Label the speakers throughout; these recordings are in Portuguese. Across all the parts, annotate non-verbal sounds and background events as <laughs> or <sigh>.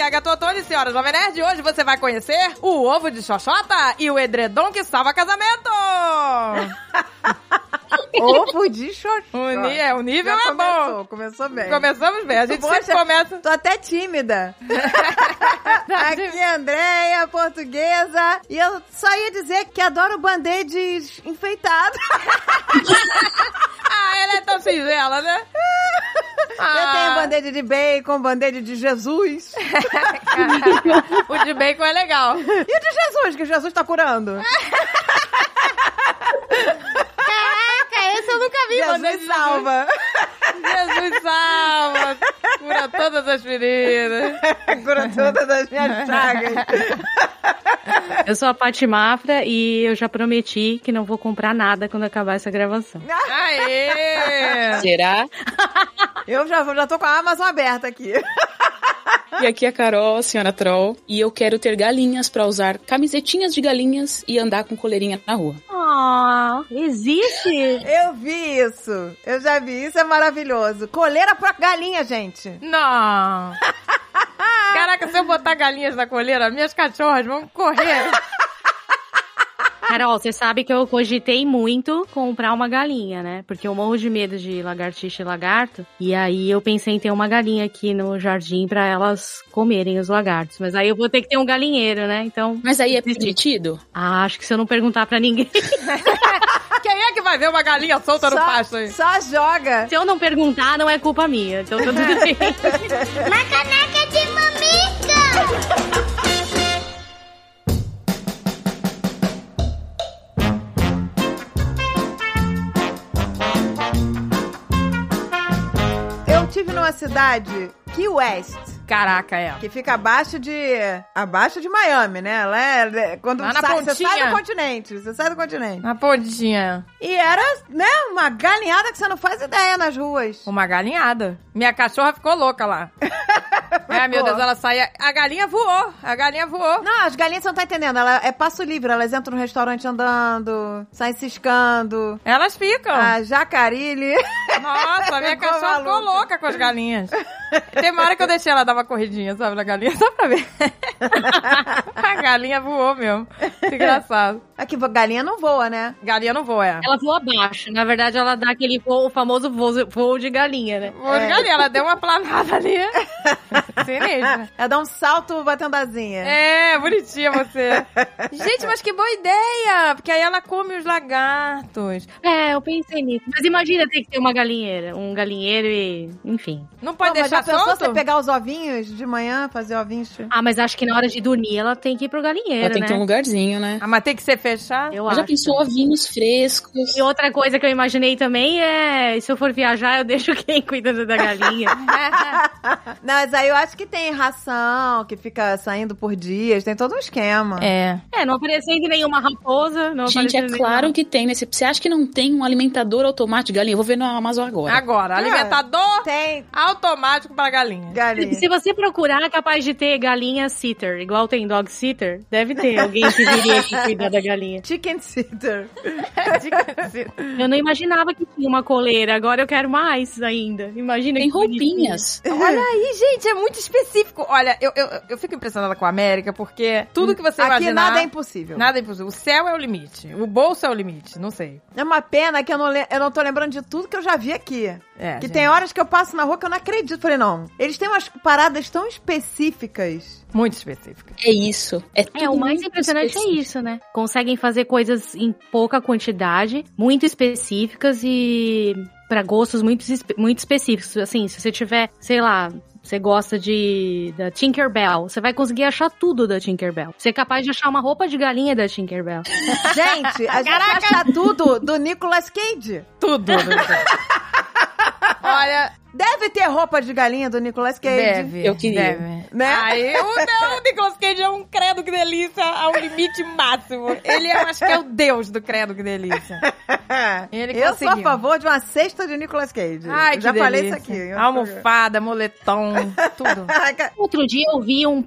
Speaker 1: é Catotone, senhora Jovem Nerd. Hoje você vai conhecer o ovo de Xoxota e o edredom que salva
Speaker 2: <laughs>
Speaker 1: casamento.
Speaker 2: Ovo de xoxota.
Speaker 1: O, ni- é, o nível é bom.
Speaker 2: começou, começou bem.
Speaker 1: Começamos bem. A gente
Speaker 2: Bom,
Speaker 1: sempre
Speaker 2: já-
Speaker 1: começa...
Speaker 2: Tô
Speaker 1: <laughs>
Speaker 2: até tímida.
Speaker 1: Tá
Speaker 2: Aqui é Andréia, portuguesa. E eu só ia dizer que adoro band-aids enfeitados.
Speaker 1: Ah, ela é
Speaker 2: <laughs>
Speaker 1: tão singela, né?
Speaker 2: Eu tenho
Speaker 1: Ah,
Speaker 2: band-aid de bacon, band-aid de
Speaker 1: <laughs>
Speaker 2: Jesus.
Speaker 1: o de bacon é legal.
Speaker 2: E o de Jesus, que Jesus tá
Speaker 1: É,
Speaker 2: curando.
Speaker 1: Caraca, esse eu nunca vi. <laughs>
Speaker 2: Jesus salva.
Speaker 1: Jesus salva. Cura todas as feridas.
Speaker 2: Cura todas as
Speaker 1: <laughs>
Speaker 2: minhas chagas.
Speaker 3: Eu sou a Paty Mafra e eu já prometi que não vou comprar nada quando acabar essa gravação.
Speaker 1: Aê!
Speaker 4: Será?
Speaker 2: Eu já, vou- já tô com a Amazon aberta aqui. <laughs>
Speaker 4: E aqui é a Carol, a senhora Troll, e eu quero ter galinhas pra usar camisetinhas de galinhas e andar com coleirinha na rua.
Speaker 3: Ah, existe?
Speaker 2: Eu vi isso. Eu já vi. Isso é maravilhoso. Coleira pra galinha, gente.
Speaker 1: Não! Caraca, se eu botar galinhas na coleira, minhas cachorras vão correr.
Speaker 3: Carol, você sabe que eu cogitei muito comprar uma galinha, né? Porque eu morro de medo de lagartixa e lagarto. E aí eu pensei em ter uma galinha aqui no jardim pra elas comerem os lagartos. Mas aí eu vou ter que ter um galinheiro, né? Então,
Speaker 4: Mas aí é permitido?
Speaker 3: ah, acho que se eu não perguntar pra ninguém. <laughs>
Speaker 1: Quem é que vai ver uma galinha solta Tá no pasto aí?
Speaker 2: só joga.
Speaker 3: se eu não perguntar, não é culpa minha. Então tá tudo bem.
Speaker 1: é
Speaker 2: Eu tive numa cidade, Key West.
Speaker 1: Caraca, é.
Speaker 2: Que fica abaixo de. abaixo de Miami, né? Ela é. Quando
Speaker 1: Lá na
Speaker 2: sai, você
Speaker 1: pontinha.
Speaker 2: sai do continente. Você sai do continente.
Speaker 1: Na pontinha.
Speaker 2: E era, né, uma galinhada que você não faz ideia nas ruas.
Speaker 1: Uma galinhada. Minha cachorra ficou louca
Speaker 2: <laughs>
Speaker 1: lá. Ai, meu Deus, ela saía. A galinha voou. A galinha voou.
Speaker 2: Não, as galinhas você não tá entendendo. Ela é passo livre, elas entram no restaurante andando, saem ciscando.
Speaker 1: Elas ficam.
Speaker 2: A jacarilha.
Speaker 1: Nossa, minha
Speaker 2: Ficou
Speaker 1: cachorra ficou
Speaker 2: maluca.
Speaker 1: louca com as galinhas. Tem uma hora que eu deixei ela dar uma corridinha, sabe, na galinha, <laughs> só pra
Speaker 2: <laughs>
Speaker 1: ver. a galinha voou mesmo. Que engraçado.
Speaker 2: <laughs> Aqui, galinha não voa, né?
Speaker 1: Galinha não voa, é.
Speaker 3: Ela voa abaixo. Na verdade, ela dá aquele voo, o famoso voo, voo de galinha, né?
Speaker 1: Voou de
Speaker 2: É.
Speaker 1: galinha, ela deu uma planada ali.
Speaker 2: <laughs>
Speaker 1: Sinistra.
Speaker 2: Ela dá um salto batendo asinha.
Speaker 1: É, bonitinha você. Gente, mas que boa ideia! Porque aí ela come os lagartos.
Speaker 3: É, eu pensei nisso. Mas imagina ter que ter uma galinheira, um galinheiro e. Enfim.
Speaker 1: Não pode
Speaker 2: Pô, mas já
Speaker 1: deixar
Speaker 2: pensou
Speaker 1: solto?
Speaker 2: você pegar os ovinhos de manhã, fazer ovinhos?
Speaker 3: Ah, mas acho que na hora de dormir ela tem que ir pro
Speaker 4: Ela
Speaker 3: galinheiro,
Speaker 4: tem
Speaker 3: né?
Speaker 4: que ter um lugarzinho, né?
Speaker 1: Ah, mas tem que ser fechado?
Speaker 3: Eu
Speaker 4: Mas
Speaker 3: acho.
Speaker 4: já pensou ovinhos frescos?
Speaker 3: E outra coisa que eu imaginei também é: se eu for viajar, eu deixo quem <laughs> cuida da galinha.
Speaker 2: Não, mas aí eu acho que tem ração, que fica saindo por dias, tem todo um esquema.
Speaker 1: É.
Speaker 3: é, não aparecendo nenhuma raposa. Não
Speaker 4: Gente, é
Speaker 3: aparecendo
Speaker 4: claro
Speaker 3: nenhuma-
Speaker 4: que tem nesse. Você acha que não tem um alimentador automático de galinha? Eu vou ver no Amazon agora.
Speaker 1: Agora, alimentador
Speaker 2: Tem
Speaker 1: automático pra
Speaker 2: <laughs>
Speaker 1: galinha.
Speaker 2: galinha.
Speaker 3: Se você procurar, é capaz de ter galinha sitter, igual tem dog sitter. Deve ter alguém que viria aqui cuidar da galinha.
Speaker 2: Chicken sitter.
Speaker 3: Eu não imaginava que tinha uma coleira, agora eu quero mais ainda. Imagina
Speaker 4: Tem
Speaker 3: que bonitinho.
Speaker 4: roupinhas.
Speaker 1: Olha aí, gente, é muito específico. Olha, eu, eu, eu fico impressionada com a América, porque tudo que você
Speaker 2: Aqui
Speaker 1: imaginar...
Speaker 2: nada é impossível.
Speaker 1: Nada é impossível. O céu é o limite. O bolso é o limite. Não sei.
Speaker 2: É uma pena que eu não, le- eu não tô lembrando de tudo que eu já vi aqui.
Speaker 1: É,
Speaker 2: que
Speaker 1: gente.
Speaker 2: tem horas que eu passo na rua que eu não acredito. Falei, não. Eles têm umas paradas
Speaker 1: <laughs>
Speaker 2: tão específicas.
Speaker 1: Muito específico.
Speaker 4: É isso. É, tudo
Speaker 3: É, o mais
Speaker 4: muito
Speaker 3: impressionante é
Speaker 4: específico.
Speaker 3: isso, né? Conseguem fazer coisas em pouca quantidade, muito específicas e pra gostos muito, espe- muito específicos. Assim, se você tiver, sei lá, você gosta de da Tinkerbell, você vai conseguir achar tudo da Tinkerbell. Você é capaz de achar uma roupa de galinha da Tinkerbell.
Speaker 2: Gente, a gente acha tudo do Nicolas Cage.
Speaker 1: Tudo. meu Deus. Olha,
Speaker 2: Deve ter roupa de galinha do Nicolas Cage.
Speaker 1: deve.
Speaker 4: Eu queria.
Speaker 1: Deve.
Speaker 2: Né? <laughs>
Speaker 1: Aí, o, não, o Nicolas Cage é um credo que delícia ao limite máximo. Ele é, eu acho que é o deus do credo que delícia. Ele
Speaker 2: eu
Speaker 1: conseguiu.
Speaker 2: sou a favor de uma cesta de Nicolas Cage.
Speaker 1: Ai, que
Speaker 2: já falei isso
Speaker 1: delícia.
Speaker 2: aqui. Eu- <laughs>
Speaker 1: Almofada, moletom, tudo.
Speaker 3: Outro dia eu vi um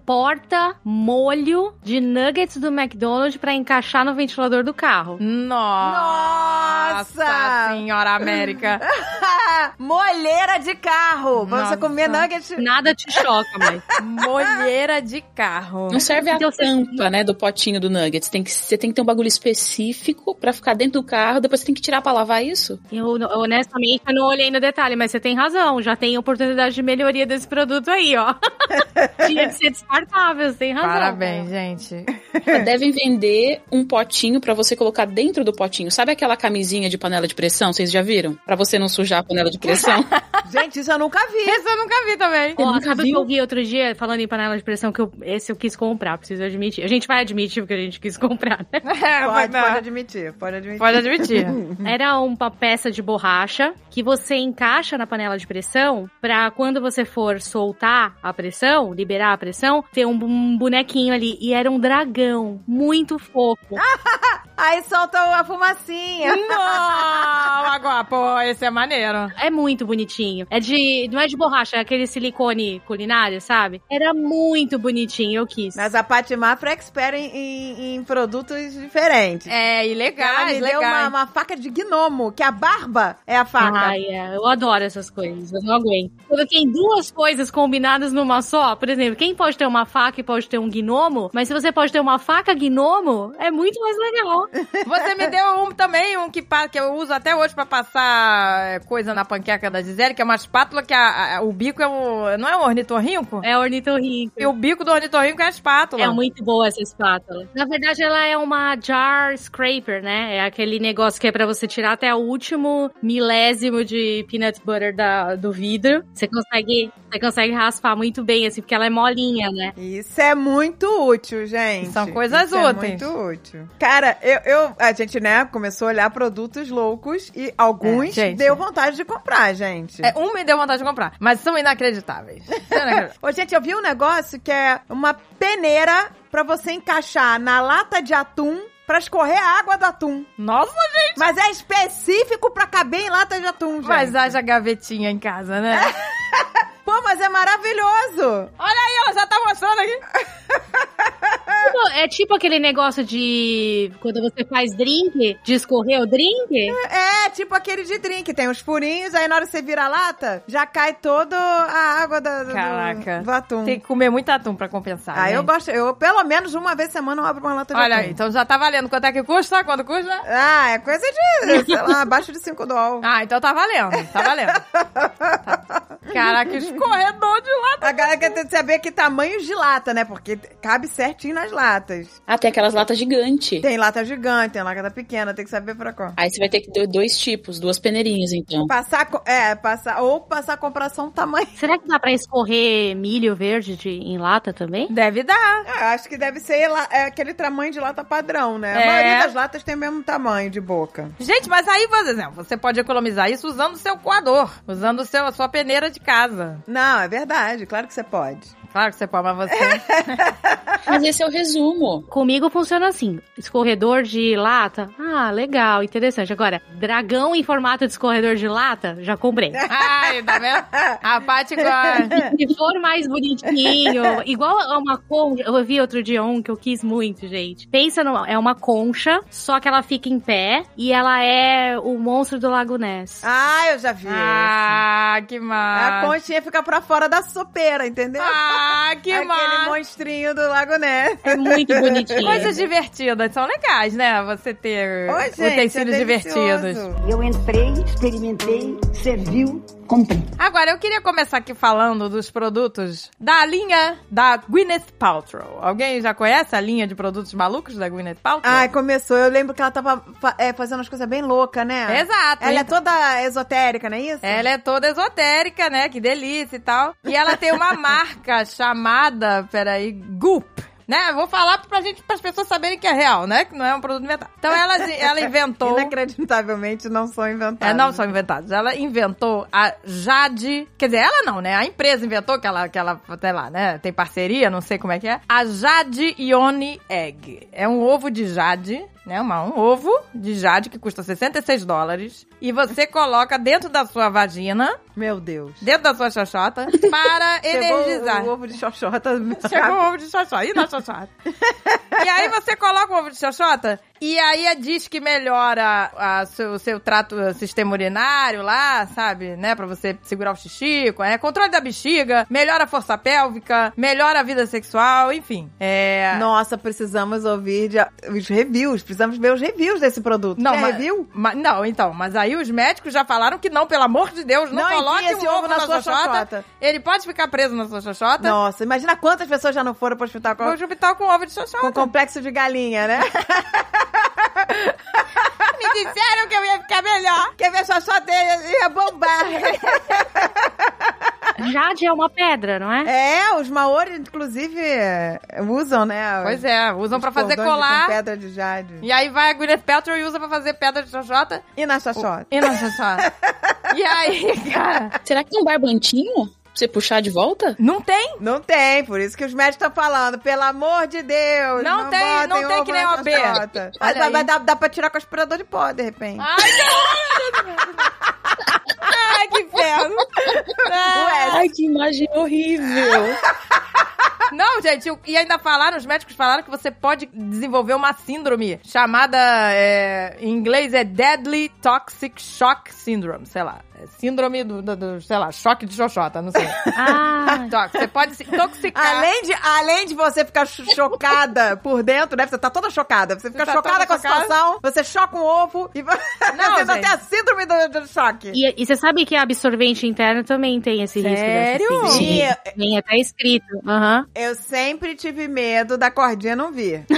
Speaker 3: porta-molho de nuggets do McDonald's pra encaixar no ventilador do carro.
Speaker 1: Nossa,
Speaker 2: Nossa!
Speaker 1: senhora América.
Speaker 2: <laughs> uma molheira de carro pra você
Speaker 1: Nossa. <laughs>
Speaker 2: comer nuggets.
Speaker 3: Nada te choca mais.
Speaker 1: Molheira de carro.
Speaker 4: Não serve a
Speaker 3: Então, você-
Speaker 4: tampa, né, do potinho do nuggets. Tem que, você tem que ter um bagulho específico pra ficar dentro do carro, depois você tem que tirar pra lavar isso.
Speaker 3: Eu, honestamente, eu não olhei no detalhe, mas você tem razão. Já tem oportunidade de melhoria desse produto aí, ó. <laughs> Tinha que ser descartável, você tem razão.
Speaker 1: Parabéns,
Speaker 2: né?
Speaker 1: gente.
Speaker 3: É.
Speaker 4: Devem vender um potinho pra você colocar dentro do potinho. Sabe aquela camisinha de panela de pressão? Vocês já viram? Pra você não sujar a panela
Speaker 3: <laughs>
Speaker 4: de pressão.
Speaker 2: Gente, isso eu nunca vi.
Speaker 1: Esse eu nunca vi também.
Speaker 3: Ó,
Speaker 4: nunca
Speaker 3: sabe o que
Speaker 4: viu?
Speaker 3: eu vi outro dia, falando em panela de pressão, que eu, esse eu quis comprar, preciso admitir. A gente vai admitir porque a gente quis comprar, né?
Speaker 1: <laughs>
Speaker 2: Pode,
Speaker 1: É, Não.
Speaker 2: pode admitir, pode admitir.
Speaker 1: Pode admitir.
Speaker 2: <laughs>
Speaker 3: Era uma peça de borracha que você encaixa na panela de pressão pra quando você for soltar a pressão, liberar a pressão, ter um, bu- um bonequinho ali. E era um dragão, muito fofo.
Speaker 2: Aí solta
Speaker 1: <laughs>
Speaker 2: a fumacinha.
Speaker 1: Não, agora, pô, esse é maneiro.
Speaker 3: É muito bonitinho. É de. Não é de borracha, é aquele silicone culinário, sabe? Era muito bonitinho, eu quis.
Speaker 2: Mas a Paty Mafra é expert em, em- em produtos diferentes.
Speaker 1: É, e
Speaker 2: Ela
Speaker 1: legais,
Speaker 2: me deu uma,
Speaker 1: legais.
Speaker 2: uma faca de gnomo, que a barba é a faca.
Speaker 3: Ai, é, eu adoro essas coisas, eu não aguento. Quando tem duas coisas combinadas numa só, por exemplo, quem pode ter uma faca e pode ter um gnomo, mas se você pode ter uma faca gnomo, é muito mais legal.
Speaker 1: Você me deu um também, um que, pa- que eu uso até hoje pra passar é, coisa na panqueca da Gisele, que é uma espátula que a- a- o bico é um. Não é um ornitorrinco?
Speaker 3: É ornitorrinco.
Speaker 1: E o bico do ornitorrinco é a espátula.
Speaker 3: É muito boa essa espátula. Na verdade, ela é uma jar scraper, né? É aquele negócio que é pra você tirar até o último milésimo de peanut butter da- do vidro. Você consegue, você consegue raspar muito bem, assim, porque ela é molinha, né?
Speaker 2: Isso é muito útil, gente.
Speaker 1: São coisas
Speaker 2: Isso
Speaker 1: úteis.
Speaker 2: É muito útil. Cara, eu, eu- a gente, né, começou a olhar produtos loucos e alguns
Speaker 1: É, gente.
Speaker 2: deu vontade de comprar, gente.
Speaker 1: É, um me deu vontade de comprar, mas são inacreditáveis.
Speaker 2: <laughs>
Speaker 1: Inacreditáveis.
Speaker 2: Ô, gente, eu vi um negócio que é uma peneira pra você encaixar na lata de atum pra escorrer a água do atum.
Speaker 1: Nossa,
Speaker 2: Mas é específico pra caber em lata de atum, gente.
Speaker 1: mas haja gavetinha em casa, né?
Speaker 2: Pô, mas é maravilhoso.
Speaker 1: Ela já tá mostrando aqui.
Speaker 3: Tipo- é tipo aquele negócio de quando você faz drink, de escorrer o drink.
Speaker 2: É tipo aquele de drink, tem os furinhos, aí na hora que você vira a lata, já cai toda a água do, do-
Speaker 1: Caraca.
Speaker 2: do atum.
Speaker 1: Tem que comer muito atum pra compensar.
Speaker 2: Ah,
Speaker 1: né?
Speaker 2: eu gosto. Eu, pelo menos uma vez por semana eu abro uma lata de
Speaker 1: Olha
Speaker 2: atum.
Speaker 1: aí, então já tá valendo. Quanto é que custa? Quanto custa?
Speaker 2: Ah, é coisa de, sei
Speaker 1: <laughs>
Speaker 2: lá, abaixo de 5 dólares.
Speaker 1: Ah, então tá valendo, tá valendo. Tá. Caraca, escorredor de lá.
Speaker 2: A galera quer ter- saber que tamanho de lata, né? Porque cabe certinho nas latas.
Speaker 4: ah, tem aquelas latas gigantes.
Speaker 2: Tem lata gigante, tem lata pequena, tem que saber pra qual.
Speaker 4: Aí você vai ter que ter dois tipos, duas peneirinhas, então.
Speaker 2: Passar, co- é, passar, ou passar a compração tamanho. <laughs>
Speaker 3: Será que dá pra escorrer milho verde de- em lata também?
Speaker 1: Deve dar.
Speaker 2: Ah, acho que deve ser la- é aquele tamanho de lata padrão, né? A
Speaker 1: É.
Speaker 2: maioria das latas tem o mesmo tamanho de boca.
Speaker 1: Gente, mas aí, por exemplo, você pode economizar isso usando o seu coador, usando o seu, a sua peneira de casa.
Speaker 2: Não, é verdade, claro que você pode.
Speaker 1: Claro que você pode, mas
Speaker 2: <laughs>
Speaker 1: você.
Speaker 4: Mas esse é o resumo.
Speaker 3: Comigo funciona assim: escorredor de lata. Ah, legal, interessante. Agora, dragão em formato de escorredor de lata, já comprei.
Speaker 1: Ai, tá vendo? A Paty gosta.
Speaker 3: Se for mais bonitinho, igual a uma concha. Eu vi outro dia um que eu quis muito, gente. Pensa numa. É uma concha, só que ela fica em pé e ela é o monstro do Lago Ness.
Speaker 2: Ah, eu já vi.
Speaker 1: Ah, que
Speaker 2: esse. A
Speaker 1: massa.
Speaker 2: conchinha fica pra fora da sopeira, entendeu?
Speaker 1: Ah, que
Speaker 2: Aquele
Speaker 1: massa.
Speaker 2: monstrinho do Lago Ness.
Speaker 3: É muito bonitinho.
Speaker 1: Coisas divertidas são legais, né? Você ter
Speaker 2: Ô, gente, é
Speaker 1: utensílios divertidos.
Speaker 2: delicioso.
Speaker 5: Eu entrei, experimentei, serviu, comprei.
Speaker 1: Agora, eu queria começar aqui falando dos produtos da linha da Gwyneth Paltrow. Alguém já conhece a linha de produtos malucos da Gwyneth Paltrow?
Speaker 2: Ai, começou. Eu lembro que ela tava fa- é, fazendo umas coisas bem loucas, né?
Speaker 1: Exato. então.
Speaker 2: Ela é
Speaker 1: hein?
Speaker 2: toda esotérica, não é isso?
Speaker 1: Ela é toda esotérica, né? Que delícia e tal. E ela tem uma marca chamada, peraí, Goop. Né? Vou falar pra gente, para as pessoas saberem que é real, né? Que não é um produto inventado. Então ela, ela inventou.
Speaker 2: Inacreditavelmente não são
Speaker 1: É,
Speaker 2: inventadas.
Speaker 1: não são inventados. Ela inventou a Jade. Quer dizer, ela não, né? A empresa inventou que ela, que ela sei lá, né? Tem parceria, não sei como é que é. A Jade Ione Egg. É um ovo de Jade. Né, uma, um ovo de jade que custa 66 dólares e você coloca dentro da sua vagina,
Speaker 2: Meu Deus.
Speaker 1: dentro da sua
Speaker 2: <laughs>
Speaker 1: xoxota, para energizar.
Speaker 2: Chegou o ovo de xoxota.
Speaker 1: Chegou o ovo de xoxota. E na xoxota? e aí você coloca o ovo de xoxota, E aí é diz que melhora a seu- o seu trato sistema urinário lá, sabe? Né? Pra você segurar o xixi, co- é, controle da bexiga, melhora a força pélvica, melhora a vida sexual, enfim. É.
Speaker 2: Nossa, precisamos ouvir de- os reviews. Precisamos ver os reviews desse produto.
Speaker 1: Não,
Speaker 2: Quer
Speaker 1: mas-
Speaker 2: review?
Speaker 1: Mas- não, então, mas aí os médicos já falaram que não, pelo amor de Deus, não,
Speaker 2: Não,
Speaker 1: coloque
Speaker 2: enfia
Speaker 1: um
Speaker 2: esse
Speaker 1: ovo na, sua xoxota.
Speaker 2: xoxota.
Speaker 1: Ele pode ficar preso na sua xoxota.
Speaker 2: Nossa, imagina quantas pessoas já não foram pro hospital com,
Speaker 1: Vou hospital com ovo de xoxota.
Speaker 2: com complexo de galinha, né?
Speaker 1: Me disseram que eu ia ficar melhor.
Speaker 2: <laughs> Quer ver só só dele ia bombar.
Speaker 3: Jade é uma pedra, não é?
Speaker 2: é, os maori, inclusive, é, usam, né?
Speaker 1: Pois é, usam pra fazer
Speaker 2: Com
Speaker 1: colar.
Speaker 2: pedra de jade.
Speaker 1: E aí vai a Gwyneth Paltrow e usa pra fazer pedra de xoxota.
Speaker 2: E na xoxota?
Speaker 1: E na xoxota. e aí, cara,
Speaker 4: Será que tem um barbantinho pra você puxar de volta?
Speaker 1: não tem.
Speaker 2: Não tem, por isso que os médicos estão falando, pelo amor de Deus.
Speaker 1: Não tem,
Speaker 2: botem
Speaker 1: não tem
Speaker 2: ovo
Speaker 1: que nem
Speaker 2: na
Speaker 1: OB.
Speaker 2: xoxota. Mas
Speaker 1: Olha
Speaker 2: vai,
Speaker 1: aí.
Speaker 2: vai dar, dá pra tirar com aspirador de pó, de repente.
Speaker 1: Ai,
Speaker 2: Ai, que inferno.
Speaker 3: É.
Speaker 2: Ué,
Speaker 4: Ai, que imagem horrível!
Speaker 3: <laughs>
Speaker 1: Não, gente, eu- e ainda falaram, os médicos falaram que você pode desenvolver uma síndrome chamada, é, em inglês é Deadly Toxic Shock Syndrome, sei lá. É Síndrome do, do- do, sei lá, choque de xoxota, não sei. <laughs>
Speaker 3: Ah,
Speaker 1: Tox- você pode se intoxicar.
Speaker 2: Além de, além de você ficar cho- chocada por dentro, né? Você tá toda chocada. Você fica
Speaker 1: Você tá
Speaker 2: chocada
Speaker 1: toda
Speaker 2: com a
Speaker 1: chocada.
Speaker 2: situação, você choca um ovo e <laughs> vo-
Speaker 1: Não,
Speaker 2: você não
Speaker 1: gente.
Speaker 2: tem a síndrome do, do choque.
Speaker 3: e, e você sabe que absorvente interno também tem esse risco. dessa
Speaker 1: Sério?
Speaker 3: síndrome.
Speaker 2: Sim,
Speaker 3: Tem até escrito. Aham.
Speaker 2: Eu sempre tive medo da cordinha não vir. <laughs>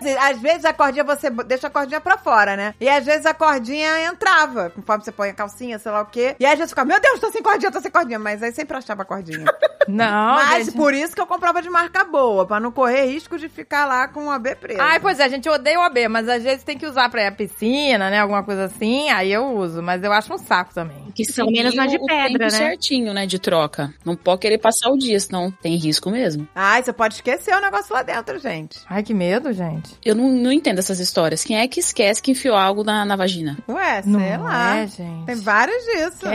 Speaker 2: Assim, às vezes a cordinha você bo- deixa a cordinha pra fora, né? E às vezes a cordinha entrava, conforme você põe a calcinha, sei lá o quê. E às vezes você fica, meu Deus, tô sem cordinha, tô sem cordinha. Mas aí sempre achava
Speaker 1: <laughs>
Speaker 2: a cordinha.
Speaker 1: Não,
Speaker 2: Mas
Speaker 1: gente.
Speaker 2: por isso que eu comprava de marca boa, pra não correr risco de ficar lá com a B presa.
Speaker 1: Ai, pois é, a gente odeia o AB, mas às vezes tem que usar pra ir à piscina, né? Alguma coisa assim, aí eu uso, mas eu acho um saco também.
Speaker 4: Que
Speaker 3: Pelo menos
Speaker 4: seguir
Speaker 3: na de
Speaker 4: o
Speaker 3: pedra,
Speaker 4: tempo
Speaker 3: né?
Speaker 4: certinho, né, de troca. Não pode querer passar o dia, senão tem risco mesmo.
Speaker 2: Ai, você pode esquecer o negócio lá dentro, gente.
Speaker 1: Ai, que medo, gente.
Speaker 4: Eu não, não entendo essas histórias. Quem é que esquece que enfiou algo na, na vagina?
Speaker 2: Ué, sei
Speaker 1: não
Speaker 2: lá.
Speaker 1: é, gente.
Speaker 2: Tem vários disso.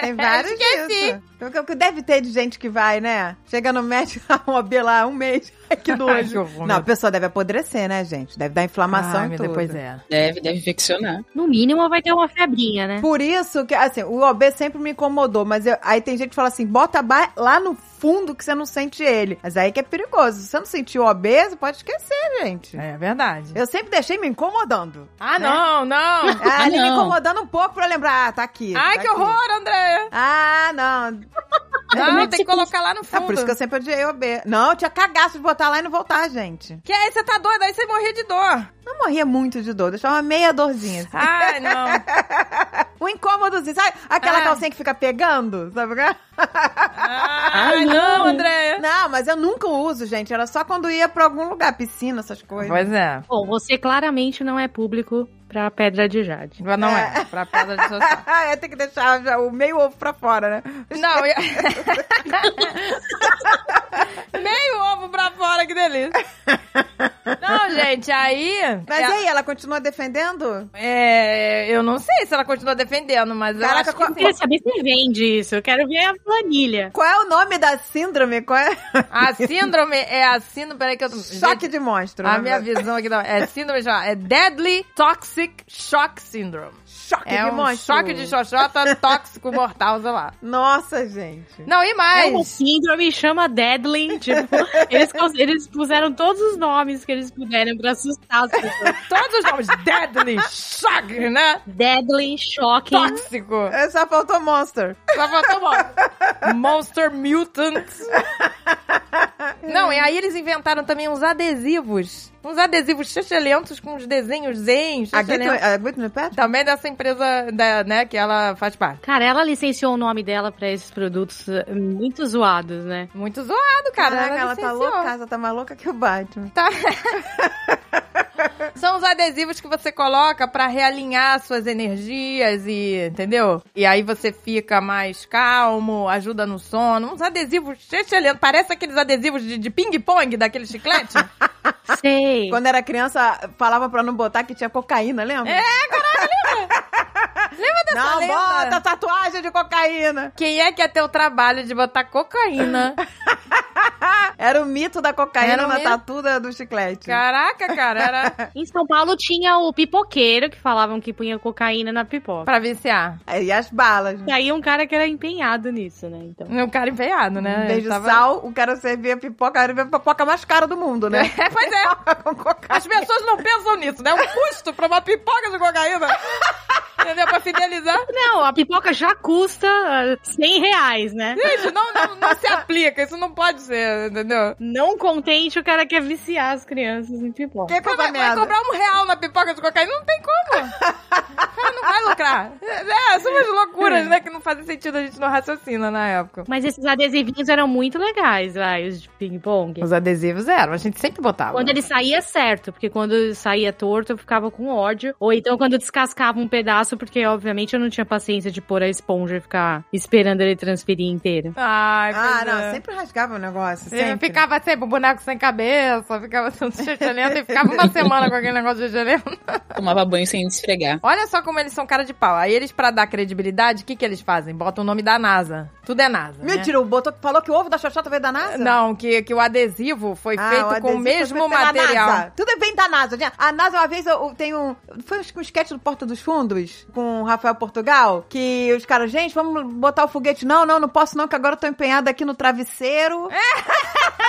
Speaker 2: Tem vários disso. Então, o que deve ter de gente que vai, né? Chega no médico, <laughs> dá um OB lá um mês. <laughs> Ai,
Speaker 1: <laughs> <laughs>
Speaker 2: que
Speaker 1: Ai, que
Speaker 2: nojo.
Speaker 1: horror.
Speaker 2: Não, a pessoa deve apodrecer, né, gente? Deve dar inflamação
Speaker 1: Ai,
Speaker 2: e
Speaker 1: meu,
Speaker 2: tudo.
Speaker 1: depois é.
Speaker 4: Deve, deve infeccionar.
Speaker 3: No mínimo vai ter uma febrinha, né?
Speaker 2: Por isso que, assim, o OB sempre me incomodou, mas eu- aí tem gente que fala assim, bota ba- lá no fundo que você não sente ele. Mas aí que é perigoso. Se você não sentir o OB, você pode esquecer, gente.
Speaker 1: É verdade.
Speaker 2: Eu né? sempre deixei me incomodando.
Speaker 1: Ah, não,
Speaker 2: <laughs>
Speaker 1: não.
Speaker 2: Ah,
Speaker 4: Ah,
Speaker 2: ele me
Speaker 4: não.
Speaker 2: incomodando um pouco pra lembrar, ah, tá aqui.
Speaker 1: Ai,
Speaker 2: tá
Speaker 1: que
Speaker 2: aqui.
Speaker 1: horror, Andréia.
Speaker 2: Ah, não.
Speaker 1: Não, tem que colocar lá no
Speaker 2: É
Speaker 1: fundo.
Speaker 2: por isso que eu sempre odiei OB. Não, eu tinha cagaço de botar lá e não voltar, gente.
Speaker 1: Que aí você tá doida, aí você morria de dor.
Speaker 2: Não morria muito de dor, deixava meia dorzinha. assim.
Speaker 1: Ai,
Speaker 2: <laughs>
Speaker 1: não.
Speaker 2: Um incômodozinho, sabe? Aquela
Speaker 1: Ah.
Speaker 2: calcinha que fica pegando, sabe? qual é?
Speaker 1: <laughs> Ai,
Speaker 4: Ai,
Speaker 1: não,
Speaker 4: não.
Speaker 1: Andréia.
Speaker 2: Não, mas eu nunca uso, gente. Era só quando ia pra algum lugar, piscina, essas coisas. <laughs>
Speaker 1: Pois é.
Speaker 3: Bom, você claramente não é público pra Pedra de Jade.
Speaker 1: Mas Não é, pra pedra de
Speaker 2: <laughs>
Speaker 1: social.
Speaker 2: é, tem que deixar já o meio ovo pra fora, né?
Speaker 1: Não, eu... <laughs> Meio ovo pra fora, que delícia. Não, gente, aí...
Speaker 2: Mas
Speaker 1: é,
Speaker 2: e aí, ela continua defendendo?
Speaker 1: é, eu não sei se ela continua defendendo, mas eu acho
Speaker 2: Caraca,
Speaker 1: que
Speaker 2: qual-
Speaker 3: Eu
Speaker 1: sim.
Speaker 3: queria saber se vende isso. Eu quero ver a planilha.
Speaker 2: Qual é o nome da síndrome? Qual é?
Speaker 1: A síndrome é a síndrome... Peraí que eu... tô-
Speaker 2: Choque de monstro.
Speaker 1: A
Speaker 2: né?
Speaker 1: minha visão aqui não. É síndrome de é Deadly Toxic Shock Syndrome.
Speaker 2: Choque
Speaker 1: é
Speaker 2: de
Speaker 1: um
Speaker 2: monstro.
Speaker 1: choque de xoxota tóxico mortal, sei lá.
Speaker 2: Nossa, gente.
Speaker 1: Não, e
Speaker 3: É uma
Speaker 1: mais.
Speaker 3: síndrome, chama Deadly. Tipo, eles, cons- eles puseram todos os nomes que eles puderam pra assustar as pessoas.
Speaker 1: Todos os nomes Deadly Shock, né?
Speaker 3: Deadly, Shocking.
Speaker 1: Tóxico.
Speaker 2: É, Só faltou monster.
Speaker 1: Só faltou uma tá Monster Mutant. Não, e aí eles inventaram também uns adesivos. Uns adesivos chachelentos com uns desenhos zen,
Speaker 2: A é- Whitney,
Speaker 1: chachelentos.
Speaker 2: a Whitney Pet?
Speaker 1: Também dessa empresa, da, né, que ela faz parte.
Speaker 3: Cara, ela licenciou o nome dela pra esses produtos eh, muito zoados, né?
Speaker 1: Muito zoado, cara.
Speaker 2: Caraca, ela tá
Speaker 1: licenciou.
Speaker 2: louca, ela tá mais louca que o Batman.
Speaker 1: Tá. São os adesivos que você coloca pra realinhar suas energias e, entendeu? E aí você fica mais calmo, ajuda no sono. Uns adesivos excelentes. Parece aqueles adesivos de, de ping-pong, daquele
Speaker 2: <laughs>
Speaker 1: chiclete.
Speaker 3: Sei.
Speaker 2: Quando era criança, falava pra não botar que tinha cocaína, lembra? É, caralho, <laughs> lembra? lembra
Speaker 1: lenda?
Speaker 2: Não, bota tatuagem de cocaína.
Speaker 1: <laughs> Quem é que é teu trabalho de botar cocaína?
Speaker 2: Era o mito da cocaína
Speaker 1: Era o
Speaker 2: na
Speaker 1: mito.
Speaker 2: tatu da- do chiclete.
Speaker 1: Caraca, cara, era
Speaker 3: Em São Paulo tinha o pipoqueiro, que falavam que punha cocaína na
Speaker 1: <laughs>
Speaker 3: pipoca.
Speaker 1: pra viciar.
Speaker 2: E as balas.
Speaker 3: E aí um cara que era empenhado nisso, né? Então.
Speaker 1: O cara empenhado, né?
Speaker 2: Em vez
Speaker 1: Ele
Speaker 2: de
Speaker 1: tava-
Speaker 2: sal, o cara servia pipoca, era a pipoca mais cara do mundo, né?
Speaker 1: É, <laughs> pois é.
Speaker 2: Com
Speaker 1: <laughs>
Speaker 2: cocaína.
Speaker 1: As pessoas não pensam nisso, né? O custo pra uma pipoca de cocaína. Entendeu? Pra fidelizar.
Speaker 3: Não, a pipoca já custa ah, 100 reais, né?
Speaker 1: Gente, não, não, não se aplica. Isso não pode ser, entendeu?
Speaker 3: Não contente, o cara quer viciar as crianças em pipoca.
Speaker 2: Que
Speaker 1: Como
Speaker 2: coisa
Speaker 1: é que vai
Speaker 2: merda.
Speaker 1: cobrar um real na pipoca de cocaína? Não tem <laughs> como. O cara não vai lucrar. É, são umas loucuras, né? Que não fazem sentido, a gente não raciocina na época.
Speaker 3: Mas esses adesivinhos eram muito legais, vai, os de ping-pong.
Speaker 1: Os adesivos eram, a gente sempre botava.
Speaker 3: Quando ele saía certo, porque quando saía torto eu ficava com ódio. Ou então quando descascava um pedaço, porque obviamente eu não tinha paciência de pôr a esponja e ficar esperando ele transferir inteiro. <laughs>
Speaker 1: Ai,
Speaker 2: Ah,
Speaker 1: pois é.
Speaker 2: não, sempre rasgava o negócio,
Speaker 1: Ele
Speaker 2: sempre.
Speaker 1: ficava sempre o boneco sem cabeça, ficava sem xixelento e ficava uma semana com aquele negócio de xixelento.
Speaker 4: Tomava banho sem esfregar.
Speaker 1: <laughs> Olha só como eles são cara de pau. Aí eles, pra dar credibilidade, o que, que eles fazem? Botam o nome da NASA. Tudo é NASA. né?
Speaker 2: Mentira, o Boto falou que o ovo da Xoxota veio da NASA?
Speaker 1: Não, que, que o adesivo foi
Speaker 2: Ah,
Speaker 1: feito com
Speaker 2: adesivo
Speaker 1: o
Speaker 2: foi
Speaker 1: mesmo
Speaker 2: feito pela
Speaker 1: material.
Speaker 2: NASA. Tudo bem da NASA. gente. A NASA, uma vez, eu, eu tenho um... Foi acho que um sketch do Porto dos Fundos, com o Rafael Portugal, que os caras, gente, vamos botar o foguete. Não, não, não posso não, que agora eu tô empenhada aqui no travesseiro.
Speaker 1: É.
Speaker 2: <laughs>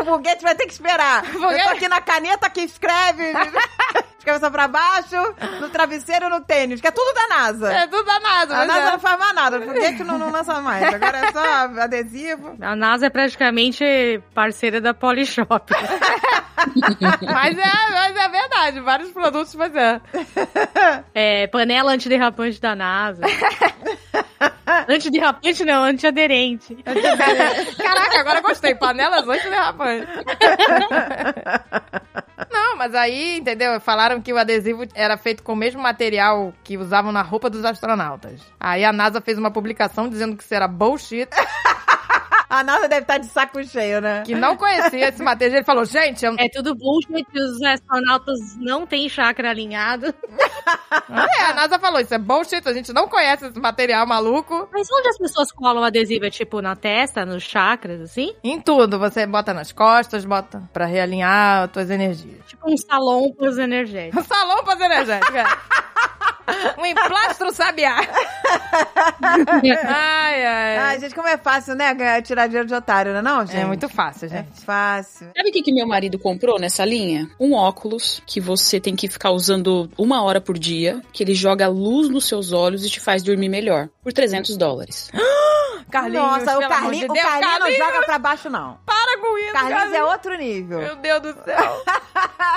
Speaker 2: O foguete vai ter
Speaker 1: <laughs>
Speaker 2: que esperar. Eu tô aqui na caneta que escreve... <laughs> De cabeça pra baixo, no travesseiro, no tênis, que é tudo da NASA.
Speaker 1: É tudo da NASA.
Speaker 2: A
Speaker 1: mas
Speaker 2: NASA
Speaker 1: é.
Speaker 2: não faz mais nada, o foguete não, não lança mais. Agora é
Speaker 1: <laughs>
Speaker 2: só adesivo.
Speaker 3: A NASA é praticamente parceira da Polishop.
Speaker 1: Mas é, mas é verdade. Vários produtos, mas é.
Speaker 3: É, panela antiderrapante da NASA. antiderrapante não, antiaderente.
Speaker 1: Caraca, agora eu gostei. Panelas né, antiderrapantes. Não, mas aí, entendeu? Falaram que o adesivo era feito com o mesmo material que usavam na roupa dos astronautas. Aí a NASA fez uma publicação dizendo que isso era bullshit,
Speaker 2: A NASA deve estar de saco cheio, né?
Speaker 1: que não conhecia esse material. Ele falou, gente, eu...
Speaker 3: É tudo bullshit, os astronautas não têm chakra alinhado.
Speaker 1: é, a NASA falou, isso é bullshit, a gente não conhece esse material maluco.
Speaker 3: Mas onde as pessoas colam adesivo? É tipo na testa, nos chakras, assim?
Speaker 1: Em tudo, você bota nas costas, bota pra realinhar as tuas energias.
Speaker 3: Tipo um salão pros energéticos.
Speaker 1: Salão pra energética. um emplastro sabiá. ai, ai.
Speaker 2: Ai, gente, como é fácil, né? ganhar- Tirar dinheiro de otário, não é não, gente?
Speaker 1: é muito fácil,
Speaker 2: É
Speaker 1: gente.
Speaker 2: fácil.
Speaker 4: Sabe o que, que meu marido comprou nessa linha? Um óculos que você tem que ficar usando uma hora por dia, que ele joga luz nos seus olhos e te faz dormir melhor. Por 300 dólares.
Speaker 1: Carlinhos,
Speaker 2: É. Nossa, o
Speaker 1: pelo amor
Speaker 2: Carlinhos,
Speaker 1: de
Speaker 2: o
Speaker 1: Deus,
Speaker 2: Carlinhos não
Speaker 1: Carlinhos,
Speaker 2: joga pra baixo, não.
Speaker 1: para com isso,
Speaker 2: Carlinhos, é
Speaker 1: Carlinhos.
Speaker 2: outro nível.
Speaker 1: Meu Deus do céu.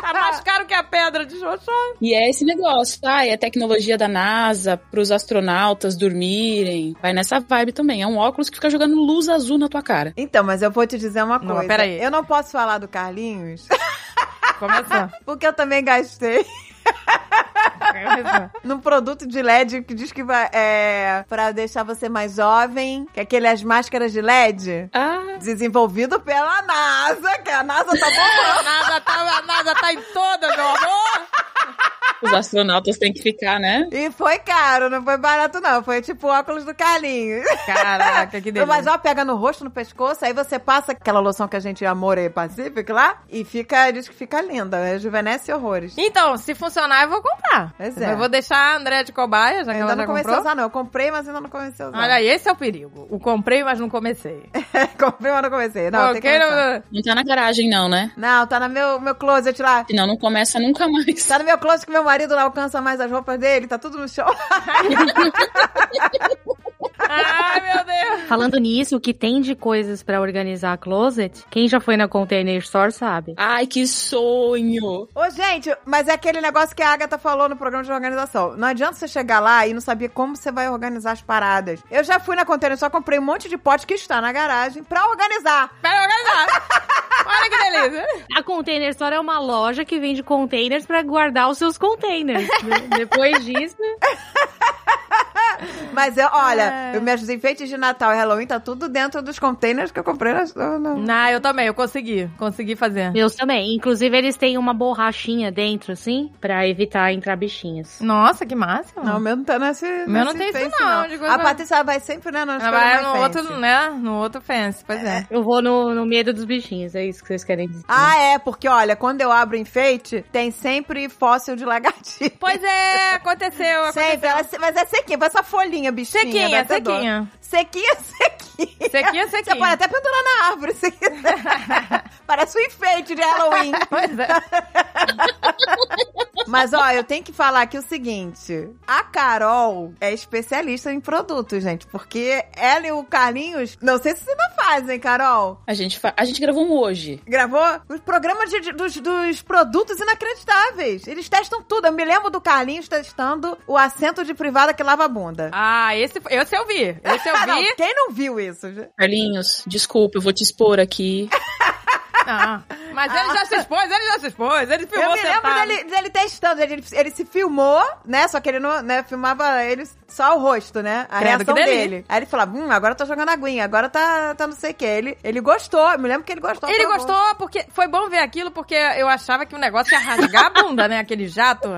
Speaker 1: Tá mais caro que a pedra de Xoxó.
Speaker 4: E é esse negócio, tá? É a tecnologia da NASA pros astronautas dormirem. Vai nessa vibe também. É um óculos que fica jogando luz azul na tua cara.
Speaker 2: Então, mas eu vou te dizer
Speaker 1: Não,
Speaker 2: uma coisa.
Speaker 1: mas peraí.
Speaker 2: Eu não posso falar do Carlinhos, <laughs>
Speaker 1: Começou.
Speaker 2: porque eu também gastei <laughs>
Speaker 1: Começou.
Speaker 2: num produto de LED que diz que vai. É. pra deixar você mais jovem, que é aquele as máscaras de LED.
Speaker 4: Ah,
Speaker 2: Desenvolvido pela NASA, que a NASA tá
Speaker 1: <laughs>
Speaker 2: bombando.
Speaker 1: A NASA tá, a NASA tá em toda, meu amor.
Speaker 4: <laughs> os astronautas têm que ficar, né?
Speaker 2: E foi caro, não foi barato, não. Foi tipo o óculos do Carlinhos.
Speaker 1: Caraca, que delícia.
Speaker 2: Mas ó, pega no rosto, no pescoço, aí você passa aquela loção que a gente amor e Pacific lá e fica, diz que fica linda, né? Juvenesce horrores.
Speaker 1: Então, se funcionar, eu vou comprar.
Speaker 2: Pois é.
Speaker 1: Eu vou deixar a André de cobaia, já que
Speaker 2: ainda
Speaker 1: ela
Speaker 2: não
Speaker 1: já
Speaker 2: comecei
Speaker 1: comprou.
Speaker 2: a usar, não. Eu comprei, mas ainda não comecei a usar.
Speaker 1: Olha aí, esse é o perigo. O comprei, mas não comecei.
Speaker 2: <laughs> comprei, mas não comecei. Não, tem que
Speaker 1: Ok,
Speaker 2: começar.
Speaker 1: não-
Speaker 4: Não tá na garagem, não, né?
Speaker 2: não tá no meu, meu closet lá.
Speaker 4: Senão não começa nunca mais.
Speaker 2: Tá no meu closet que meu marido não alcança mais as roupas dele, tá tudo no chão. <laughs>
Speaker 1: Ai, meu Deus.
Speaker 3: Falando nisso, o que tem de coisas pra organizar closet? Quem já foi na Container Store sabe.
Speaker 4: Ai, que sonho!
Speaker 2: Ô, gente, mas é aquele negócio que a Agatha falou no programa de organização. Não adianta você chegar lá e não saber como você vai organizar as paradas. Eu já fui na container, só comprei um monte de pote que está na garagem pra organizar.
Speaker 1: Pera, organizar. Olha que delícia.
Speaker 3: A Container Store é uma loja que vende containers
Speaker 1: <laughs>
Speaker 3: pra guardar os seus containers. né? Depois disso,
Speaker 2: Mas eu, olha,
Speaker 1: É.
Speaker 2: eu, meus enfeites de Natal e Halloween tá tudo dentro dos containers que eu comprei na. na-
Speaker 1: Não, eu também, eu consegui. Consegui fazer.
Speaker 3: Meus também. Inclusive, eles têm uma borrachinha dentro, assim, pra evitar entrar bichinhas.
Speaker 1: Nossa, que máximo.
Speaker 2: Não, o meu não tá nesse. O
Speaker 1: meu não tem isso, não, de coisa-
Speaker 2: A Patrícia vai sempre, né? Não,
Speaker 1: Ela vai no outro, né? No outro fence, pois é.
Speaker 3: Eu vou no, no medo dos bichinhos, é isso que vocês querem dizer.
Speaker 2: Ah, é, porque olha, quando eu abro enfeite, tem sempre fóssil de lagartinha.
Speaker 1: Pois é, aconteceu. aconteceu.
Speaker 2: Sempre, ela, mas é sequinha, parece essa folhinha, bichinha. dá
Speaker 1: Sequinha,
Speaker 2: até dó.
Speaker 1: sequinha.
Speaker 2: Sequinha, sequinha.
Speaker 1: Sequinha,
Speaker 2: Você pode
Speaker 1: sequinha.
Speaker 2: até pendurar na árvore, se quiser.
Speaker 1: <laughs>
Speaker 2: Parece um enfeite de Halloween.
Speaker 1: Pois é.
Speaker 2: <laughs> Mas, ó, eu tenho que falar aqui o seguinte. A Carol é especialista em produtos, gente. Porque ela e o Carlinhos... Não sei se vocês ainda fazem, Carol.
Speaker 4: A gente, fa- a gente gravou um hoje.
Speaker 2: Gravou os programas de- de- dos, dos produtos inacreditáveis. Eles testam tudo. Eu me lembro do Carlinhos testando o assento de privada que lava a bunda.
Speaker 1: Ah, esse, esse eu vi. Esse eu
Speaker 2: Carol,
Speaker 1: vi.
Speaker 2: quem <laughs> não viu isso? gente?
Speaker 4: Carlinhos, desculpa, eu vou te expor aqui.
Speaker 1: Não. Mas ele já se expôs, ele já se expôs. Ele filmou
Speaker 2: Ah. Eu me lembro
Speaker 1: sentado.
Speaker 2: dele, dele testando. Ele, ele se filmou, né? Só que ele não né, filmava ele só o rosto, né? A
Speaker 1: Credo, que
Speaker 2: reação
Speaker 1: delícia.
Speaker 2: dele. Aí ele falava, hum, agora eu tô jogando aguinha, agora tá, tá não sei o que. Ele, ele gostou, eu me lembro que ele gostou.
Speaker 1: Ele
Speaker 2: foi bom.
Speaker 1: gostou porque foi bom ver aquilo porque eu achava que o negócio ia rasgar a bunda, né? Aquele jato.
Speaker 2: <laughs>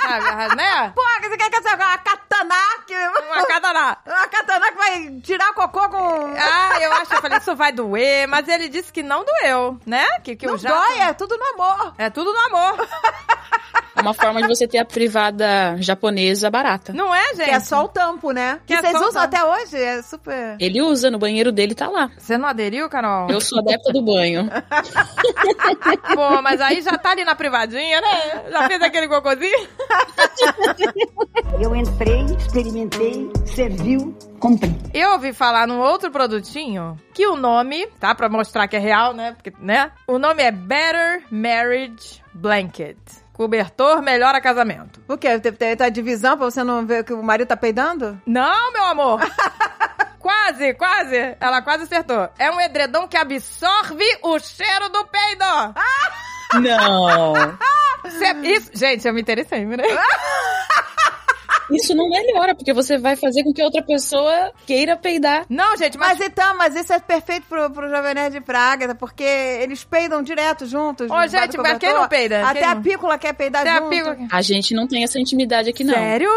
Speaker 1: Sabe, arras- né?
Speaker 2: Pô, você quer que eu seja uma katana que...
Speaker 1: Uma katana.
Speaker 2: <laughs> Uma katana que vai tirar cocô com...
Speaker 1: Ah, eu acho, eu falei, isso vai doer, mas ele disse que não doeu, né? Que, que
Speaker 2: não
Speaker 1: o jato.
Speaker 2: dói, é tudo no amor.
Speaker 1: É tudo no amor.
Speaker 4: É uma forma de você ter a privada japonesa barata.
Speaker 1: Não é, gente?
Speaker 2: Que é só o tampo, né?
Speaker 1: Que
Speaker 2: Que,
Speaker 1: é
Speaker 2: vocês
Speaker 1: só o
Speaker 2: usam
Speaker 1: tampo.
Speaker 2: até hoje, é super...
Speaker 4: Ele usa no banheiro dele, tá lá.
Speaker 1: Você não aderiu, Carol?
Speaker 4: Eu sou adepta do banho.
Speaker 1: Pô, mas aí já tá ali na privadinha, né? Já fez aquele cocôzinho?
Speaker 5: Eu entrei, experimentei, serviu, comprei.
Speaker 1: Eu ouvi falar num outro produtinho que o nome, tá? Pra mostrar que é real, né? Porque, né? O nome é Better Marriage Blanket. Cobertor melhora casamento.
Speaker 2: Por quê? Tem, tem, tem a divisão pra você não ver que o marido tá peidando?
Speaker 1: Não, meu amor! <laughs> quase, quase! Ela quase acertou. É um edredom que absorve o cheiro do peido!
Speaker 4: Não.
Speaker 1: Cê-
Speaker 2: Ah.
Speaker 1: isso, gente, eu me interessei, né?
Speaker 4: Isso não melhora, porque você vai fazer com que outra pessoa queira peidar.
Speaker 1: Não, gente, mas.
Speaker 2: Mas então, mas isso é perfeito pro, pro Jovem Nerd de Praga, tá? porque eles peidam direto juntos.
Speaker 1: Ô,
Speaker 2: debaixo
Speaker 1: gente,
Speaker 2: do
Speaker 1: mas
Speaker 2: cobertor.
Speaker 1: quem não peida?
Speaker 2: Até
Speaker 1: Quem
Speaker 2: a
Speaker 1: não?
Speaker 2: pícola quer peidar
Speaker 1: Até a
Speaker 2: junto. É
Speaker 1: pícola-
Speaker 4: A gente não tem essa intimidade aqui, não.
Speaker 1: Sério?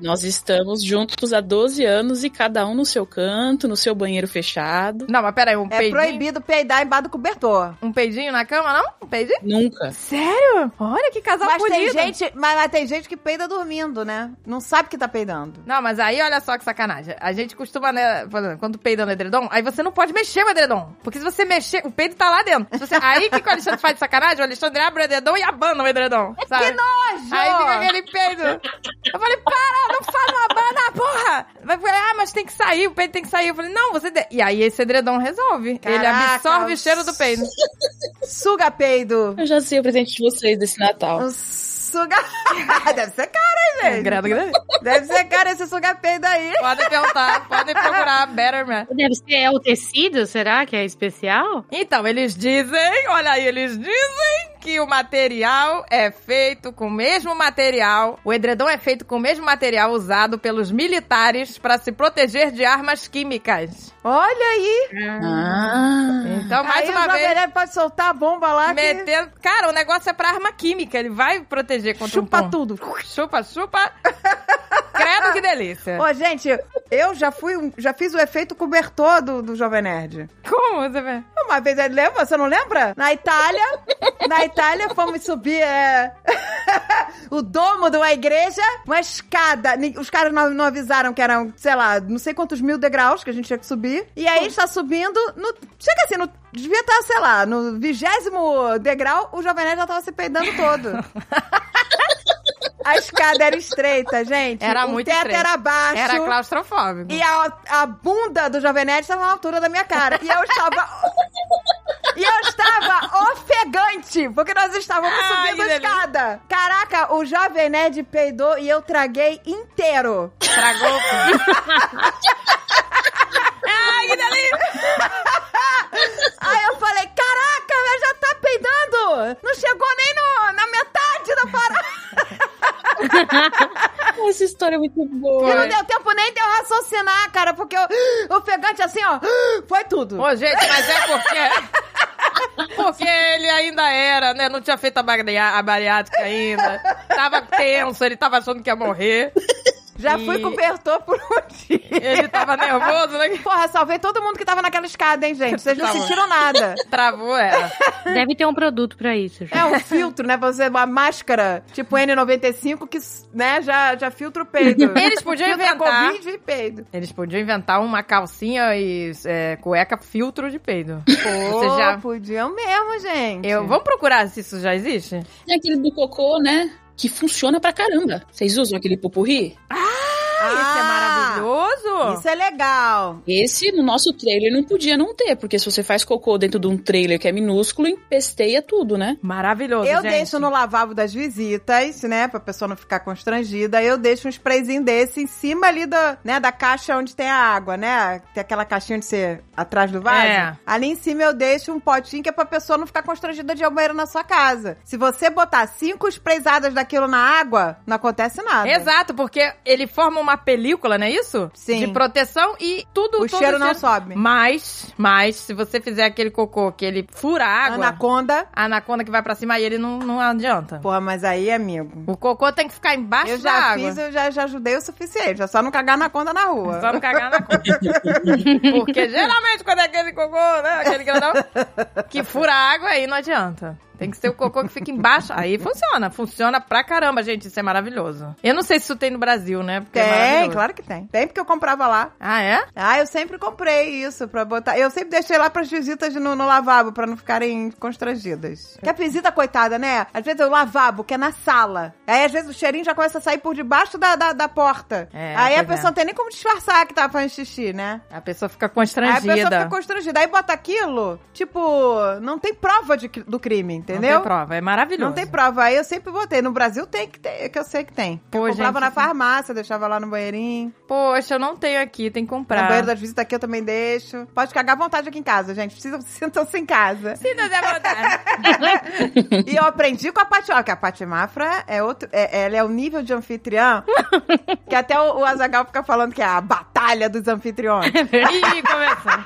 Speaker 4: Nós estamos juntos há 12 anos e cada um no seu canto, no seu banheiro fechado.
Speaker 1: não, mas peraí, um
Speaker 2: É
Speaker 1: peidinho.
Speaker 2: proibido peidar embaixo do cobertor.
Speaker 1: Um peidinho na cama, não? Um peidinho?
Speaker 4: Nunca.
Speaker 1: Sério? Olha que casal
Speaker 2: Mas tem,
Speaker 1: bonito.
Speaker 2: gente, mas, mas tem gente que peida dormindo, né? Não sabe que tá peidando.
Speaker 1: Não, mas aí olha só que sacanagem. A gente costuma, né, por exemplo, quando peida no edredom, aí você não pode mexer o edredom. Porque se você mexer, o peido tá lá dentro. Se você- aí o que, que o Alexandre faz de sacanagem? O Alexandre abre o edredom e abana o edredom. Sabe?
Speaker 2: É Que nojo!
Speaker 1: Aí fica aquele peido. Eu falei, para, não faz uma bana, porra! Vai falar, ah, mas tem que sair, o peido tem que sair. Eu falei, não, você. de- E aí esse edredom resolve. Ele
Speaker 2: Caraca,
Speaker 1: absorve o
Speaker 2: o
Speaker 1: cheiro do peido.
Speaker 2: Suga peido.
Speaker 4: Eu já sei o presente de vocês desse Natal.
Speaker 2: Um suga... <laughs> Deve ser caro, hein, gente?
Speaker 1: Grado, grado.
Speaker 2: Deve ser caro esse suga peido aí.
Speaker 1: Podem perguntar, podem procurar Better Man.
Speaker 3: Deve ser é o tecido, será que é <laughs> especial?
Speaker 1: Então, eles dizem, olha aí, eles dizem que o material é feito com o mesmo material, o edredom é feito com o mesmo material usado pelos militares para se proteger de armas químicas.
Speaker 2: Olha aí.
Speaker 4: Ah.
Speaker 1: Então, mais
Speaker 2: aí
Speaker 1: uma
Speaker 2: o Jovem
Speaker 1: vez,
Speaker 2: Nerd pode soltar a bomba lá. que-
Speaker 1: metendo... Cara, o negócio é pra arma química, ele vai proteger contra
Speaker 2: Chupa
Speaker 1: um pum.
Speaker 2: tudo.
Speaker 1: Chupa, chupa.
Speaker 2: <laughs>
Speaker 1: Credo que delícia.
Speaker 2: Ô, gente, eu já fui, um- já fiz o efeito cobertor do, do Jovem Nerd.
Speaker 1: Como você vê?
Speaker 2: Uma vez, ele lembra? Você não lembra? Na Itália, na Itália fomos subir é, <laughs> o domo de uma igreja, uma escada. Ni- Os caras não, não avisaram que eram, sei lá, não sei quantos mil degraus que a gente tinha que subir. E aí a gente tá subindo, no- chega assim, no, devia estar, sei lá, no vigésimo degrau, o Jovem Nerd já tava se peidando
Speaker 1: <laughs>
Speaker 2: todo. A escada era estreita, gente.
Speaker 1: Era
Speaker 2: o
Speaker 1: muito
Speaker 2: teto
Speaker 1: estreita.
Speaker 2: era baixo.
Speaker 1: Era claustrofóbico.
Speaker 2: E a, a bunda do Jovem Nerd estava na altura da minha cara. E
Speaker 1: <laughs>
Speaker 2: eu estava. e eu estava ofegante, porque nós estávamos
Speaker 1: Ai,
Speaker 2: subindo
Speaker 1: que
Speaker 2: a escada. Caraca, o Jovem Nerd peidou e eu traguei inteiro.
Speaker 1: Tragou. Ai, que delícia.
Speaker 2: Aí eu falei: caraca, mas já tá peidando! Não chegou nem no, na metade da parada.
Speaker 4: Essa história é muito boa.
Speaker 2: E não deu tempo nem de eu raciocinar, cara, porque o, o pegante assim, ó, foi tudo.
Speaker 1: Ô, gente, mas é porque. <laughs> Porque ele ainda era, né? Não tinha feito a, baria- a bariátrica ainda. Tava tenso, ele tava achando que ia morrer.
Speaker 2: Já
Speaker 1: E-
Speaker 2: fui cobertor por um dia.
Speaker 1: Ele tava nervoso, né?
Speaker 2: Porra, salvei todo mundo que tava naquela escada, hein,
Speaker 1: <laughs>
Speaker 2: gente? Vocês não
Speaker 1: Tá bom.
Speaker 2: sentiram nada.
Speaker 1: Travou ela.
Speaker 3: Deve ter um produto pra isso. gente.
Speaker 2: É um filtro, né? Você, uma máscara tipo N95 que, né, já, já filtra o peido. <laughs>
Speaker 1: Eles podiam
Speaker 2: Filtra
Speaker 1: inventar.
Speaker 2: Covid e peido.
Speaker 1: Eles podiam inventar uma calcinha e é, cueca filtro de peido. Você
Speaker 2: Pô,
Speaker 1: já-
Speaker 2: podiam mesmo, gente.
Speaker 1: Eu, vamos procurar se isso já existe?
Speaker 4: Tem aquele do cocô, né? Que funciona pra caramba. Vocês usam aquele popurri?
Speaker 2: Ah,
Speaker 1: isso é maravilhoso!
Speaker 2: Isso é legal.
Speaker 4: Esse, no nosso trailer, não podia não ter, porque se você faz cocô dentro de um trailer que é minúsculo, empesteia tudo, né?
Speaker 2: é
Speaker 1: Maravilhoso,
Speaker 2: Eu
Speaker 1: gente.
Speaker 2: deixo no lavabo das visitas, né? Pra pessoa não ficar constrangida. Eu deixo um sprayzinho desse em cima ali da, né, da caixa onde tem a água, né? Tem aquela caixinha de ser atrás do vaso.
Speaker 1: É.
Speaker 2: Ali em cima eu deixo um potinho que é pra pessoa não ficar constrangida de ir ao banheiro na sua casa. Se você botar cinco sprayzadas daquilo na água, não acontece nada.
Speaker 1: Exato, porque ele forma uma película, não é isso?
Speaker 2: Sim.
Speaker 1: De proteção e tudo... é
Speaker 2: O
Speaker 1: todo
Speaker 2: cheiro não sobe.
Speaker 1: Mas, mas, se você fizer aquele cocô que ele fura a água,
Speaker 2: Anaconda.
Speaker 1: a anaconda que vai pra cima, aí ele não, não adianta.
Speaker 2: Porra, mas aí, amigo.
Speaker 1: O cocô tem que ficar embaixo
Speaker 2: Eu
Speaker 1: da
Speaker 2: já
Speaker 1: água.
Speaker 2: fiz, eu já, já ajudei o suficiente. É só não cagar anaconda na rua.
Speaker 1: Só não cagar na
Speaker 2: <laughs>
Speaker 1: conta. Porque geralmente quando é aquele cocô, né? Aquele grandão que fura a água, aí não adianta. Tem que ser o cocô que fica embaixo. Aí funciona. Funciona pra caramba, gente. Isso é maravilhoso. Eu não sei se isso tem no Brasil, né? Porque é
Speaker 2: Tem,
Speaker 1: maravilhoso.
Speaker 2: claro que tem. Tem porque eu comprava lá.
Speaker 1: Ah, é?
Speaker 2: Ah, eu sempre comprei isso pra botar. Eu sempre deixei lá pras visitas no, no lavabo, pra não ficarem constrangidas.
Speaker 1: É.
Speaker 2: Que a visita, coitada, né? Às vezes é o lavabo, que é na sala. Aí às vezes o cheirinho já começa a sair por debaixo da, da, da porta.
Speaker 1: É,
Speaker 2: Aí a
Speaker 1: pois é.
Speaker 2: pessoa não tem nem como disfarçar que tá fazendo xixi, né?
Speaker 1: A pessoa fica
Speaker 2: Aí a pessoa fica
Speaker 1: constrangida.
Speaker 2: constrangida. Aí bota aquilo, tipo, não tem prova de, cri- do crime, entendeu?
Speaker 1: Não tem prova. É maravilhoso.
Speaker 2: Não tem prova. Aí eu sempre botei. No Brasil tem que ter, que eu sei que tem.
Speaker 1: Pô,
Speaker 2: eu comprava
Speaker 1: gente.
Speaker 2: na farmácia, deixava lá no banheirinho.
Speaker 1: Poxa, eu não tenho aqui. Tem que
Speaker 2: No
Speaker 1: comprar.
Speaker 2: banheiro das visitas aqui eu também deixo. Pode cagar à vontade aqui em casa, gente. Precisam, <laughs> sintam-se em casa.
Speaker 1: Sim, Deus é vontade.
Speaker 2: e eu aprendi com a Patimafra, que a Patimafra é outro. É, ela é o nível de
Speaker 1: <laughs>
Speaker 2: anfitriã que até o, o Azagal fica falando que é a batalha dos
Speaker 1: <laughs>
Speaker 2: anfitriões.
Speaker 1: <laughs> É Ih, começou.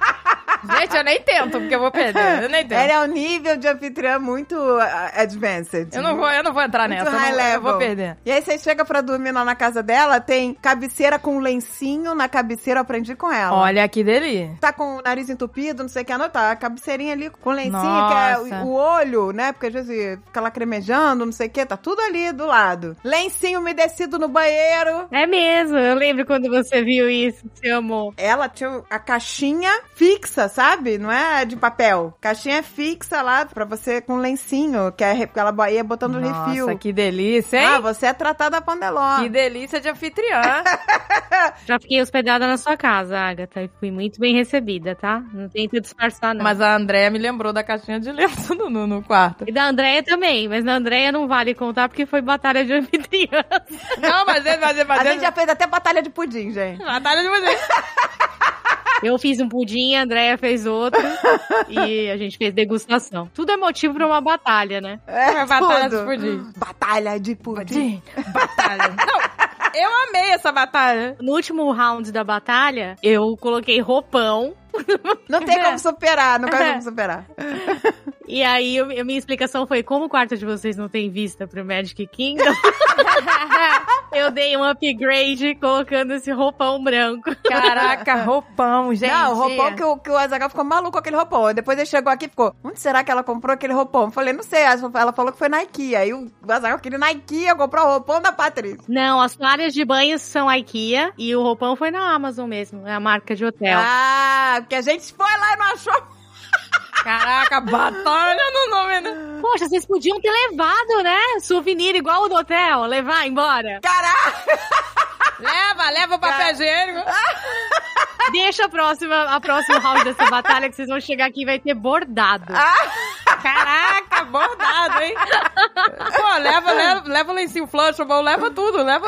Speaker 1: Gente, eu nem tento, porque eu vou perder. Eu nem tento.
Speaker 2: Ela é um nível de anfitriã muito ah, advanced.
Speaker 1: Eu não vou, eu não vou entrar
Speaker 2: Muito
Speaker 1: nessa. Eu,
Speaker 2: high
Speaker 1: não- eu
Speaker 2: level.
Speaker 1: vou perder.
Speaker 2: E aí você chega pra dormir lá na casa dela, tem cabeceira com um lencinho na cabeceira, eu aprendi com ela.
Speaker 1: Olha que delícia.
Speaker 2: tá com o nariz entupido, não sei o que, anotar. A cabeceirinha ali com lencinho, que é
Speaker 1: Nossa.
Speaker 2: o- o olho, né? Porque às vezes fica lá cremejando, não sei o que, tá tudo ali do lado. Lencinho umedecido no banheiro.
Speaker 3: É mesmo, eu lembro quando você viu isso, você amou.
Speaker 2: Ela tinha a caixinha fixa, sabe? Não é de papel. Caixinha fixa lá pra você com lencinho, que é, re- ela bo- ia botando o
Speaker 1: Nossa,
Speaker 2: refil.
Speaker 1: que delícia,
Speaker 2: Ah,
Speaker 1: hein?
Speaker 2: você é tratada a pandeló.
Speaker 1: que delícia de anfitriã.
Speaker 2: <laughs>
Speaker 3: Já fiquei hospedada na sua casa, Agatha, e fui muito bem recebida, tá? Não tento disfarçar, não.
Speaker 1: Mas a Andréia me lembrou da caixinha de lenço no, no- no quarto.
Speaker 3: E da Andréia também, mas da Andréia não vale contar porque foi batalha de anfitriã.
Speaker 1: Não, mas ele, mas ele, mas
Speaker 2: a
Speaker 1: ele...
Speaker 2: gente já fez até batalha de pudim,
Speaker 1: <laughs>
Speaker 2: gente.
Speaker 1: Batalha de vocês.
Speaker 3: <laughs> Eu fiz um pudim, a Andréia fez outro e a gente fez degustação. Tudo é motivo pra uma batalha, né?
Speaker 2: É,
Speaker 1: batalha
Speaker 2: tudo.
Speaker 1: de pudim.
Speaker 2: Batalha de pudim.
Speaker 1: Batalha. Não, eu amei essa batalha.
Speaker 3: No último round da batalha, eu coloquei roupão
Speaker 2: Não tem como superar, não tem
Speaker 3: É.
Speaker 1: <laughs>
Speaker 2: como superar.
Speaker 3: e aí eu- a minha explicação foi como o quarto de vocês não tem vista pro Magic Kingdom, <laughs> eu dei um upgrade colocando esse roupão branco.
Speaker 2: <laughs>
Speaker 1: Caraca, roupão, gente. é.
Speaker 2: Não, o roupão que o, que o Azaghal ficou maluco com aquele roupão. Aí Depois ele chegou aqui e ficou, onde será que ela comprou aquele roupão? Eu falei, não sei, ela ela falou que foi na Ikea. Aí o Azaghal queria ir na Ikea comprar o roupão da Patrícia.
Speaker 3: Não, as toalhas de banho são a IKEA e o roupão foi na Amazon mesmo, é a marca de hotel.
Speaker 2: Ah, porque a gente foi lá e não achou.
Speaker 1: Caraca, batalha no nome, né?
Speaker 3: Poxa, vocês podiam ter levado, né? Souvenir igual o do hotel, levar embora.
Speaker 2: Caraca!
Speaker 1: Leva, leva o papel higiênico.
Speaker 3: Deixa a próxima, a próxima round dessa batalha que vocês vão chegar aqui e vai ter bordado.
Speaker 1: Caraca, bordado, hein? Pô, leva, leva, leva o lencinho flushable, leva tudo,
Speaker 2: <laughs>
Speaker 1: leva...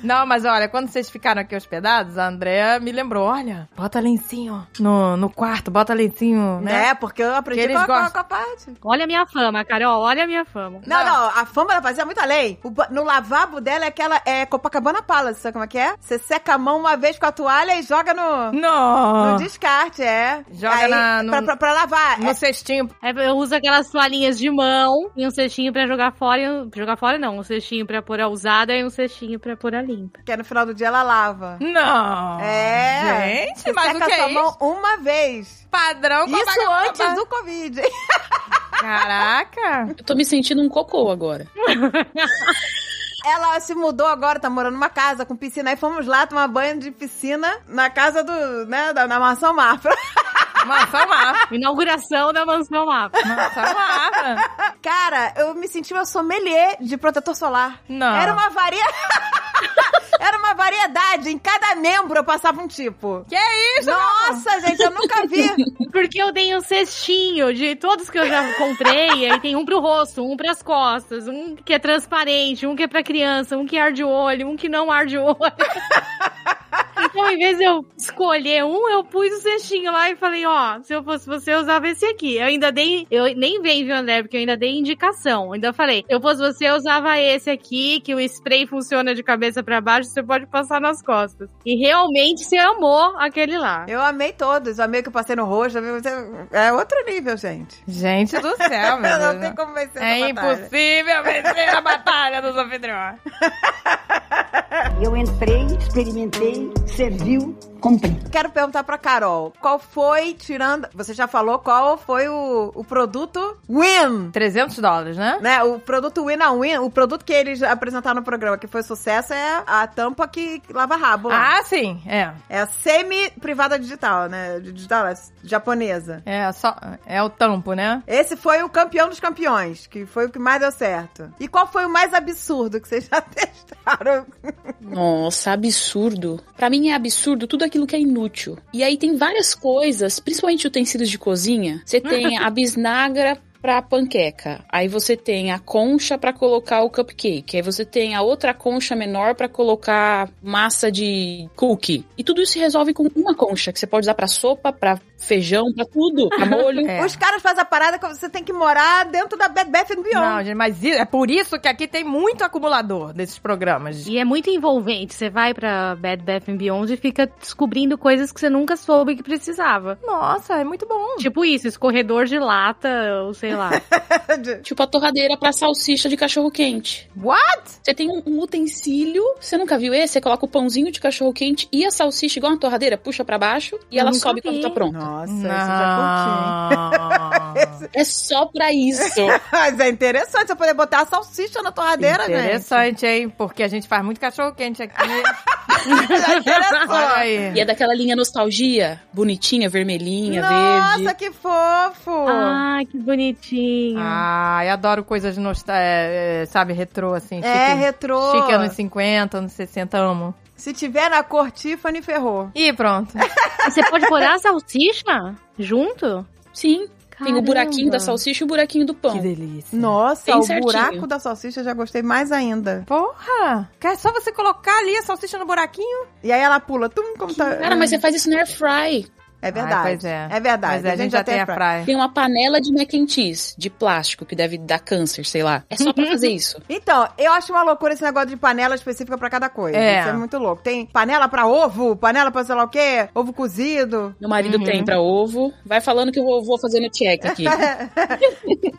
Speaker 1: Não, mas olha, quando vocês ficaram aqui hospedados, a Andrea me lembrou, olha, bota lencinho no, no quarto, bota lencinho, né?
Speaker 2: Né? Porque eu aprendi
Speaker 1: Que eles
Speaker 2: com, a- com a-
Speaker 1: gostam.
Speaker 2: com a parte.
Speaker 3: Olha a minha fama, Carol, olha a minha fama.
Speaker 2: Não, não, a fama ela fazia muito além. O ba- no lavabo dela é aquela é Copacabana Palace, sabe como é que é? Você seca a mão uma vez com a toalha e joga no,
Speaker 1: Não!
Speaker 2: no descarte, é.
Speaker 1: Joga na- no-
Speaker 2: pra, pra- pra lavar.
Speaker 1: No
Speaker 2: É,
Speaker 1: cestinho.
Speaker 3: É, Eu uso aquelas toalhinhas de mão e um cestinho pra jogar fora. e um- Jogar fora não, um cestinho pra pôr a usada e um cestinho pra pôr a limpa.
Speaker 2: que é no final do dia ela lava.
Speaker 1: Não!
Speaker 2: É.
Speaker 1: Gente,
Speaker 2: Você
Speaker 1: mas o
Speaker 2: seca
Speaker 1: que
Speaker 2: a sua
Speaker 1: é
Speaker 2: mão
Speaker 1: isso?
Speaker 2: uma vez.
Speaker 1: Padrão
Speaker 2: Isso
Speaker 1: Copacabana.
Speaker 2: antes do Covid. <laughs>
Speaker 1: Caraca!
Speaker 4: Eu tô me sentindo um cocô agora.
Speaker 2: Ela se mudou agora, tá morando numa casa com piscina. Aí fomos lá tomar banho de piscina na casa do, né, da, na mansão Mafra.
Speaker 1: Mansão Mafra.
Speaker 3: Inauguração da mansão mapa.
Speaker 1: Mansão Mafra.
Speaker 2: <laughs> Cara, eu me senti uma sommelier de protetor solar.
Speaker 1: Não.
Speaker 2: Era uma varia... <laughs> Era uma variedade. Em cada membro eu passava um tipo.
Speaker 1: Que é isso?
Speaker 2: Nossa, gente, eu nunca vi. <laughs>
Speaker 3: Porque eu dei um cestinho de todos que eu já comprei. <laughs> aí tem um pro rosto, um pras costas, um que é transparente, um que é pra criança, um que arde o olho, um que não arde o olho. <laughs> Então, em vez de eu escolher um, eu pus o cestinho lá e falei, ó, se eu fosse você, eu usava esse aqui. Eu ainda dei, eu nem vem, viu, André, porque eu ainda dei indicação. Eu Ainda falei, eu fosse você, eu usava esse aqui, que o spray funciona de cabeça pra baixo, você pode passar nas costas. E realmente você amou aquele lá.
Speaker 2: Eu amei todos. Eu amei o que eu passei no rosto. eu amei- É outro nível, gente.
Speaker 1: Gente do céu,
Speaker 2: <laughs>
Speaker 1: meu
Speaker 2: não
Speaker 1: Deus.
Speaker 2: tem como vencer
Speaker 1: É
Speaker 2: essa batalha.
Speaker 1: impossível vencer a batalha dos anfitriões.
Speaker 5: Eu entrei, experimentei, serviu, comprei.
Speaker 2: Quero perguntar pra Carol, qual foi, tirando... Você já falou qual foi o, o produto win
Speaker 1: 300 dólares, né?
Speaker 2: Né, o produto Win a Win, o produto que eles apresentaram no programa que foi sucesso é a tampa que lava rabo. lá.
Speaker 1: Ah, sim. É.
Speaker 2: É a semi-privada digital, né? Digital, é japonesa.
Speaker 1: É, só, é o tampo, né?
Speaker 2: Esse foi o campeão dos campeões, que foi o que mais deu certo. E qual foi o mais absurdo que vocês <laughs> já testaram?
Speaker 4: Nossa, absurdo. Pra mim é absurdo tudo aquilo que é inútil. E aí tem várias coisas, principalmente utensílios de cozinha. Você tem a bisnagra pra panqueca. Aí você tem a concha pra colocar o cupcake. Aí você tem a outra concha menor pra colocar massa de cookie. E tudo isso se resolve com uma concha que você pode usar pra sopa, pra feijão, pra tudo, pra molho.
Speaker 1: É.
Speaker 2: Os caras fazem a parada que você tem que morar dentro da Bed Bath and
Speaker 1: Não,
Speaker 2: Beyond.
Speaker 1: gente, mas i- é por isso que aqui tem muito acumulador desses programas.
Speaker 3: E é muito envolvente. Você vai pra Bad Bath and Beyond e fica descobrindo coisas que você nunca soube que precisava.
Speaker 1: Nossa, é muito bom.
Speaker 3: Tipo isso, escorredor de lata, ou sei lá.
Speaker 4: Tipo a torradeira pra salsicha de cachorro quente.
Speaker 1: What?
Speaker 4: Você tem um, um utensílio, você nunca viu esse? Você coloca o pãozinho de cachorro quente e a salsicha igual uma torradeira, puxa pra baixo e
Speaker 3: Eu
Speaker 4: ela
Speaker 3: nunca
Speaker 4: sobe
Speaker 3: vi.
Speaker 4: quando tá pronta.
Speaker 2: Nossa, isso eu já
Speaker 1: Não.
Speaker 2: curti. <laughs>
Speaker 4: É só pra isso.
Speaker 2: Mas é interessante você poder botar a salsicha na torradeira,
Speaker 1: Interessante, hein? Porque a gente faz muito cachorro quente
Speaker 2: <laughs>
Speaker 1: aqui.
Speaker 2: gente. Interessante.
Speaker 1: Olha
Speaker 4: e
Speaker 1: aí.
Speaker 4: é daquela linha nostalgia, bonitinha, vermelhinha,
Speaker 2: Nossa,
Speaker 4: verde.
Speaker 2: que fofo!
Speaker 3: ah, que bonitinho.
Speaker 1: Ah, eu adoro coisas, nostal- é, é, sabe, retrô, assim.
Speaker 2: é,
Speaker 1: chique,
Speaker 2: retrô.
Speaker 1: Chique anos 50, anos 60, amo.
Speaker 2: Se tiver na cor Tiffany, ferrou.
Speaker 1: E pronto.
Speaker 2: É
Speaker 3: Você pode pôr a salsicha junto?
Speaker 4: Sim, tem
Speaker 3: Caramba.
Speaker 4: o buraquinho da salsicha e o buraquinho do
Speaker 1: que
Speaker 4: pão.
Speaker 1: delícia.
Speaker 2: Nossa,
Speaker 4: Bem
Speaker 2: o
Speaker 4: certinho.
Speaker 2: buraco da salsicha eu já gostei mais ainda.
Speaker 1: Porra! É só você colocar ali a salsicha no buraquinho.
Speaker 2: E aí ela pula, tum, como tá...
Speaker 4: Cara, mas você faz isso no air fry.
Speaker 2: É
Speaker 1: Ai,
Speaker 2: verdade.
Speaker 1: pois é.
Speaker 2: verdade.
Speaker 1: Mas é, a gente já tem a praia.
Speaker 4: Tem uma panela de mac and cheese, de plástico, que deve dar câncer, sei lá. É só pra fazer isso.
Speaker 2: Então, eu acho uma loucura esse negócio de panela específica pra cada coisa.
Speaker 1: É.
Speaker 2: Isso é muito louco. Tem panela pra ovo, panela pra sei lá o quê, ovo cozido.
Speaker 4: Meu marido tem pra ovo. Vai falando que eu vou, vou fazendo check aqui.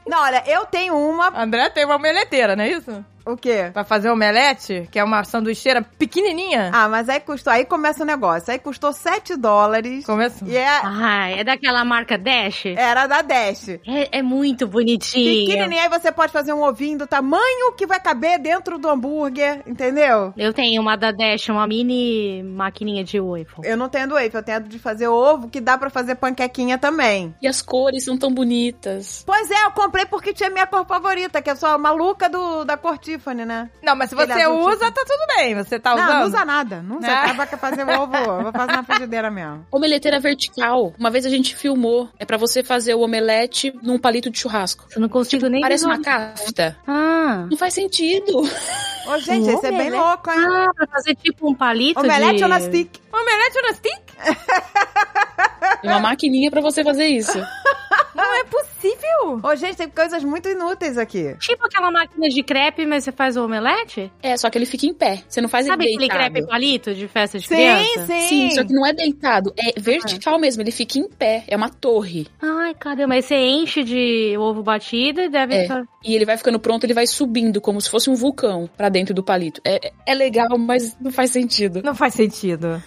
Speaker 2: Não, olha, eu tenho uma...
Speaker 1: André tem uma omeleteira, não é isso?
Speaker 2: O quê?
Speaker 1: Pra fazer omelete, que é uma sanduicheira pequenininha.
Speaker 2: Ah, mas aí custou... Aí começa o negócio. Aí custou 7 dólares.
Speaker 1: Começou.
Speaker 2: E é...
Speaker 3: Ah, é daquela marca Dash? É,
Speaker 2: Era da Dash.
Speaker 3: é muito bonitinho.
Speaker 2: Pequenininha, aí você pode fazer um ovinho do tamanho que vai caber dentro do hambúrguer, entendeu?
Speaker 3: Eu tenho uma da Dash, uma mini maquininha de waffle.
Speaker 2: Eu não tenho do wafer, eu tenho a de fazer ovo, que dá pra fazer panquequinha também.
Speaker 4: E as cores são tão bonitas.
Speaker 2: Pois é, eu comprei porque tinha minha cor favorita, que eu sou a maluca do, da cor Tiffany, né?
Speaker 1: Não, mas se você
Speaker 2: Ele azul,
Speaker 1: usa,
Speaker 2: tipo-
Speaker 1: tá tudo bem. Você tá usando?
Speaker 2: Não, não usa nada. Não usa.
Speaker 1: Ah.
Speaker 2: Acaba que fazer o ovo, eu vou fazer na frigideira mesmo.
Speaker 4: Omeleteira vertical. Uma vez a gente filmou. É pra você fazer o omelete num palito de churrasco.
Speaker 3: Eu não consigo nem.
Speaker 4: Parece uma
Speaker 3: visualizar.
Speaker 4: cafta.
Speaker 3: Ah.
Speaker 4: Não faz sentido.
Speaker 2: Ô, gente,
Speaker 3: Um
Speaker 2: esse é bem
Speaker 3: omelete.
Speaker 2: louco, hein?
Speaker 3: Ah, pra fazer tipo um palito
Speaker 2: Omelete
Speaker 3: de...
Speaker 2: ou elastic?
Speaker 1: Omelete no stick?
Speaker 4: É <laughs> uma maquininha pra você fazer <laughs> isso.
Speaker 1: Não é possível.
Speaker 2: Ô, gente, tem coisas muito inúteis aqui.
Speaker 3: Tipo aquela máquina de crepe, mas você faz o omelete?
Speaker 4: É, só que ele fica em pé. Você não faz
Speaker 3: Sabe
Speaker 4: ele
Speaker 3: aquele crepe
Speaker 4: deitado.
Speaker 3: palito de festa de
Speaker 2: é Sim,
Speaker 3: criança?
Speaker 2: sim.
Speaker 4: Sim, só que não é deitado. É vertical mesmo. Ele fica em pé. É uma torre.
Speaker 3: Ai, caramba. Aí você enche de ovo batido e deve...
Speaker 4: É. E ele vai ficando pronto, ele vai subindo, como se fosse um vulcão pra dentro do palito. É, é legal, mas não faz sentido.
Speaker 1: Não faz sentido.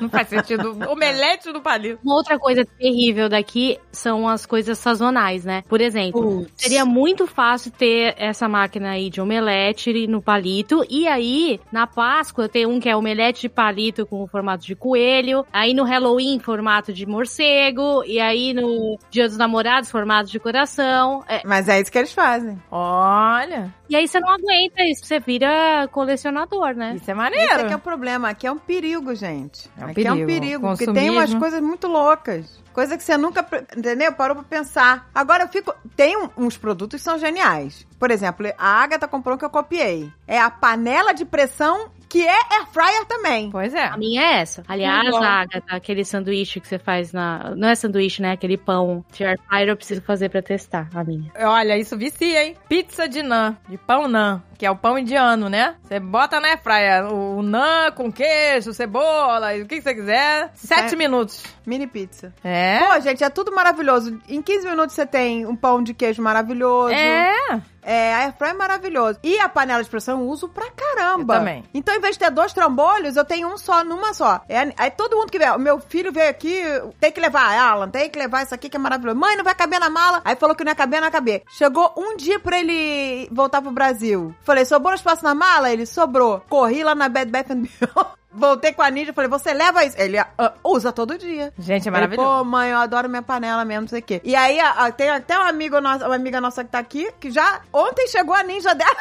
Speaker 1: Não faz sentido. Omelete no palito.
Speaker 3: Uma outra coisa terrível daqui são as coisas sazonais, né? Por exemplo, seria muito fácil ter essa máquina aí de omelete no palito. E aí, na Páscoa, tem um que é omelete de palito com o formato de coelho. Aí no Halloween, formato de morcego. E aí no Dia dos Namorados, formato de coração. É,
Speaker 2: Mas é isso que eles fazem.
Speaker 1: Olha,
Speaker 3: e aí você não aguenta isso, você vira colecionador, né?
Speaker 1: isso é
Speaker 2: Esse
Speaker 1: maneiro.
Speaker 2: aqui é o problema. Aqui é um perigo, gente.
Speaker 1: É um
Speaker 2: aqui é um
Speaker 1: perigo.
Speaker 2: perigo. Porque tem
Speaker 1: Consumismo.
Speaker 2: umas coisas muito loucas. Coisa que você nunca, pre- entendeu? Parou pra pensar. Agora eu fico... Tem um- uns produtos que são geniais. Por exemplo, a Agatha comprou um que eu copiei. É a panela de pressão que é air fryer também.
Speaker 1: Pois é.
Speaker 3: A minha é essa. Aliás,
Speaker 4: Legal.
Speaker 3: Agatha, aquele sanduíche que você faz na. Não é sanduíche, né? Aquele pão de air fryer eu preciso fazer pra testar a minha.
Speaker 1: Olha, isso vicia, hein? Pizza de nã, de pão nã, que é o pão indiano, né? Você bota na praia o nã com queijo, cebola, e o que você quiser. Sete
Speaker 2: É.
Speaker 1: minutos.
Speaker 2: Mini pizza.
Speaker 1: É.
Speaker 2: Pô, gente, é tudo maravilhoso. Em 15 minutos você tem um pão de queijo maravilhoso.
Speaker 1: É.
Speaker 2: É, a airfryer é maravilhoso. E a panela de pressão eu uso pra caramba.
Speaker 1: Eu também.
Speaker 2: Então, em vez de ter dois trambolhos, eu tenho um só, numa só. É, aí todo mundo que vier, o meu filho veio aqui, tem que levar, Alan, tem que levar isso aqui que é maravilhoso. Mãe, não vai caber na mala. Aí falou que não ia caber, não ia caber. Chegou um dia pra ele voltar pro Brasil. Falei, sobrou espaço na mala? Ele, sobrou. Corri lá na Bed Bath and Beyond. <laughs> Voltei com a Ninja, falei, você leva isso? Ele, "Ah, usa todo dia.
Speaker 1: Gente, é
Speaker 2: Ele,
Speaker 1: maravilhoso.
Speaker 2: Pô, mãe, eu adoro minha panela mesmo, não sei o quê. E aí, a- a- tem até uma amiga, nossa, uma amiga nossa que tá aqui, que já ontem chegou a
Speaker 1: <laughs>
Speaker 2: ninja dela.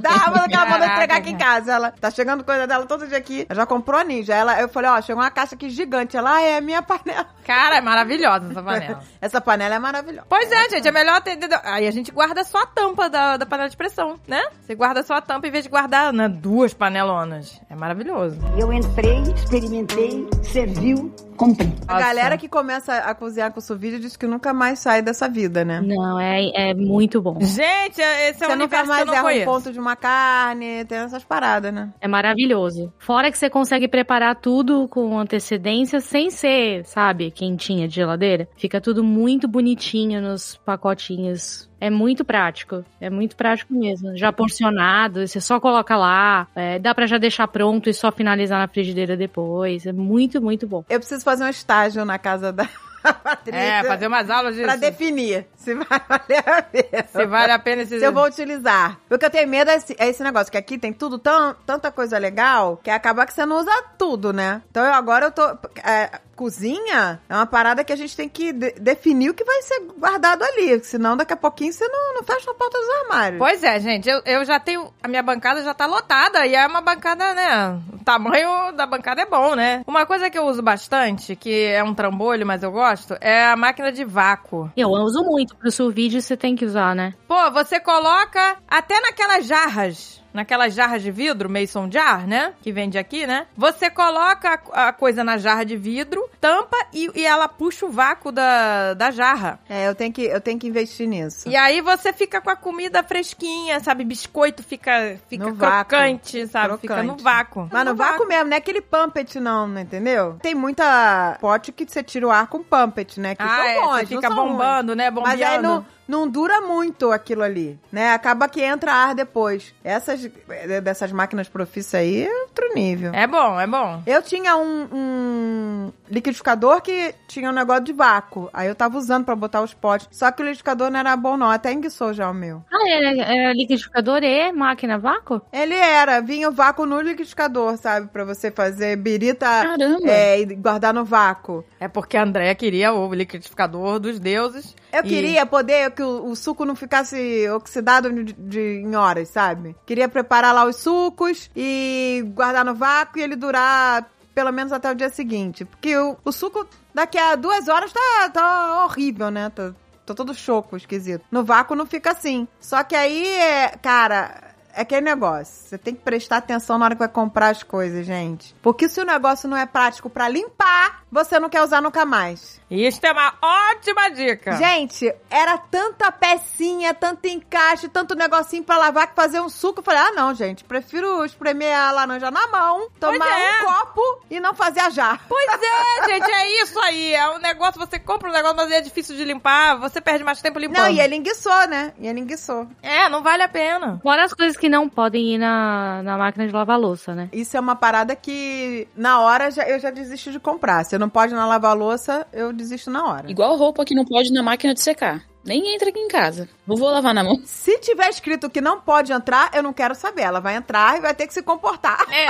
Speaker 2: da arma que ela mandou
Speaker 1: Caraca,
Speaker 2: entregar aqui em
Speaker 1: cara.
Speaker 2: casa. Ela tá chegando coisa dela todo dia aqui. Ela já comprou a ninja. Ela, eu falei, ó, chegou uma caixa aqui gigante. Ela, ah, é a minha panela.
Speaker 1: Cara, é maravilhosa essa panela.
Speaker 2: Essa panela é maravilhosa.
Speaker 1: <laughs> Pois é, gente, é melhor ter. dedo- Aí a gente guarda só a tampa da, da panela de pressão, né? Você guarda só a tampa em vez de guardar né, duas panelonas. É maravilhoso.
Speaker 5: Eu entrei, experimentei, serviu, comprei.
Speaker 2: A
Speaker 1: Nossa.
Speaker 2: galera que começa a cozinhar com sous vide diz que nunca mais sai dessa vida, né?
Speaker 3: Não, é, é muito bom.
Speaker 1: Gente, esse é um
Speaker 2: Você
Speaker 1: universo que
Speaker 2: nunca
Speaker 1: eu
Speaker 2: mais
Speaker 1: não
Speaker 2: erra um
Speaker 1: conheço.
Speaker 2: ponto de uma carne, tem essas paradas, né?
Speaker 3: É maravilhoso. Fora que você consegue preparar tudo com antecedência sem ser, sabe, quentinha de geladeira. Fica tudo muito bonitinho nos pacotinhos. É muito prático. É muito prático mesmo. Já porcionado, você só coloca lá. é, dá pra já deixar pronto e só finalizar na frigideira depois. É muito, muito bom.
Speaker 2: Eu preciso fazer um estágio na casa da <laughs> Patrícia.
Speaker 1: É, fazer umas aulas de
Speaker 2: né? Pra definir se vai <laughs> valer a pena.
Speaker 1: se vale a pena esse.
Speaker 2: Se eu vou utilizar. O que eu tenho medo é esse, é esse negócio, que aqui tem tudo, tão, tanta coisa legal, que acaba que você não usa tudo, né? Então eu, agora eu tô. é, cozinha é uma parada que a gente tem que de- definir o que vai ser guardado ali. Senão daqui a pouquinho você não, não fecha a porta dos armários.
Speaker 1: Pois é, gente, eu, eu já tenho. A minha bancada já tá lotada e é uma bancada, né? O tamanho da bancada é bom, né? Uma coisa que eu uso bastante, que é um trambolho, mas eu gosto, é a máquina de vácuo.
Speaker 3: Eu uso muito. Pro seu vídeo você tem que usar, né?
Speaker 1: Pô, você coloca até naquelas jarras. Naquelas jarras de vidro, Mason Jar, né? Que vende aqui, né? Você coloca a, a coisa na jarra de vidro, tampa e, e ela puxa o vácuo da, da jarra.
Speaker 2: É, eu tenho que, eu tenho que investir nisso.
Speaker 1: E aí você fica com a comida fresquinha, sabe? Biscoito fica, fica
Speaker 2: No vácuo.
Speaker 1: crocante, sabe? Fica no
Speaker 2: Crocante.
Speaker 1: vácuo.
Speaker 2: Mas no vácuo mesmo, não é aquele pumpet, não, não entendeu? Tem muita pote que você tira o ar com pumpet, né? Que
Speaker 1: Ah,
Speaker 2: são
Speaker 1: é,
Speaker 2: bons,
Speaker 1: você
Speaker 2: não
Speaker 1: fica
Speaker 2: são ruins.
Speaker 1: bombando, né?
Speaker 2: Mas
Speaker 1: Bombeando.
Speaker 2: aí não, não dura muito aquilo ali, né? Acaba que entra ar depois. Essas eh, dessas máquinas profissa aí é outro nível.
Speaker 1: É bom, é bom.
Speaker 2: Eu tinha um, um um liquidificador que tinha um negócio de vácuo. Aí eu tava usando pra botar os potes. Só que o liquidificador não era bom, não. Até enguiçou já o meu.
Speaker 3: Ah, era, era liquidificador e máquina vácuo?
Speaker 2: Ele era, vinha o vácuo no liquidificador, sabe? Pra você fazer birita
Speaker 4: Caramba!
Speaker 2: é, e guardar no vácuo.
Speaker 1: É porque a Andrea queria o liquidificador dos deuses.
Speaker 2: Eu
Speaker 1: E-
Speaker 2: queria poder que o, o suco não ficasse oxidado de, de- em horas, sabe? Queria preparar lá os sucos e guardar no vácuo e ele durar pelo menos até o dia seguinte. Porque o, o suco daqui a duas horas tá, tá horrível, né? Tá, tá todo choco, esquisito. No vácuo não fica assim. Só que aí, é, cara. É aquele negócio. Você tem que prestar atenção na hora que vai comprar as coisas, gente. Porque se o negócio não é prático pra limpar, você não quer usar nunca mais.
Speaker 1: E Isto é uma ótima dica.
Speaker 2: Gente, era tanta pecinha, tanto encaixe, tanto negocinho pra lavar que fazer um suco. Eu falei, ah, não, gente, prefiro espremer a laranja na mão, tomar
Speaker 1: é.
Speaker 2: um copo e não fazer a jarra.
Speaker 1: Pois é, gente, é isso aí. É um negócio, você compra um negócio, mas é difícil de limpar, você perde mais tempo limpando.
Speaker 2: Não, e ele enguiçou, né? E ele enguiçou.
Speaker 1: É, não vale a pena.
Speaker 3: Fora as coisas que não podem ir na, na máquina de lavar louça, né?
Speaker 2: Isso é uma parada que, na hora, já- eu já desisto de comprar. Se eu não pode na lavar louça, eu desisto na hora.
Speaker 4: Igual roupa que não pode na máquina de secar. Nem entra aqui em casa. Não vou lavar na mão.
Speaker 2: Se tiver escrito que não pode entrar, eu não quero saber. Ela vai entrar e vai ter que se comportar. <laughs>
Speaker 1: É.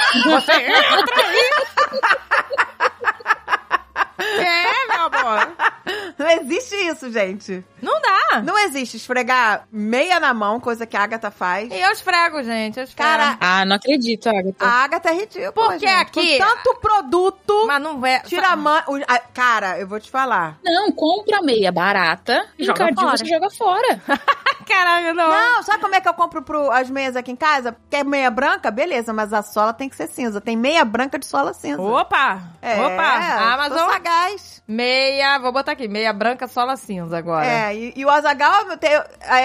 Speaker 1: <laughs> Você é entra aí. É, meu amor.
Speaker 2: Não existe isso, gente.
Speaker 1: Não dá.
Speaker 2: Não existe esfregar meia na mão, coisa que a Agatha faz.
Speaker 1: E eu esfrego, gente. Eu esfrego.
Speaker 2: Cara,
Speaker 4: Ah, não acredito, Agatha.
Speaker 2: a Agatha é ridícula.
Speaker 1: Porque
Speaker 2: gente.
Speaker 1: aqui-
Speaker 2: Com tanto produto.
Speaker 1: mas não é.
Speaker 2: Tira a mão. o- a- Cara, eu vou te falar.
Speaker 4: Não, compra a meia barata e
Speaker 3: Joga
Speaker 4: joga
Speaker 3: fora.
Speaker 4: você joga fora.
Speaker 1: Caralho, não.
Speaker 2: Não, sabe como é que eu compro pro, as meias aqui em casa? Quer meia branca? Beleza, mas a sola tem que ser cinza. Tem meia branca de sola cinza.
Speaker 1: Opa!
Speaker 2: É,
Speaker 1: Opa!
Speaker 2: Sou
Speaker 1: Amazon.
Speaker 2: sagaz.
Speaker 1: Meia, vou botar aqui, meia branca, sola cinza agora.
Speaker 2: É, e, e o Azagal,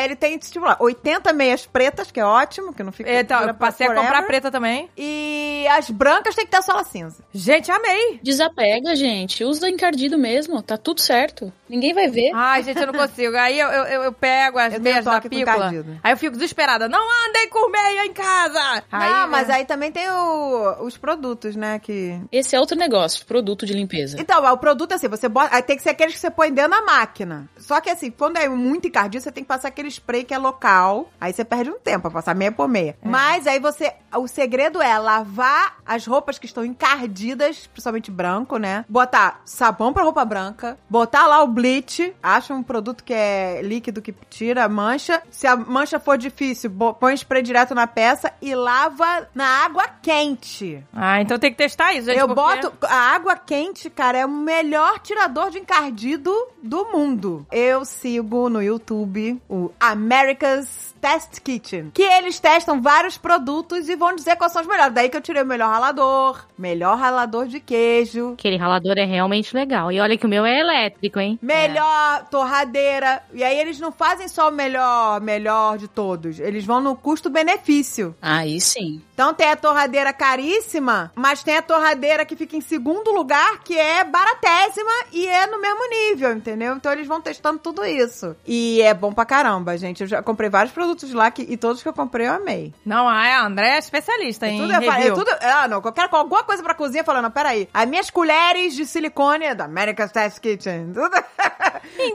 Speaker 2: ele tem, tipo, lá, 80 meias pretas, que é ótimo, que não fica.
Speaker 1: Então,
Speaker 2: dura
Speaker 1: eu
Speaker 2: pra
Speaker 1: passei a
Speaker 2: forever.
Speaker 1: comprar preta também.
Speaker 2: E as brancas tem que ter sola cinza.
Speaker 1: Gente, amei!
Speaker 4: Desapega, gente. Usa encardido mesmo. Tá tudo certo. Ninguém vai ver.
Speaker 1: Ai, gente, eu não consigo. Aí eu, eu, eu- eu pego as
Speaker 2: Eu tenho
Speaker 1: meias da
Speaker 2: toque com
Speaker 1: pícola.
Speaker 2: encardido.
Speaker 1: Aí eu fico desesperada. Não andem com meia em casa! é-
Speaker 2: ah, mas aí também tem o- os produtos, né? Que
Speaker 4: Esse é outro negócio, produto de limpeza.
Speaker 2: Então, o produto é assim, você bota. Aí tem que ser aqueles que você põe dentro da máquina. Só que assim, quando é muito encardido, você tem que passar aquele spray que é local. Aí você perde um tempo pra passar meia por meia. Mas aí você. O segredo é lavar as roupas que estão encardidas, principalmente branco, né? Botar sabão pra roupa branca, botar lá o bleach. Acha um produto que é líquido que tira a mancha. Se a mancha for difícil, bo- põe spray direto na peça e lava na água quente.
Speaker 1: Ah, então tem que testar isso, gente.
Speaker 2: Eu
Speaker 1: porque-
Speaker 2: boto a água quente, cara, é o melhor tirador de encardido do mundo. Eu sigo no YouTube o America's Test Kitchen, que eles testam vários produtos e vão dizer quais são os melhores. Daí que eu tirei o melhor ralador, melhor ralador de queijo,
Speaker 3: Aquele ralador é realmente legal. E olha que o meu é elétrico, hein?
Speaker 1: É.
Speaker 2: melhor torradeira. E aí eles não fazem só o melhor, melhor de todos. Eles vão no custo-benefício.
Speaker 4: Aí sim.
Speaker 2: Então tem a torradeira caríssima, mas tem a torradeira que fica em segundo lugar, que é baratésima e é no mesmo nível, entendeu? Então eles vão testando tudo isso. E é bom pra caramba, gente. Eu já comprei vários produtos lá que, e todos que eu comprei eu amei.
Speaker 1: Não, a André é especialista em
Speaker 2: tudo eu falei,
Speaker 1: review.
Speaker 2: tudo. Ah, não, eu quero com alguma coisa pra cozinha falando, não, peraí. As minhas colheres de silicone é da America's Test Kitchen. <laughs> Tudo.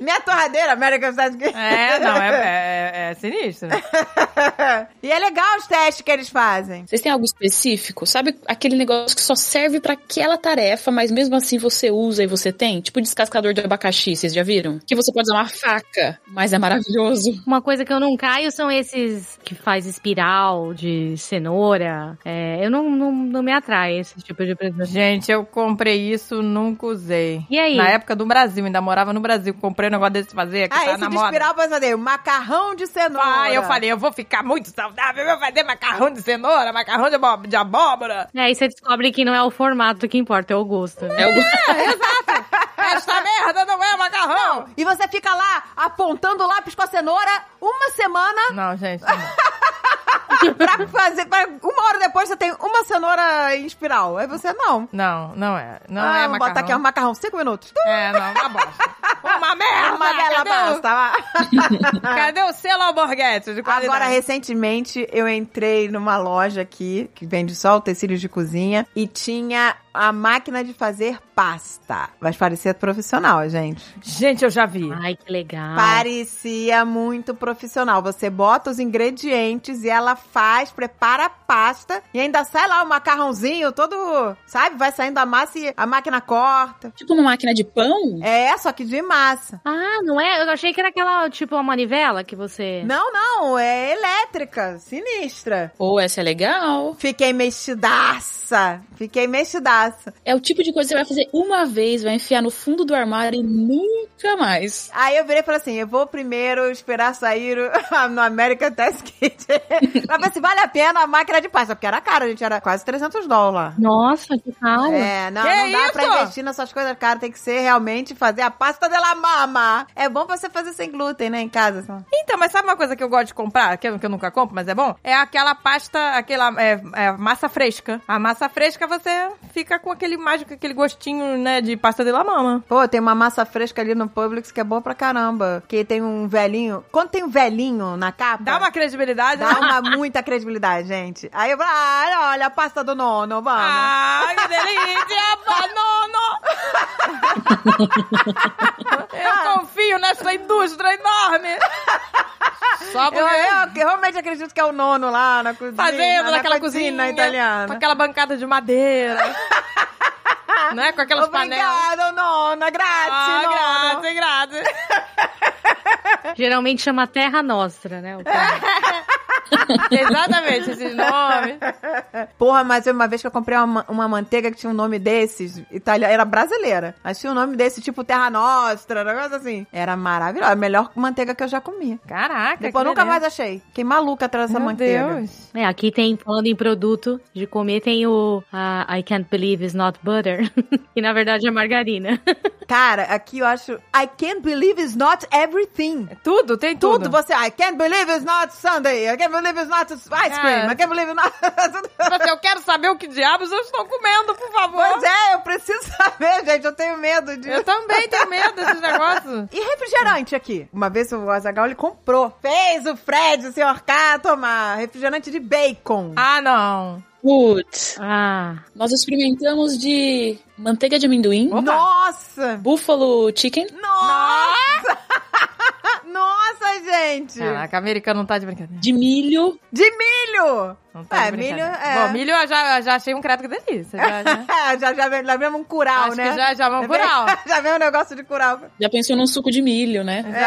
Speaker 2: Minha torradeira, America's Test Kitchen.
Speaker 1: É, não,
Speaker 2: <laughs>
Speaker 1: é, é, é sinistro.
Speaker 2: e é legal os testes que eles fazem.
Speaker 4: Vocês têm algo específico? Sabe aquele negócio que só serve pra aquela tarefa, mas mesmo assim você usa e você tem? Tipo descascador de abacaxi, vocês já viram? Que você pode usar uma faca, mas é maravilhoso.
Speaker 3: Uma coisa que eu não caio são esses que faz espiral de cenoura. É, eu não, não, não me atrai esse tipo de presente.
Speaker 1: Gente, eu comprei isso, nunca usei.
Speaker 3: E aí?
Speaker 1: Na época do Brasil, ainda morava no Brasil. Comprei um negócio desse fazer, que
Speaker 2: Ah,
Speaker 1: tá
Speaker 2: esse
Speaker 1: na
Speaker 2: de
Speaker 1: moda.
Speaker 2: espiral pesadelo, macarrão de cenoura.
Speaker 1: Ah, eu falei, eu vou ficar muito saudável, eu vou fazer macarrão de cenoura, macarrão de, abó- de
Speaker 2: <laughs>
Speaker 1: abóbora.
Speaker 3: E aí você descobre que não é o formato que importa, é o gosto. né?
Speaker 4: É o... <laughs>
Speaker 1: Esta merda não é macarrão!
Speaker 2: E você fica lá apontando o lápis com a cenoura uma semana
Speaker 1: Não, gente. não. <laughs>
Speaker 2: pra fazer. pra- uma hora depois você tem uma uma cenoura em espiral. Aí você, não.
Speaker 1: Não, não é. Não
Speaker 2: ah,
Speaker 1: é
Speaker 2: vou
Speaker 1: macarrão.
Speaker 2: botar aqui um macarrão, cinco minutos.
Speaker 1: É, não, uma bosta. É Uma merda!
Speaker 2: <laughs> Uma bela
Speaker 1: cadê,
Speaker 2: pasta. lá.
Speaker 1: o, cadê o selo alborguete de <laughs> qualidade?
Speaker 2: Agora, recentemente, eu entrei numa loja aqui, que vende só utensílios de cozinha, e tinha a máquina de fazer pasta. Mas parecia profissional, gente.
Speaker 1: Gente, eu já vi.
Speaker 3: Ai, que legal.
Speaker 2: Parecia muito profissional. Você bota os ingredientes e ela faz, prepara a pasta e ainda sai lá o macarrãozinho todo, sabe? Vai saindo a massa e a máquina corta.
Speaker 4: Tipo uma máquina de pão?
Speaker 2: É, só que de massa.
Speaker 3: Ah, não é? Eu achei que era aquela, tipo, uma manivela que você.
Speaker 2: Não, não, é elétrica, sinistra.
Speaker 4: Ou essa é legal.
Speaker 2: Fiquei mexidaça. Fiquei mexidaça.
Speaker 4: É o tipo de coisa que você vai fazer uma vez, vai enfiar no fundo do armário e nunca mais.
Speaker 2: Aí eu virei e falei assim: eu vou primeiro esperar sair o- <laughs> no American Test Kit. <laughs> pra ver se vale a pena a máquina de pasta. Porque era caro, gente. Era quase 300 dólares.
Speaker 3: Nossa, que caro.
Speaker 2: É, não,
Speaker 1: Que
Speaker 2: não dá
Speaker 1: isso?
Speaker 2: pra investir nessas coisas, cara. Tem que ser realmente fazer a pasta dela mama. É bom pra você fazer sem glúten, né? Em casa. Assim.
Speaker 1: Então, mas sabe uma coisa que eu gosto de comprar, que eu, que eu nunca compro, mas é bom? É aquela pasta, aquela é, é, massa fresca. A massa fresca você fica com aquele mágico, aquele gostinho, né, de pasta de la mama.
Speaker 2: Pô, tem uma massa fresca ali no Publix que é boa pra caramba. Que tem um velhinho. Quando tem um velhinho na capa.
Speaker 1: Dá uma credibilidade,
Speaker 2: É. Dá
Speaker 1: né?
Speaker 2: uma <laughs> muita credibilidade, gente. Aí eu falo, ah, olha, a pasta do nono, vamos.
Speaker 1: Ah, que delícia, banano!
Speaker 2: Ah.
Speaker 1: Eu confio nessa indústria enorme! Só
Speaker 2: eu,
Speaker 1: porque...
Speaker 2: eu realmente acredito que é o nono lá na cozinha.
Speaker 1: fazendo
Speaker 2: na-
Speaker 1: naquela
Speaker 2: na
Speaker 1: cozinha, com
Speaker 2: né? italiana.
Speaker 1: aquela bancada de madeira, né? Com aquelas panelas.
Speaker 2: Obrigada, nona, grazie, nono.
Speaker 1: Ah, grátis, grátis.
Speaker 3: Geralmente chama Terra Nostra, né? o cara?
Speaker 1: Exatamente, esses nomes.
Speaker 2: Porra, mas eu- uma vez que eu comprei uma, ma- uma manteiga que tinha um nome desses, italiana, era brasileira. Mas tinha um nome desse, tipo Terra Nostra, um negócio assim. Era maravilhosa, a melhor manteiga que eu já comi.
Speaker 1: Caraca,
Speaker 2: Depois
Speaker 1: que
Speaker 2: eu nunca
Speaker 1: beleza.
Speaker 2: mais achei. Fiquei maluca atrás dessa
Speaker 1: Meu
Speaker 2: manteiga.
Speaker 1: Deus.
Speaker 3: É, aqui tem, falando em produto de comer, tem o ah, I Can't Believe It's Not Butter, <laughs> que na verdade é margarina.
Speaker 2: Cara, aqui eu acho. I can't believe it's not everything.
Speaker 1: É Tudo, tem
Speaker 2: Tudo,
Speaker 1: tudo.
Speaker 2: você. I can't believe it's not Sunday. I can't believe it's not ice cream.
Speaker 1: É.
Speaker 2: I can't believe it's not. <laughs> Tudo.
Speaker 1: Mas assim, Eu quero saber o que diabos eu estou comendo, por favor.
Speaker 2: Pois é, eu preciso <laughs> saber, gente. Eu tenho medo de.
Speaker 1: Eu também tenho medo desses negócios.
Speaker 2: E refrigerante aqui? Uma vez o Azagal ele comprou. Fez o Fred, o senhor K, tomar refrigerante de bacon.
Speaker 1: Ah, não.
Speaker 4: Putz.
Speaker 3: Ah,
Speaker 4: Nós experimentamos de manteiga de amendoim,
Speaker 2: Nossa!
Speaker 4: buffalo chicken,
Speaker 2: Nossa! Nossa, gente!
Speaker 1: Caraca, americano não tá de brincadeira.
Speaker 4: de milho.
Speaker 2: De milho!
Speaker 1: Não tá
Speaker 2: É,
Speaker 1: de brincadeira.
Speaker 2: milho, é.
Speaker 1: Bom,
Speaker 2: <laughs>
Speaker 1: milho eu já, eu já achei um credo que delícia. Já, já.
Speaker 2: já, já, vem- já vemos um curau,
Speaker 1: Acho
Speaker 2: né?
Speaker 1: que já, é já vamos
Speaker 2: vem-
Speaker 1: curar.
Speaker 2: <laughs> já vem um negócio de curau.
Speaker 4: Já pensou num suco de milho, né?
Speaker 1: Já,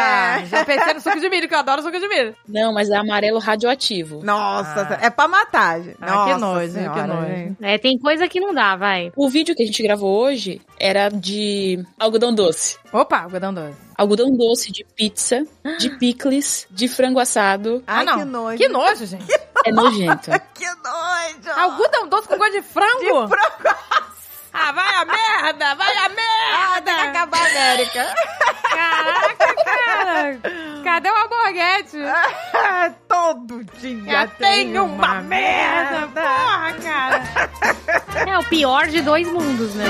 Speaker 2: É.
Speaker 1: já pensei no suco de milho, que eu adoro suco de milho.
Speaker 4: Não, mas é amarelo radioativo.
Speaker 2: Nossa, é pra matar, gente.
Speaker 1: Ah,
Speaker 2: Nossa
Speaker 1: que nojo,
Speaker 2: senhora,
Speaker 1: que nojo.
Speaker 2: gente.
Speaker 3: é, tem coisa que não dá, vai.
Speaker 4: O vídeo que a gente gravou hoje era de algodão doce.
Speaker 1: Opa, algodão doce.
Speaker 4: Algodão doce de pizza, de picles, de frango assado.
Speaker 1: Ah,
Speaker 2: Ai,
Speaker 1: não.
Speaker 2: que nojo.
Speaker 1: Que nojo, gente. <laughs>
Speaker 4: É nojento.
Speaker 2: Que nojo.
Speaker 1: Algodão doce com gosto de frango? Ah, vai a merda, vai a
Speaker 2: Ah, tem que
Speaker 1: merda!
Speaker 2: acabar a América.
Speaker 1: Caraca, cara! Cadê o alborguete?
Speaker 2: <laughs> Todo dia
Speaker 1: Já tem uma merda, porra, cara!
Speaker 3: É o pior de dois mundos, né?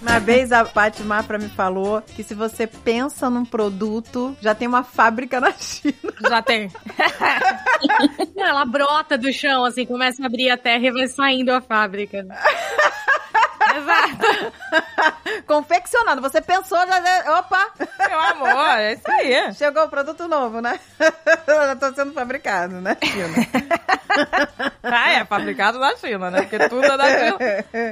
Speaker 2: Uma vez a Paty Mafra me falou que se você pensa num produto, já tem uma fábrica na China. <laughs>
Speaker 1: Já tem.
Speaker 3: Não, ela brota do chão, assim, começa a abrir a terra e vai saindo a fábrica.
Speaker 1: Exato.
Speaker 2: Confeccionando. Você pensou, já- já. Opa!
Speaker 1: Meu amor, é isso aí.
Speaker 2: Chegou o produto novo, né? <laughs> já tá sendo fabricado, né?
Speaker 1: Ah, é fabricado na China, né? Porque tudo é da China.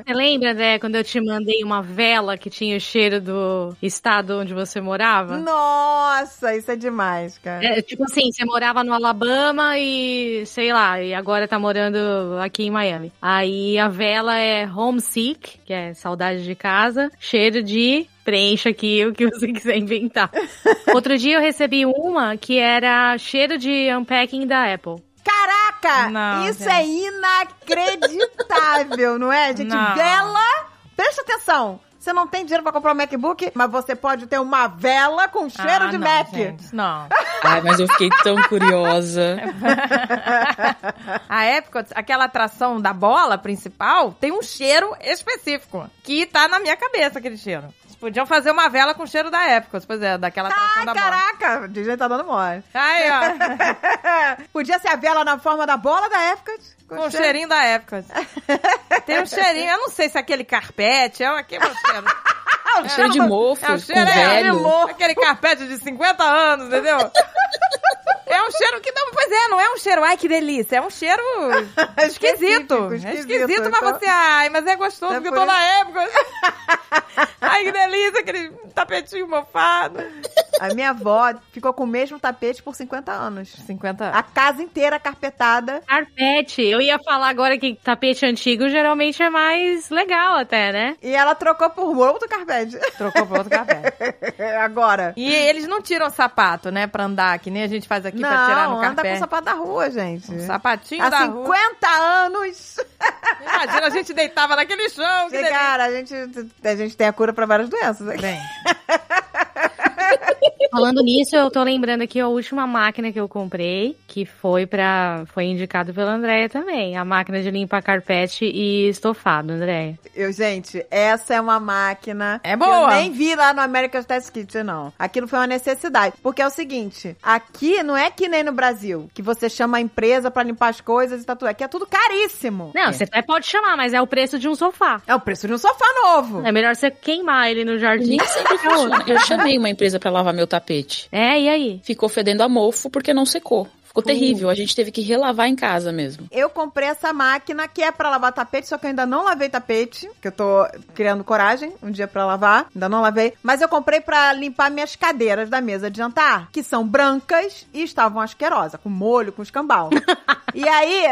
Speaker 3: Você lembra, André, quando eu te mandei uma vela que tinha o cheiro do estado onde você morava?
Speaker 2: Nossa, isso é demais, cara.
Speaker 3: É, tipo assim, você morava no Alabama e sei lá, e agora tá morando aqui em Miami. Aí a vela é homesick, que é saudade de casa, cheiro de preencha aqui o que você <laughs> quiser inventar. Outro dia eu recebi uma que era cheiro de unpacking da Apple.
Speaker 2: Caraca!
Speaker 1: Não,
Speaker 2: isso
Speaker 1: gente.
Speaker 2: é inacreditável, não é, gente?
Speaker 1: Não.
Speaker 2: Vela. Presta atenção. Você não tem dinheiro pra comprar um MacBook, mas você pode ter uma vela com
Speaker 1: Ah,
Speaker 2: cheiro de
Speaker 1: não,
Speaker 2: Mac.
Speaker 1: gente, não.
Speaker 4: Ai, mas eu fiquei tão
Speaker 1: É
Speaker 4: curiosa.
Speaker 1: A Epcot, aquela atração da bola principal, tem um cheiro específico. Que tá na minha cabeça aquele cheiro. Eles podiam fazer uma vela com o cheiro da Epcot, pois é, daquela atração da bola.
Speaker 2: Caraca, o DJ tá dando mole.
Speaker 1: Aí, ó.
Speaker 2: <laughs> Podia ser a vela na forma da bola da Epcot. <laughs>
Speaker 1: Com o cheirinho da Epcot. Tem um cheirinho, eu não sei se é aquele carpete, é aquele cheiro.
Speaker 4: Ah, o cheiro de mofo,
Speaker 1: É o
Speaker 4: com
Speaker 1: cheiro é, de
Speaker 4: velho.
Speaker 1: louco. Aquele carpete de 50 anos,
Speaker 2: <laughs>
Speaker 1: entendeu? É um cheiro que não, pois é, não é um cheiro, ai que delícia, é um
Speaker 2: <laughs>
Speaker 1: cheiro esquisito.
Speaker 2: Específico,
Speaker 1: É
Speaker 2: esquisito,
Speaker 1: esquisito, mas
Speaker 2: então.
Speaker 1: você, ai, mas é gostoso,
Speaker 2: É
Speaker 1: porque eu
Speaker 2: por
Speaker 1: tô na época. <laughs> Ai que delícia, aquele tapetinho mofado.
Speaker 2: A minha avó ficou com o mesmo tapete por 50 anos.
Speaker 1: 50
Speaker 2: A casa inteira carpetada.
Speaker 3: Carpete. Eu ia falar agora que tapete antigo geralmente é mais legal até, né?
Speaker 2: E ela trocou por um outro carpete. <laughs>
Speaker 1: trocou por outro carpete.
Speaker 2: Agora.
Speaker 1: <laughs> E eles não tiram sapato, né, pra andar, que nem a gente faz aqui
Speaker 2: não,
Speaker 1: pra tirar no
Speaker 2: anda com o
Speaker 1: carpete.
Speaker 2: sapato da rua, gente.
Speaker 1: Um sapatinho
Speaker 2: Há
Speaker 1: da
Speaker 2: 50
Speaker 1: rua.
Speaker 2: anos.
Speaker 1: Imagina, a gente deitava naquele chão. Que
Speaker 2: E, cara, a gente, a gente tem a cura pra várias doenças.
Speaker 1: delícia. Bem.
Speaker 3: Falando nisso, eu tô lembrando aqui a última máquina que eu comprei, que foi para foi indicado pela Andréia também, a máquina de limpar carpete e estofado, Andréia.
Speaker 2: Eu, gente, essa é uma máquina.
Speaker 1: É
Speaker 2: que
Speaker 1: boa.
Speaker 2: Eu nem vi lá no America's Test Kitchen, não. Aquilo foi uma necessidade. Porque é o seguinte: aqui não é que nem no Brasil, que você chama a empresa pra limpar as coisas e tá tudo. Aqui é tudo caríssimo.
Speaker 3: Não, você até pode chamar, mas é o preço de um sofá.
Speaker 2: É o preço de um sofá novo.
Speaker 3: É melhor você queimar ele no jardim. <laughs>
Speaker 4: Nem sempre funciona. Eu chamei uma empresa pra lavar meu tapete.
Speaker 3: É, e aí?
Speaker 4: Ficou fedendo a mofo porque não secou. Ficou terrível. A gente teve que relavar em casa mesmo.
Speaker 2: Eu comprei essa máquina que é pra lavar tapete, só que eu ainda não lavei tapete, que eu tô criando coragem um dia pra lavar, ainda não lavei, mas eu comprei pra limpar minhas cadeiras da mesa de jantar, que são brancas e estavam asquerosas, com molho,
Speaker 1: <laughs>
Speaker 2: com escambau. e aí,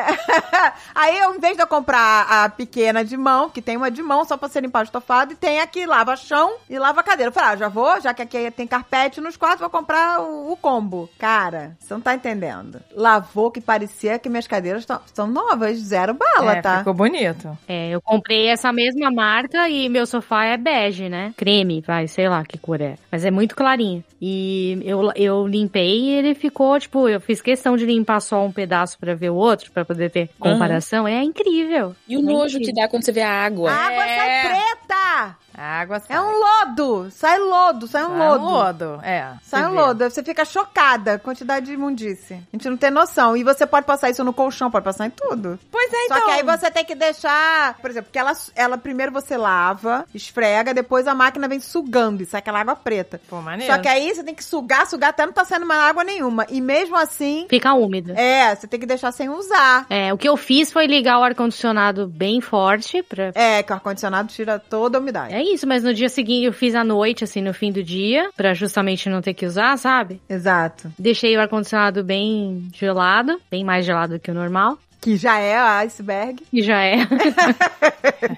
Speaker 2: <laughs> aí eu, em vez de eu comprar a pequena de mão, que tem uma de mão só pra você limpar o estofado, e tem a que lava chão e lava cadeira. Eu falei, ah, já vou, já que aqui tem carpete nos quartos, vou comprar o, o combo. Cara, você não tá entendendo. Lavou que parecia que minhas cadeiras tão- são novas, zero bala,
Speaker 1: É,
Speaker 2: tá?
Speaker 1: Ficou bonito.
Speaker 3: É, eu comprei essa mesma marca e meu sofá é bege, né? Creme, vai, sei lá que cor é. Mas é muito clarinho. E eu, eu limpei e ele ficou, tipo, eu fiz questão de limpar só um pedaço pra ver o outro, pra poder ter comparação. É incrível.
Speaker 4: E o nojo que dá quando você vê a água.
Speaker 3: Ah,
Speaker 2: A água
Speaker 1: É.
Speaker 2: sai preta!
Speaker 1: A água sai.
Speaker 2: É um lodo! Sai lodo, sai
Speaker 1: Sai
Speaker 2: um lodo.
Speaker 1: um lodo, é.
Speaker 2: Sai
Speaker 1: se
Speaker 2: um
Speaker 1: vê.
Speaker 2: lodo, você fica chocada, quantidade de imundície. A gente não tem noção. E você pode passar isso no colchão, pode passar em tudo.
Speaker 1: Pois é, então.
Speaker 2: Só que aí você tem que deixar, por exemplo, porque ela, ela primeiro você lava, esfrega, depois a máquina vem sugando e sai aquela água preta.
Speaker 1: Pô, maneiro.
Speaker 2: Só que é aí você tem que sugar, sugar até não tá saindo mais água nenhuma. E mesmo assim,
Speaker 3: Fica úmido.
Speaker 2: é, você tem que deixar sem usar.
Speaker 3: É, o que eu fiz foi ligar o ar-condicionado bem forte pra.
Speaker 2: É, que o ar-condicionado tira toda a umidade.
Speaker 3: É isso, mas no dia seguinte eu fiz à noite, assim, no fim do dia, pra justamente não ter que usar, sabe?
Speaker 1: É.
Speaker 2: Exato.
Speaker 3: Deixei o ar-condicionado bem gelado, bem mais gelado que o normal,
Speaker 2: Que já é a iceberg.
Speaker 3: e já é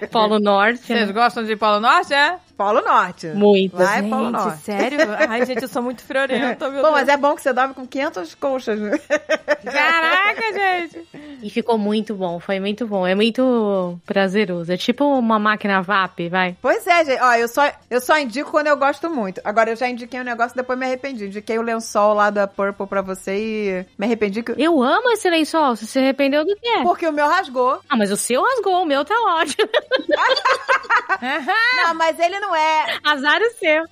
Speaker 3: <laughs> Polo Norte.
Speaker 1: Vocês
Speaker 3: né?
Speaker 1: gostam de Polo Norte, é?
Speaker 2: Polo Norte.
Speaker 3: Muito.
Speaker 2: Vai,
Speaker 1: gente,
Speaker 2: Polo Norte.
Speaker 1: sério? Ai, gente, eu sou muito friorenta, meu
Speaker 2: Bom,
Speaker 1: Deus.
Speaker 2: mas é bom que você dorme com 500 colchas. né?
Speaker 1: Caraca,
Speaker 2: <laughs>
Speaker 1: gente.
Speaker 3: E ficou muito bom, foi muito bom. É muito prazeroso. É tipo uma máquina VAP, vai.
Speaker 2: Pois é, gente. Ó, eu só, eu só indico quando eu gosto muito. Agora, eu já indiquei um negócio depois me arrependi. Indiquei o lençol lá da Purple pra você e me arrependi que...
Speaker 3: Eu amo esse lençol, você se arrependeu do quê?
Speaker 2: Porque o meu rasgou.
Speaker 3: Ah, mas o seu rasgou, o meu tá ótimo. <laughs>
Speaker 2: Não, mas ele não é.
Speaker 3: Azar o seu.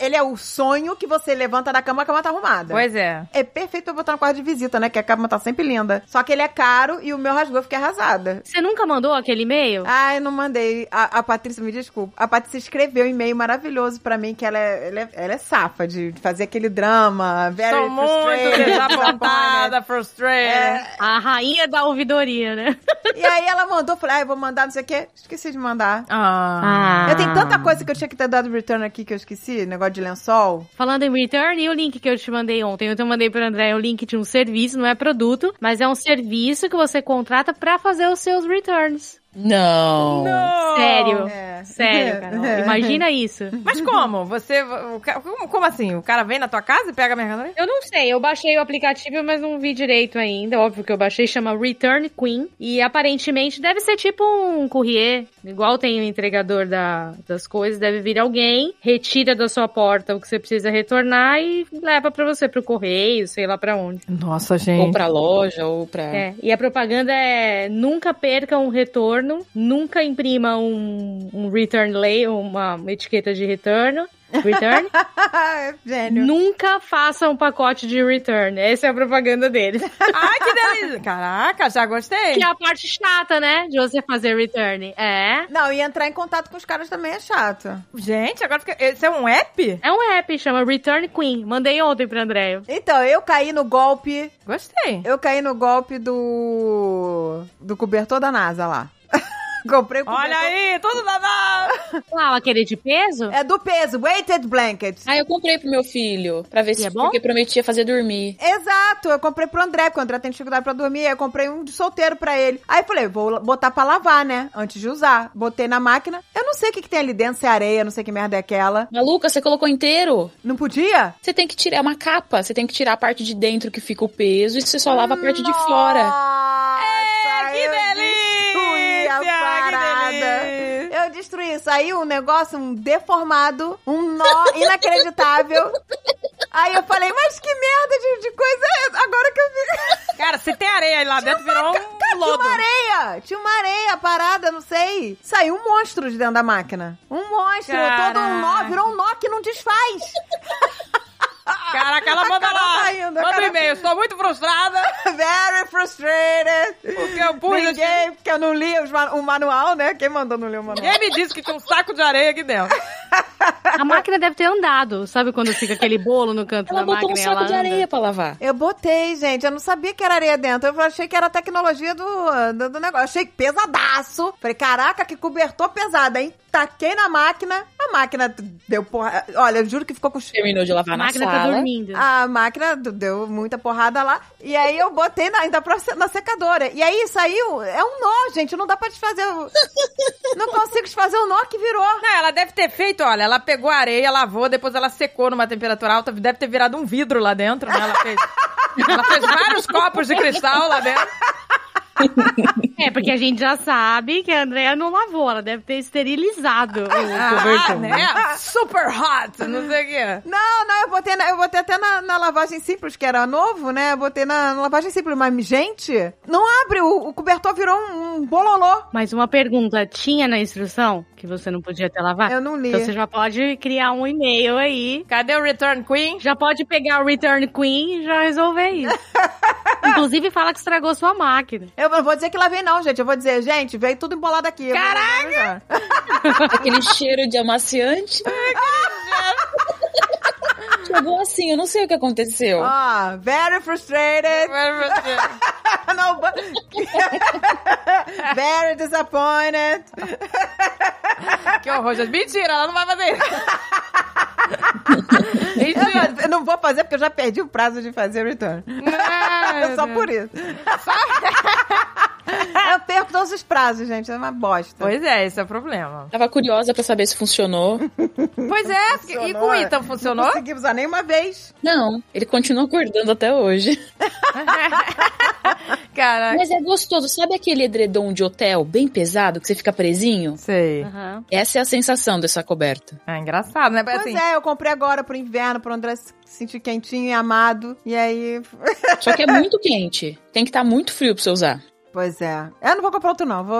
Speaker 2: Ele é o sonho que você levanta da cama, a cama tá arrumada.
Speaker 1: Pois é.
Speaker 2: É perfeito pra botar no quarto de visita, né? Que a cama tá sempre linda. Só que ele é caro e o meu rasgou, eu fiquei arrasada.
Speaker 3: Você nunca mandou aquele e-mail?
Speaker 2: Ai, não mandei. A, a Patrícia, me desculpa. A Patrícia escreveu um e-mail maravilhoso pra mim, que ela é, ela é, ela é safa de fazer aquele drama. Very
Speaker 1: sou muito
Speaker 2: frustrated, <laughs>
Speaker 1: desapontada, frustrada.
Speaker 2: É.
Speaker 3: A rainha da ouvidoria, né?
Speaker 2: E aí ela mandou, falei, ah, eu vou mandar, não sei o quê. Esqueci de mandar.
Speaker 1: Ah.
Speaker 2: Eu tenho tanta coisa que eu tinha que ter dado return aqui que eu esqueci, negócio de lençol.
Speaker 3: Falando em return, e o link que eu te mandei ontem? Ontem eu mandei pro André o link é de um serviço, não é produto, mas é um serviço que você contrata pra fazer os seus returns.
Speaker 4: Não.
Speaker 3: Sério.
Speaker 2: <laughs> É.
Speaker 3: Sério, Carol. Imagina isso.
Speaker 1: Mas como? Você. o ca- como, como assim? O cara vem na tua casa e pega a mercadoria?
Speaker 3: Eu não sei, eu baixei o aplicativo, mas não vi direito ainda. Óbvio que eu baixei, chama Return Queen. E aparentemente deve ser tipo um courrier. Igual tem o entregador da- das coisas, deve vir alguém, retira da sua porta o que você precisa retornar e leva pra você, pro correio, sei lá pra onde.
Speaker 1: Nossa,
Speaker 4: Ou
Speaker 1: gente.
Speaker 4: pra loja, ou pra.
Speaker 3: É, e a propaganda é nunca perca um retorno, nunca imprima um, um return lay, uma etiqueta de retorno. Return.
Speaker 2: <laughs> Gênio.
Speaker 3: nunca faça um pacote de return. Essa é a propaganda deles.
Speaker 1: Ai, que delícia. Caraca, já gostei.
Speaker 3: Que é a parte chata, né? De você fazer return. É.
Speaker 2: Não, e entrar em contato com os caras também é chato.
Speaker 1: Gente, agora fica. Esse é um app?
Speaker 3: É um app, chama Return Queen. Mandei ontem pra Andréia.
Speaker 2: Então, eu caí no golpe.
Speaker 1: Gostei.
Speaker 2: Eu caí no golpe do. do cobertor da NASA lá. <laughs> Comprei o cobertor.
Speaker 1: Olha aí, tudo babado.
Speaker 3: Lá, ela querer de peso?
Speaker 2: É do peso, weighted blanket.
Speaker 4: Ah, eu comprei pro meu filho, pra ver
Speaker 3: E
Speaker 4: se.
Speaker 3: é bom?
Speaker 4: Porque prometia fazer dormir.
Speaker 2: Exato, eu comprei pro André, porque o André tem dificuldade pra dormir, aí eu comprei um de solteiro pra ele. Aí eu falei, vou botar pra lavar, né? Antes de usar. Botei na máquina. Eu não sei o que, que tem ali dentro, se é areia, não sei que merda é aquela.
Speaker 4: Maluca, você colocou inteiro?
Speaker 2: Não podia?
Speaker 4: Você tem que tirar é uma capa, você tem que tirar a parte de dentro que fica o peso e você só lava a parte de fora.
Speaker 2: Nossa,
Speaker 1: Que
Speaker 2: eu destruí
Speaker 1: delícia!
Speaker 2: a parada.
Speaker 1: Que delícia!
Speaker 2: Eu destruí isso. Aí um negócio, um deformado, um nó inacreditável. Aí eu falei, mas que merda de, de coisa é essa? Agora que eu vi. <laughs>
Speaker 1: Cara, se tem areia aí lá dentro, virou um
Speaker 2: Tá, Tinha
Speaker 1: lodo.
Speaker 2: uma areia! Tinha uma areia parada, não sei. Saiu um monstro de dentro da máquina. Um monstro,
Speaker 1: Caraca.
Speaker 2: todo um nó, virou um nó que não desfaz.
Speaker 1: Caraca, ela
Speaker 2: A
Speaker 1: manda
Speaker 2: cara
Speaker 1: lá.
Speaker 2: tá indo, a
Speaker 1: manda um
Speaker 2: cara-
Speaker 1: e-mail. Estou muito frustrada
Speaker 2: <laughs> Very frustrated.
Speaker 1: porque eu pus. Ninguém...
Speaker 2: Ninguém, porque eu não li os ma- o manual, né? Quem mandou não ler o manual?
Speaker 1: Ninguém me disse que tinha um saco de areia aqui dentro.
Speaker 3: A máquina deve ter andado. Sabe quando fica aquele bolo no canto
Speaker 4: Ela
Speaker 3: da
Speaker 4: botou
Speaker 3: máquina?
Speaker 4: um
Speaker 3: e
Speaker 4: saco de
Speaker 3: anda?
Speaker 4: areia pra lavar.
Speaker 2: Eu botei, gente. Eu não sabia que era areia dentro. Eu achei que era a tecnologia do, do, do negócio. Achei pesadaço. Falei, caraca, que cobertor pesado, hein? Taquei na máquina. A máquina deu porra. Olha, eu juro que ficou com. os-
Speaker 4: Terminou de lavar
Speaker 3: A
Speaker 4: na
Speaker 3: máquina
Speaker 4: sala.
Speaker 3: tá dormindo.
Speaker 2: A máquina do- deu muita porrada lá. E aí eu botei na, ainda pra, na secadora. E aí saiu. É um nó, gente. Não dá pra desfazer.
Speaker 3: <laughs>
Speaker 2: o- não consigo desfazer o nó que virou.
Speaker 1: Não, ela deve ter feito, olha, ela pegou a areia, lavou, depois ela secou numa temperatura alta, deve ter virado um vidro lá dentro, né? Ela fez, ela fez vários copos de cristal lá dentro.
Speaker 3: É, porque a gente já sabe que a Andréia não lavou. Ela deve ter
Speaker 4: <laughs>
Speaker 3: esterilizado.
Speaker 1: Ah, né? Super hot, não sei o quê.
Speaker 2: Não, não, eu botei, na- eu botei até na, na lavagem simples, que era novo, né? Eu botei na, na lavagem simples, mas, gente, não abre, o, o cobertor virou um, um bololô.
Speaker 3: Mas uma pergunta, tinha na instrução que você não podia ter lavado?
Speaker 2: Eu não li.
Speaker 3: Então você já pode criar um e-mail aí.
Speaker 1: Cadê o Return Queen?
Speaker 3: Já pode pegar o Return Queen e já resolver
Speaker 1: <laughs>
Speaker 3: isso. Inclusive fala que estragou sua máquina.
Speaker 2: Eu não vou dizer que lavei, não, gente. Eu vou dizer, gente, veio tudo embolado aqui. Caraca!
Speaker 4: Aquele cheiro de amaciante. Chegou assim, eu não sei o que aconteceu.
Speaker 2: Ó, very frustrated.
Speaker 1: é.
Speaker 2: no, bu- Ah, <laughs> very disappointed.
Speaker 1: Que horror, gente. Mentira, ela não vai fazer
Speaker 2: <laughs>
Speaker 1: isso. Mentira.
Speaker 2: Eu, não- eu não vou fazer porque eu já perdi o prazo de fazer o return. <laughs>
Speaker 1: Não,
Speaker 2: Só
Speaker 1: não.
Speaker 2: por isso. eu perco todos os prazos, gente. É uma bosta.
Speaker 1: Pois é, esse é o problema.
Speaker 4: Tava curiosa pra saber se funcionou.
Speaker 1: Pois é, porque- e com o Ethan funcionou?
Speaker 2: Não consegui usar nenhuma vez.
Speaker 4: Não, ele continua acordando até hoje.
Speaker 1: Caraca.
Speaker 4: Mas é gostoso. Sabe aquele edredom de hotel bem pesado que você fica presinho?
Speaker 1: Sei.
Speaker 3: Aham.
Speaker 4: Essa é a sensação dessa coberta.
Speaker 1: É engraçado, né?
Speaker 2: Pois
Speaker 1: Assim,
Speaker 2: é, eu comprei agora pro inverno, pro André se sentir quentinho e amado. E aí.
Speaker 4: Só que é muito quente. Tem que estar muito frio pra você usar.
Speaker 2: Pois é. Eu não vou comprar outro, não. Vou,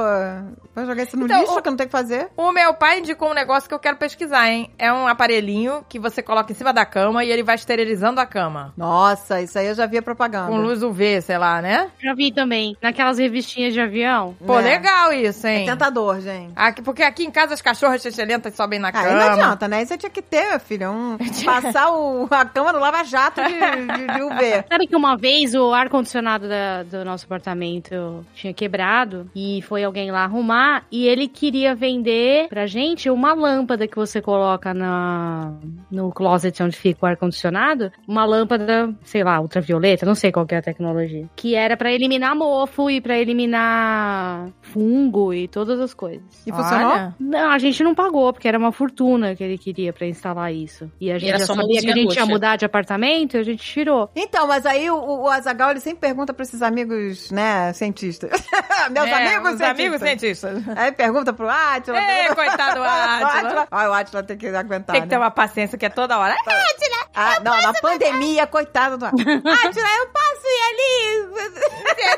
Speaker 2: vou jogar isso no
Speaker 1: Então,
Speaker 2: lixo
Speaker 1: o-
Speaker 2: que eu não tenho o que fazer.
Speaker 1: O meu pai indicou um negócio que eu quero pesquisar, hein? É um aparelhinho que você coloca em cima da cama e ele vai esterilizando a cama.
Speaker 2: Nossa, isso aí eu já via propaganda.
Speaker 1: Com luz UV, sei lá, né?
Speaker 3: Já vi também, naquelas revistinhas de avião.
Speaker 1: Pô,
Speaker 2: É.
Speaker 1: legal isso,
Speaker 2: É
Speaker 1: hein?
Speaker 2: tentador, gente.
Speaker 1: Aqui, porque aqui em casa as cachorras xixelentas sobem na
Speaker 2: Ah,
Speaker 1: cama.
Speaker 2: Aí não adianta, né? Isso eu tinha que ter, minha
Speaker 1: <laughs>
Speaker 2: filha. Um, passar o, a cama no lava-jato de, de, de UV.
Speaker 3: Sabe que uma vez o ar-condicionado da- do nosso apartamento carro tinha quebrado e foi alguém lá arrumar e ele queria vender pra gente uma lâmpada que você coloca na no closet onde fica o ar condicionado, uma lâmpada, sei lá, ultravioleta, não sei qual que é a tecnologia, que era pra eliminar mofo e pra eliminar fungo e todas as coisas.
Speaker 2: E funcionou?
Speaker 1: Olha.
Speaker 3: Não, a gente não pagou, porque era uma fortuna que ele queria pra instalar isso. E a gente
Speaker 4: era
Speaker 3: já
Speaker 4: só uma
Speaker 3: sabia que a
Speaker 4: luzinha
Speaker 3: gente ia
Speaker 4: roxa.
Speaker 3: mudar de apartamento e a gente tirou.
Speaker 2: Então, mas aí o, o Azagal ele sempre pergunta pra esses amigos, né, cientistas. <laughs> Meus
Speaker 1: É,
Speaker 2: amigos
Speaker 1: os
Speaker 2: cientistas.
Speaker 1: amigos cientistas.
Speaker 2: Aí pergunta pro Átila.
Speaker 1: Ei,
Speaker 2: <laughs>
Speaker 1: coitado do Átila.
Speaker 2: Olha, o Átila tem que aguentar.
Speaker 1: Tem que ter
Speaker 2: né?
Speaker 1: uma paciência que é toda hora. <laughs>
Speaker 2: Ah, não, na pandemia, coitado do Átila. Átila, eu passo ir
Speaker 1: <laughs>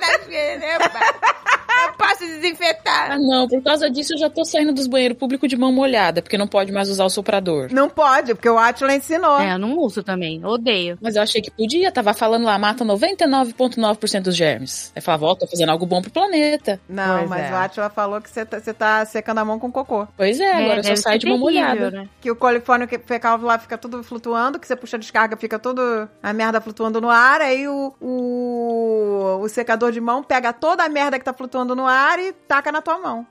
Speaker 2: ali.
Speaker 1: né, Eu passo desinfetar.
Speaker 4: Ah, não, por causa disso eu já tô saindo dos banheiros públicos de mão molhada, porque não pode mais usar o soprador.
Speaker 2: Não pode, porque o Átila ensinou.
Speaker 3: É, eu não uso também, odeio.
Speaker 4: Mas eu achei que podia, tava falando lá, mata 99,9% dos germes. Aí falava, ó, tô fazendo algo bom pro planeta.
Speaker 2: Não,
Speaker 1: Pois é.
Speaker 2: mas o Átila falou que você tá, você tá secando a mão com cocô.
Speaker 4: Pois é, agora eu
Speaker 3: deve
Speaker 4: só saio
Speaker 3: ser
Speaker 4: de mão
Speaker 3: terrível,
Speaker 4: molhada.
Speaker 3: né?
Speaker 2: Que o coliforme que- fecal lá fica tudo flutuando, que você puxa a descarga, fica tudo a merda flutuando no ar, aí o, o, o secador de mão pega toda a merda que tá flutuando no ar e taca na tua mão.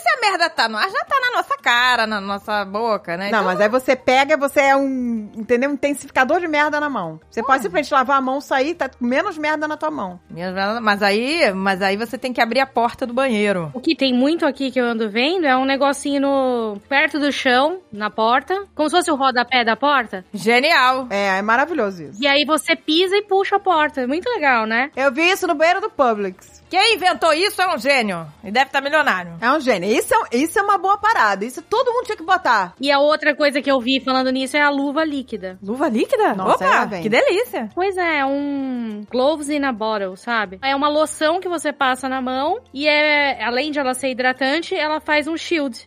Speaker 1: Se a merda tá no ar, já tá na nossa cara, na nossa boca, né?
Speaker 2: Não, mas aí você pega, você é um, entendeu? Um intensificador de merda na mão. Você pode simplesmente lavar a mão, sair, tá com menos merda na tua mão.
Speaker 1: Minhas velas- Mas aí, mas aí você tem que abrir a porta do banheiro.
Speaker 3: O que tem muito aqui que eu ando vendo é um negocinho no- perto do chão, na porta, como se fosse o rodapé da porta.
Speaker 1: Genial.
Speaker 2: É, é maravilhoso isso.
Speaker 3: E aí você pisa e puxa a porta. É Muito legal, né?
Speaker 2: Eu vi isso no banheiro do Publix.
Speaker 1: Quem inventou isso é um gênio e deve estar milionário.
Speaker 2: É um gênio. Isso é, um- isso é uma boa parada. Isso todo mundo tinha que botar.
Speaker 3: E a outra coisa que eu vi falando nisso é a luva líquida.
Speaker 1: Luva líquida?
Speaker 2: Nossa, aí lá
Speaker 1: Opa,
Speaker 2: vem.
Speaker 1: que delícia.
Speaker 3: Pois é, é um gloves in a bottle, sabe? É uma loção que você passa na mão e é, além de ela ser hidratante, ela faz um shield.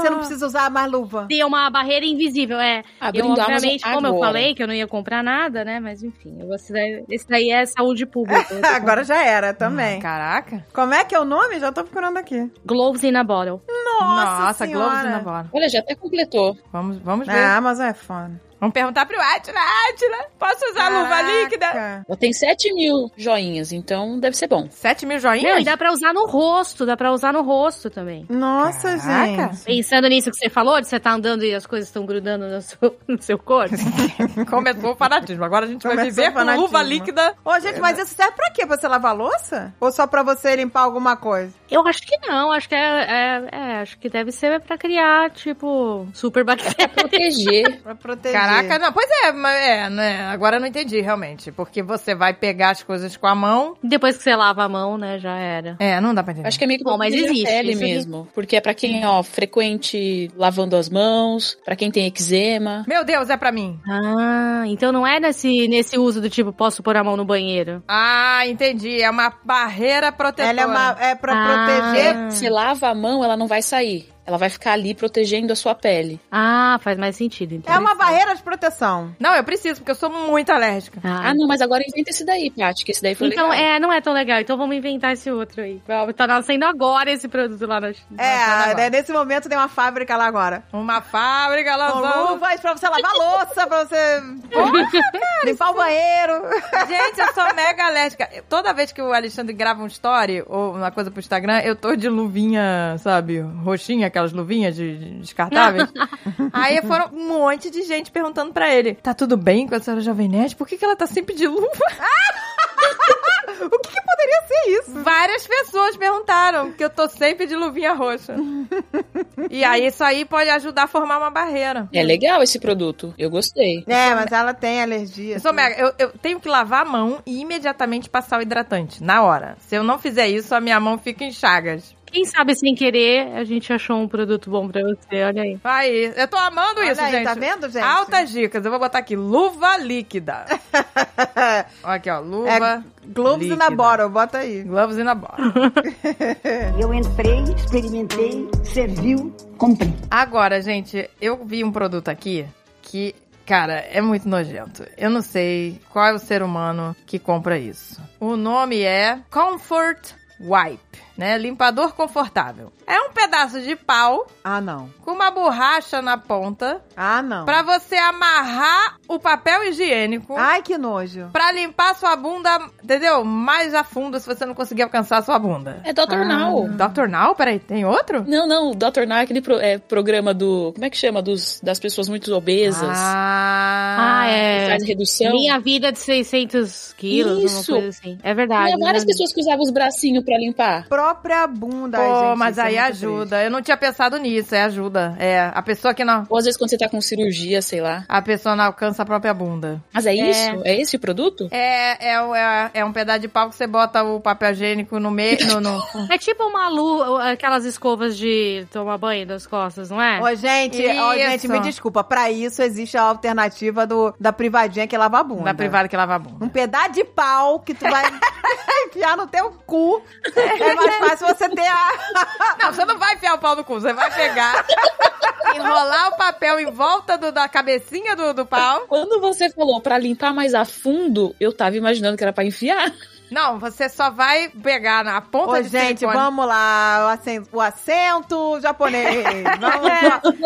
Speaker 2: Você não precisa usar mais luva.
Speaker 3: E é uma barreira invisível, é.
Speaker 2: Ah,
Speaker 4: Abrindo
Speaker 3: eu,
Speaker 4: a Amazon
Speaker 3: obviamente, como eu
Speaker 4: agora.
Speaker 3: falei que eu não ia comprar nada, né? Mas enfim, eu vou- esse daí, esse daí é
Speaker 2: <laughs>
Speaker 3: saúde pública. Eu tô
Speaker 2: Agora já era também.
Speaker 1: Hum, caraca.
Speaker 2: Como é que é o nome? Já tô procurando aqui.
Speaker 3: Gloves in a bottle.
Speaker 1: Nossa,
Speaker 2: Senhora.
Speaker 1: Globo de Namora.
Speaker 4: Olha, já até completou.
Speaker 1: Vamos, vamos ver.
Speaker 2: Ah, Amazon é fone.
Speaker 1: Vamos perguntar pro Atila. Atila, posso usar luva líquida?
Speaker 4: Ela tem 7 mil joinhas, então deve ser bom.
Speaker 1: 7 mil
Speaker 3: Não, e
Speaker 1: joinhas?
Speaker 3: dá pra usar no rosto, dá pra usar no rosto também.
Speaker 2: Nossa,
Speaker 1: Caraca.
Speaker 2: gente.
Speaker 3: Pensando nisso que você falou, de você tá andando e as coisas estão grudando no seu, <laughs> no
Speaker 2: <laughs>
Speaker 3: seu corpo.
Speaker 1: Começou o fanatismo. Agora a gente vai
Speaker 2: Começou
Speaker 1: viver
Speaker 2: o
Speaker 1: com luva
Speaker 2: fanatismo.
Speaker 1: líquida.
Speaker 2: Ô, gente, mas isso serve pra quê? Pra você lavar louça? Ou só pra você limpar alguma coisa?
Speaker 3: Eu acho que não, acho que é, é- é, acho que deve ser pra criar, tipo, super bactéria. <laughs>
Speaker 4: Proteger.
Speaker 2: Pra proteger.
Speaker 1: Caraca, não, pois é, mas é, né? Agora eu não entendi realmente. Porque você vai pegar as coisas com a mão.
Speaker 3: Depois que você lava a mão, né, já era.
Speaker 1: É, não dá pra entender.
Speaker 4: Acho que é meio que
Speaker 3: Bom, mas
Speaker 4: proteger a
Speaker 3: existe,
Speaker 4: pele
Speaker 3: isso aqui.
Speaker 4: mesmo. Porque é pra quem, ó, frequente lavando as mãos, pra quem tem eczema.
Speaker 1: Meu Deus, é pra mim.
Speaker 3: Ah, então não é nesse, nesse uso do tipo, posso pôr a mão no banheiro.
Speaker 1: Ah, entendi. É uma barreira protetora.
Speaker 2: Ela é, uma, é pra
Speaker 3: Ah.
Speaker 2: proteger.
Speaker 3: Ah.
Speaker 4: É, Se lava a mão, ela não vai sair. Ela vai ficar ali protegendo a sua pele.
Speaker 3: Ah, faz mais sentido, então.
Speaker 2: É uma barreira de proteção.
Speaker 1: Não, eu preciso, porque eu sou muito alérgica.
Speaker 3: Ah,
Speaker 4: Ah, não, mas agora inventa esse daí, Paty, que esse daí foi
Speaker 3: Então,
Speaker 4: legal.
Speaker 3: é, não é tão legal. Então vamos inventar esse outro aí. Tá nascendo agora esse produto lá na China.
Speaker 2: É,
Speaker 1: agora.
Speaker 2: né, nesse momento tem uma fábrica lá agora.
Speaker 1: Uma fábrica
Speaker 2: Com
Speaker 1: lançando.
Speaker 2: luvas pra você lavar louça, pra você limpar o banheiro.
Speaker 1: Gente, eu sou mega alérgica. Eu- Toda vez que o Alexandre grava um story ou uma coisa pro Instagram, eu tô de luvinha, sabe, roxinha, aquelas luvinhas de, de descartáveis. Aí foram um monte de gente perguntando pra ele: tá tudo bem com a senhora Jovem Nerd? Por que, que ela tá sempre de luva? <laughs>
Speaker 2: O que, que poderia ser isso?
Speaker 1: Várias pessoas perguntaram, porque eu tô sempre de luvinha roxa. e aí, isso aí pode ajudar a formar uma barreira.
Speaker 4: É legal esse produto. Eu gostei.
Speaker 2: É, mas ela tem alergia.
Speaker 1: Eu sou mega. Eu, eu tenho que lavar a mão e imediatamente passar o hidratante, na hora. Se eu não fizer isso, a minha mão fica em chagas.
Speaker 3: <laughs> Quem sabe sem querer a gente achou um produto bom pra você, olha aí.
Speaker 1: Aí, eu tô amando
Speaker 2: Olha
Speaker 1: isso,
Speaker 2: aí,
Speaker 1: gente.
Speaker 2: tá vendo, gente?
Speaker 1: Altas dicas. Eu vou botar aqui, luva
Speaker 2: <laughs>
Speaker 1: líquida. Ó aqui, ó,
Speaker 2: É
Speaker 1: luva.
Speaker 2: Globos e
Speaker 1: líquida.
Speaker 2: na bottle, bota aí.
Speaker 1: Gloves e na bola.
Speaker 5: Eu entrei, experimentei, serviu, comprei.
Speaker 1: Agora, gente, eu vi um produto aqui que, cara, é muito nojento. Eu não sei qual é o ser humano que compra isso. O nome é Comfort wipe, né? Limpador confortável. É um pedaço de pau
Speaker 2: Ah, não.
Speaker 1: com uma borracha na ponta
Speaker 2: Ah, não.
Speaker 1: pra você amarrar o papel higiênico.
Speaker 2: Ai, que nojo.
Speaker 1: Pra limpar sua bunda, entendeu? Mais a fundo se você não conseguir alcançar a sua bunda.
Speaker 4: É
Speaker 3: Ah.
Speaker 4: Dr. Now.
Speaker 1: Dr. Now, peraí, tem outro?
Speaker 4: Não, não, o Dr. Now é aquele pro- é, programa do. Como é que chama? Dos, das pessoas muito obesas.
Speaker 1: Ah,
Speaker 3: Ah,
Speaker 4: que
Speaker 3: é.
Speaker 4: Faz redução.
Speaker 3: Minha vida é de 600 quilos,
Speaker 4: Isso.
Speaker 3: uma coisa assim. É verdade.
Speaker 4: Tinha várias
Speaker 3: né?
Speaker 4: pessoas que usavam os bracinhos pra limpar.
Speaker 2: Própria bunda,
Speaker 1: Pô,
Speaker 2: gente,
Speaker 1: mas
Speaker 2: isso é
Speaker 1: aí
Speaker 2: muito
Speaker 1: ajuda. Eu não tinha pensado nisso, é ajuda. É, a pessoa que não.
Speaker 4: Ou às vezes quando você tá com cirurgia, sei lá.
Speaker 1: A pessoa não alcança a própria bunda.
Speaker 4: Mas é, isso? É esse o produto?
Speaker 1: É, é, o- é, é um pedaço de pau que você bota o papel higiênico no meio. No,
Speaker 2: <laughs>
Speaker 1: no-
Speaker 3: É tipo uma lu, aquelas escovas de tomar banho das costas, não é?
Speaker 2: Ô, gente, ó,
Speaker 1: né? Isso.
Speaker 2: gente, me desculpa. Pra isso existe a alternativa do, da privadinha que lava a bunda.
Speaker 1: na privada que lava a bunda.
Speaker 2: Um pedaço de pau que
Speaker 1: <laughs>
Speaker 2: tu vai enfiar no teu cu. É mais fácil você ter a.
Speaker 1: Não, você não vai enfiar o pau no cu, você vai pegar, <laughs> enrolar o papel em volta do- da cabecinha do, do pau.
Speaker 4: Quando você falou pra limpar mais a fundo, eu tava imaginando que era pra enfiar.
Speaker 1: Não, você só vai pegar na ponta
Speaker 2: Ô,
Speaker 1: de
Speaker 2: gente,
Speaker 1: silicone.
Speaker 2: vamos lá. O acento, o acento
Speaker 1: <laughs>
Speaker 2: japonês. Vamos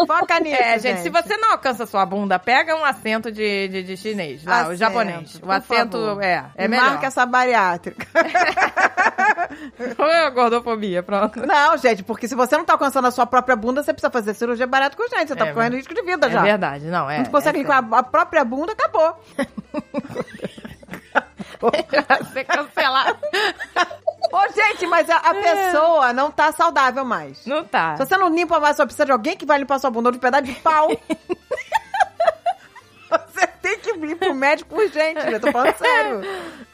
Speaker 2: lá. Foca nisso.
Speaker 1: É, gente, se você não alcança sua bunda, pega um acento de, de, de chinês, lá, o
Speaker 2: Acento,
Speaker 1: japonês. O
Speaker 2: por
Speaker 1: acento
Speaker 2: favor.
Speaker 1: é, é
Speaker 2: Me
Speaker 1: melhor.
Speaker 2: Marca essa bariátrica.
Speaker 1: Ou <laughs> é a gordofobia, pronto.
Speaker 2: Não, gente, porque se você não tá alcançando a sua própria bunda, você precisa fazer cirurgia bariátrica com gente. Você tá
Speaker 1: É,
Speaker 2: correndo risco de vida
Speaker 1: É
Speaker 2: já.
Speaker 1: verdade, não, é.
Speaker 2: não consegue
Speaker 1: é
Speaker 2: limpar a a própria bunda, acabou.
Speaker 1: <laughs> sério. Ser cancelado.
Speaker 2: Ô, gente, mas a, a pessoa não tá saudável mais.
Speaker 1: É. Não tá.
Speaker 2: Se você não limpa mais, só precisa de alguém que vai limpar sua bunda ou de um pedaço de
Speaker 1: <laughs>
Speaker 2: pau. você tem que ir pro médico urgente, eu tô falando sério.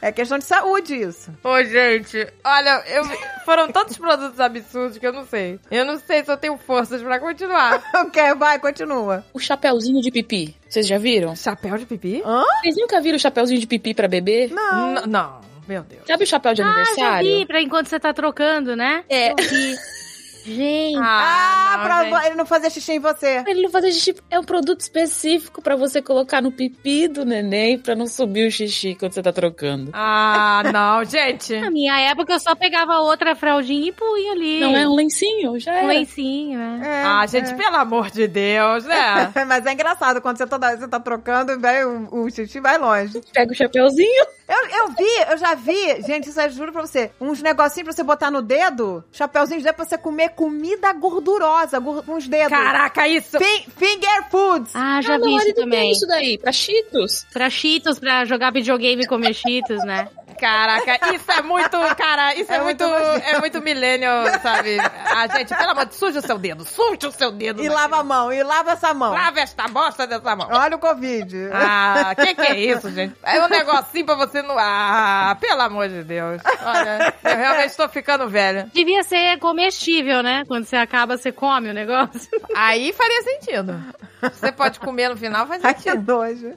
Speaker 2: É questão de saúde isso.
Speaker 1: Ô, gente, olha, eu... foram tantos produtos absurdos que eu não sei. Eu não sei se eu tenho forças pra continuar.
Speaker 2: Ok, vai, continua.
Speaker 4: O chapéuzinho de pipi. Vocês já viram?
Speaker 1: Chapéu de pipi?
Speaker 4: Vocês nunca viram o chapéuzinho de pipi pra bebê?
Speaker 2: Não.
Speaker 1: N- Não, meu Deus.
Speaker 4: Sabe o chapéu de
Speaker 3: Ah, já
Speaker 4: aniversário?
Speaker 3: vi, pra enquanto você tá trocando, né?
Speaker 4: É. <laughs>
Speaker 3: Gente,
Speaker 2: Ah,
Speaker 1: não,
Speaker 2: pra
Speaker 1: gente.
Speaker 2: vo- ele não fazer xixi em você.
Speaker 4: Pra ele não fazer xixi. É um produto específico pra você colocar no pipi do neném pra não subir o xixi quando você tá trocando.
Speaker 1: Ah, não, gente. <laughs>
Speaker 3: na minha época eu só pegava outra fraldinha e punha ali.
Speaker 4: Não é um lencinho? Já
Speaker 3: um
Speaker 4: é.
Speaker 3: lencinho, né?
Speaker 2: É.
Speaker 1: Ah, gente, pelo amor de Deus, <laughs> né?
Speaker 2: Mas é engraçado, quando você, toda, você tá trocando, vai, o, o xixi vai longe.
Speaker 4: Pega o chapéuzinho.
Speaker 2: Eu, eu vi, eu já vi, gente, isso eu juro pra você, uns negocinhos pra você botar no dedo, chapéuzinho de dedo pra você comer comida gordurosa gur- com os dedos.
Speaker 1: Caraca, isso!
Speaker 2: Fin- finger foods.
Speaker 3: Ah, já
Speaker 4: Ah,
Speaker 3: vi
Speaker 4: meu
Speaker 3: isso
Speaker 4: marido tem
Speaker 3: também.
Speaker 4: isso daí, pra cheetos.
Speaker 3: Pra cheetos, pra jogar videogame e comer cheetos, né?
Speaker 1: Caraca, isso é muito. Cara, isso é,
Speaker 2: É
Speaker 1: muito.
Speaker 2: muito
Speaker 1: é muito milênio, sabe? Ah, gente, pelo amor de suje o seu dedo, suje o seu dedo.
Speaker 2: E
Speaker 1: né?
Speaker 2: lava a mão, e lava essa mão.
Speaker 1: Lava esta bosta dessa mão.
Speaker 2: Olha o Covid.
Speaker 1: Ah, que que é isso, gente? É um negocinho pra você não. Ah, pelo amor de Deus. Olha, eu realmente tô ficando velha.
Speaker 3: Devia ser comestível, né? Quando você acaba, você come o negócio.
Speaker 1: Aí faria sentido. Você pode comer no final, faz
Speaker 2: Ai, que
Speaker 1: sentido.
Speaker 2: nojo.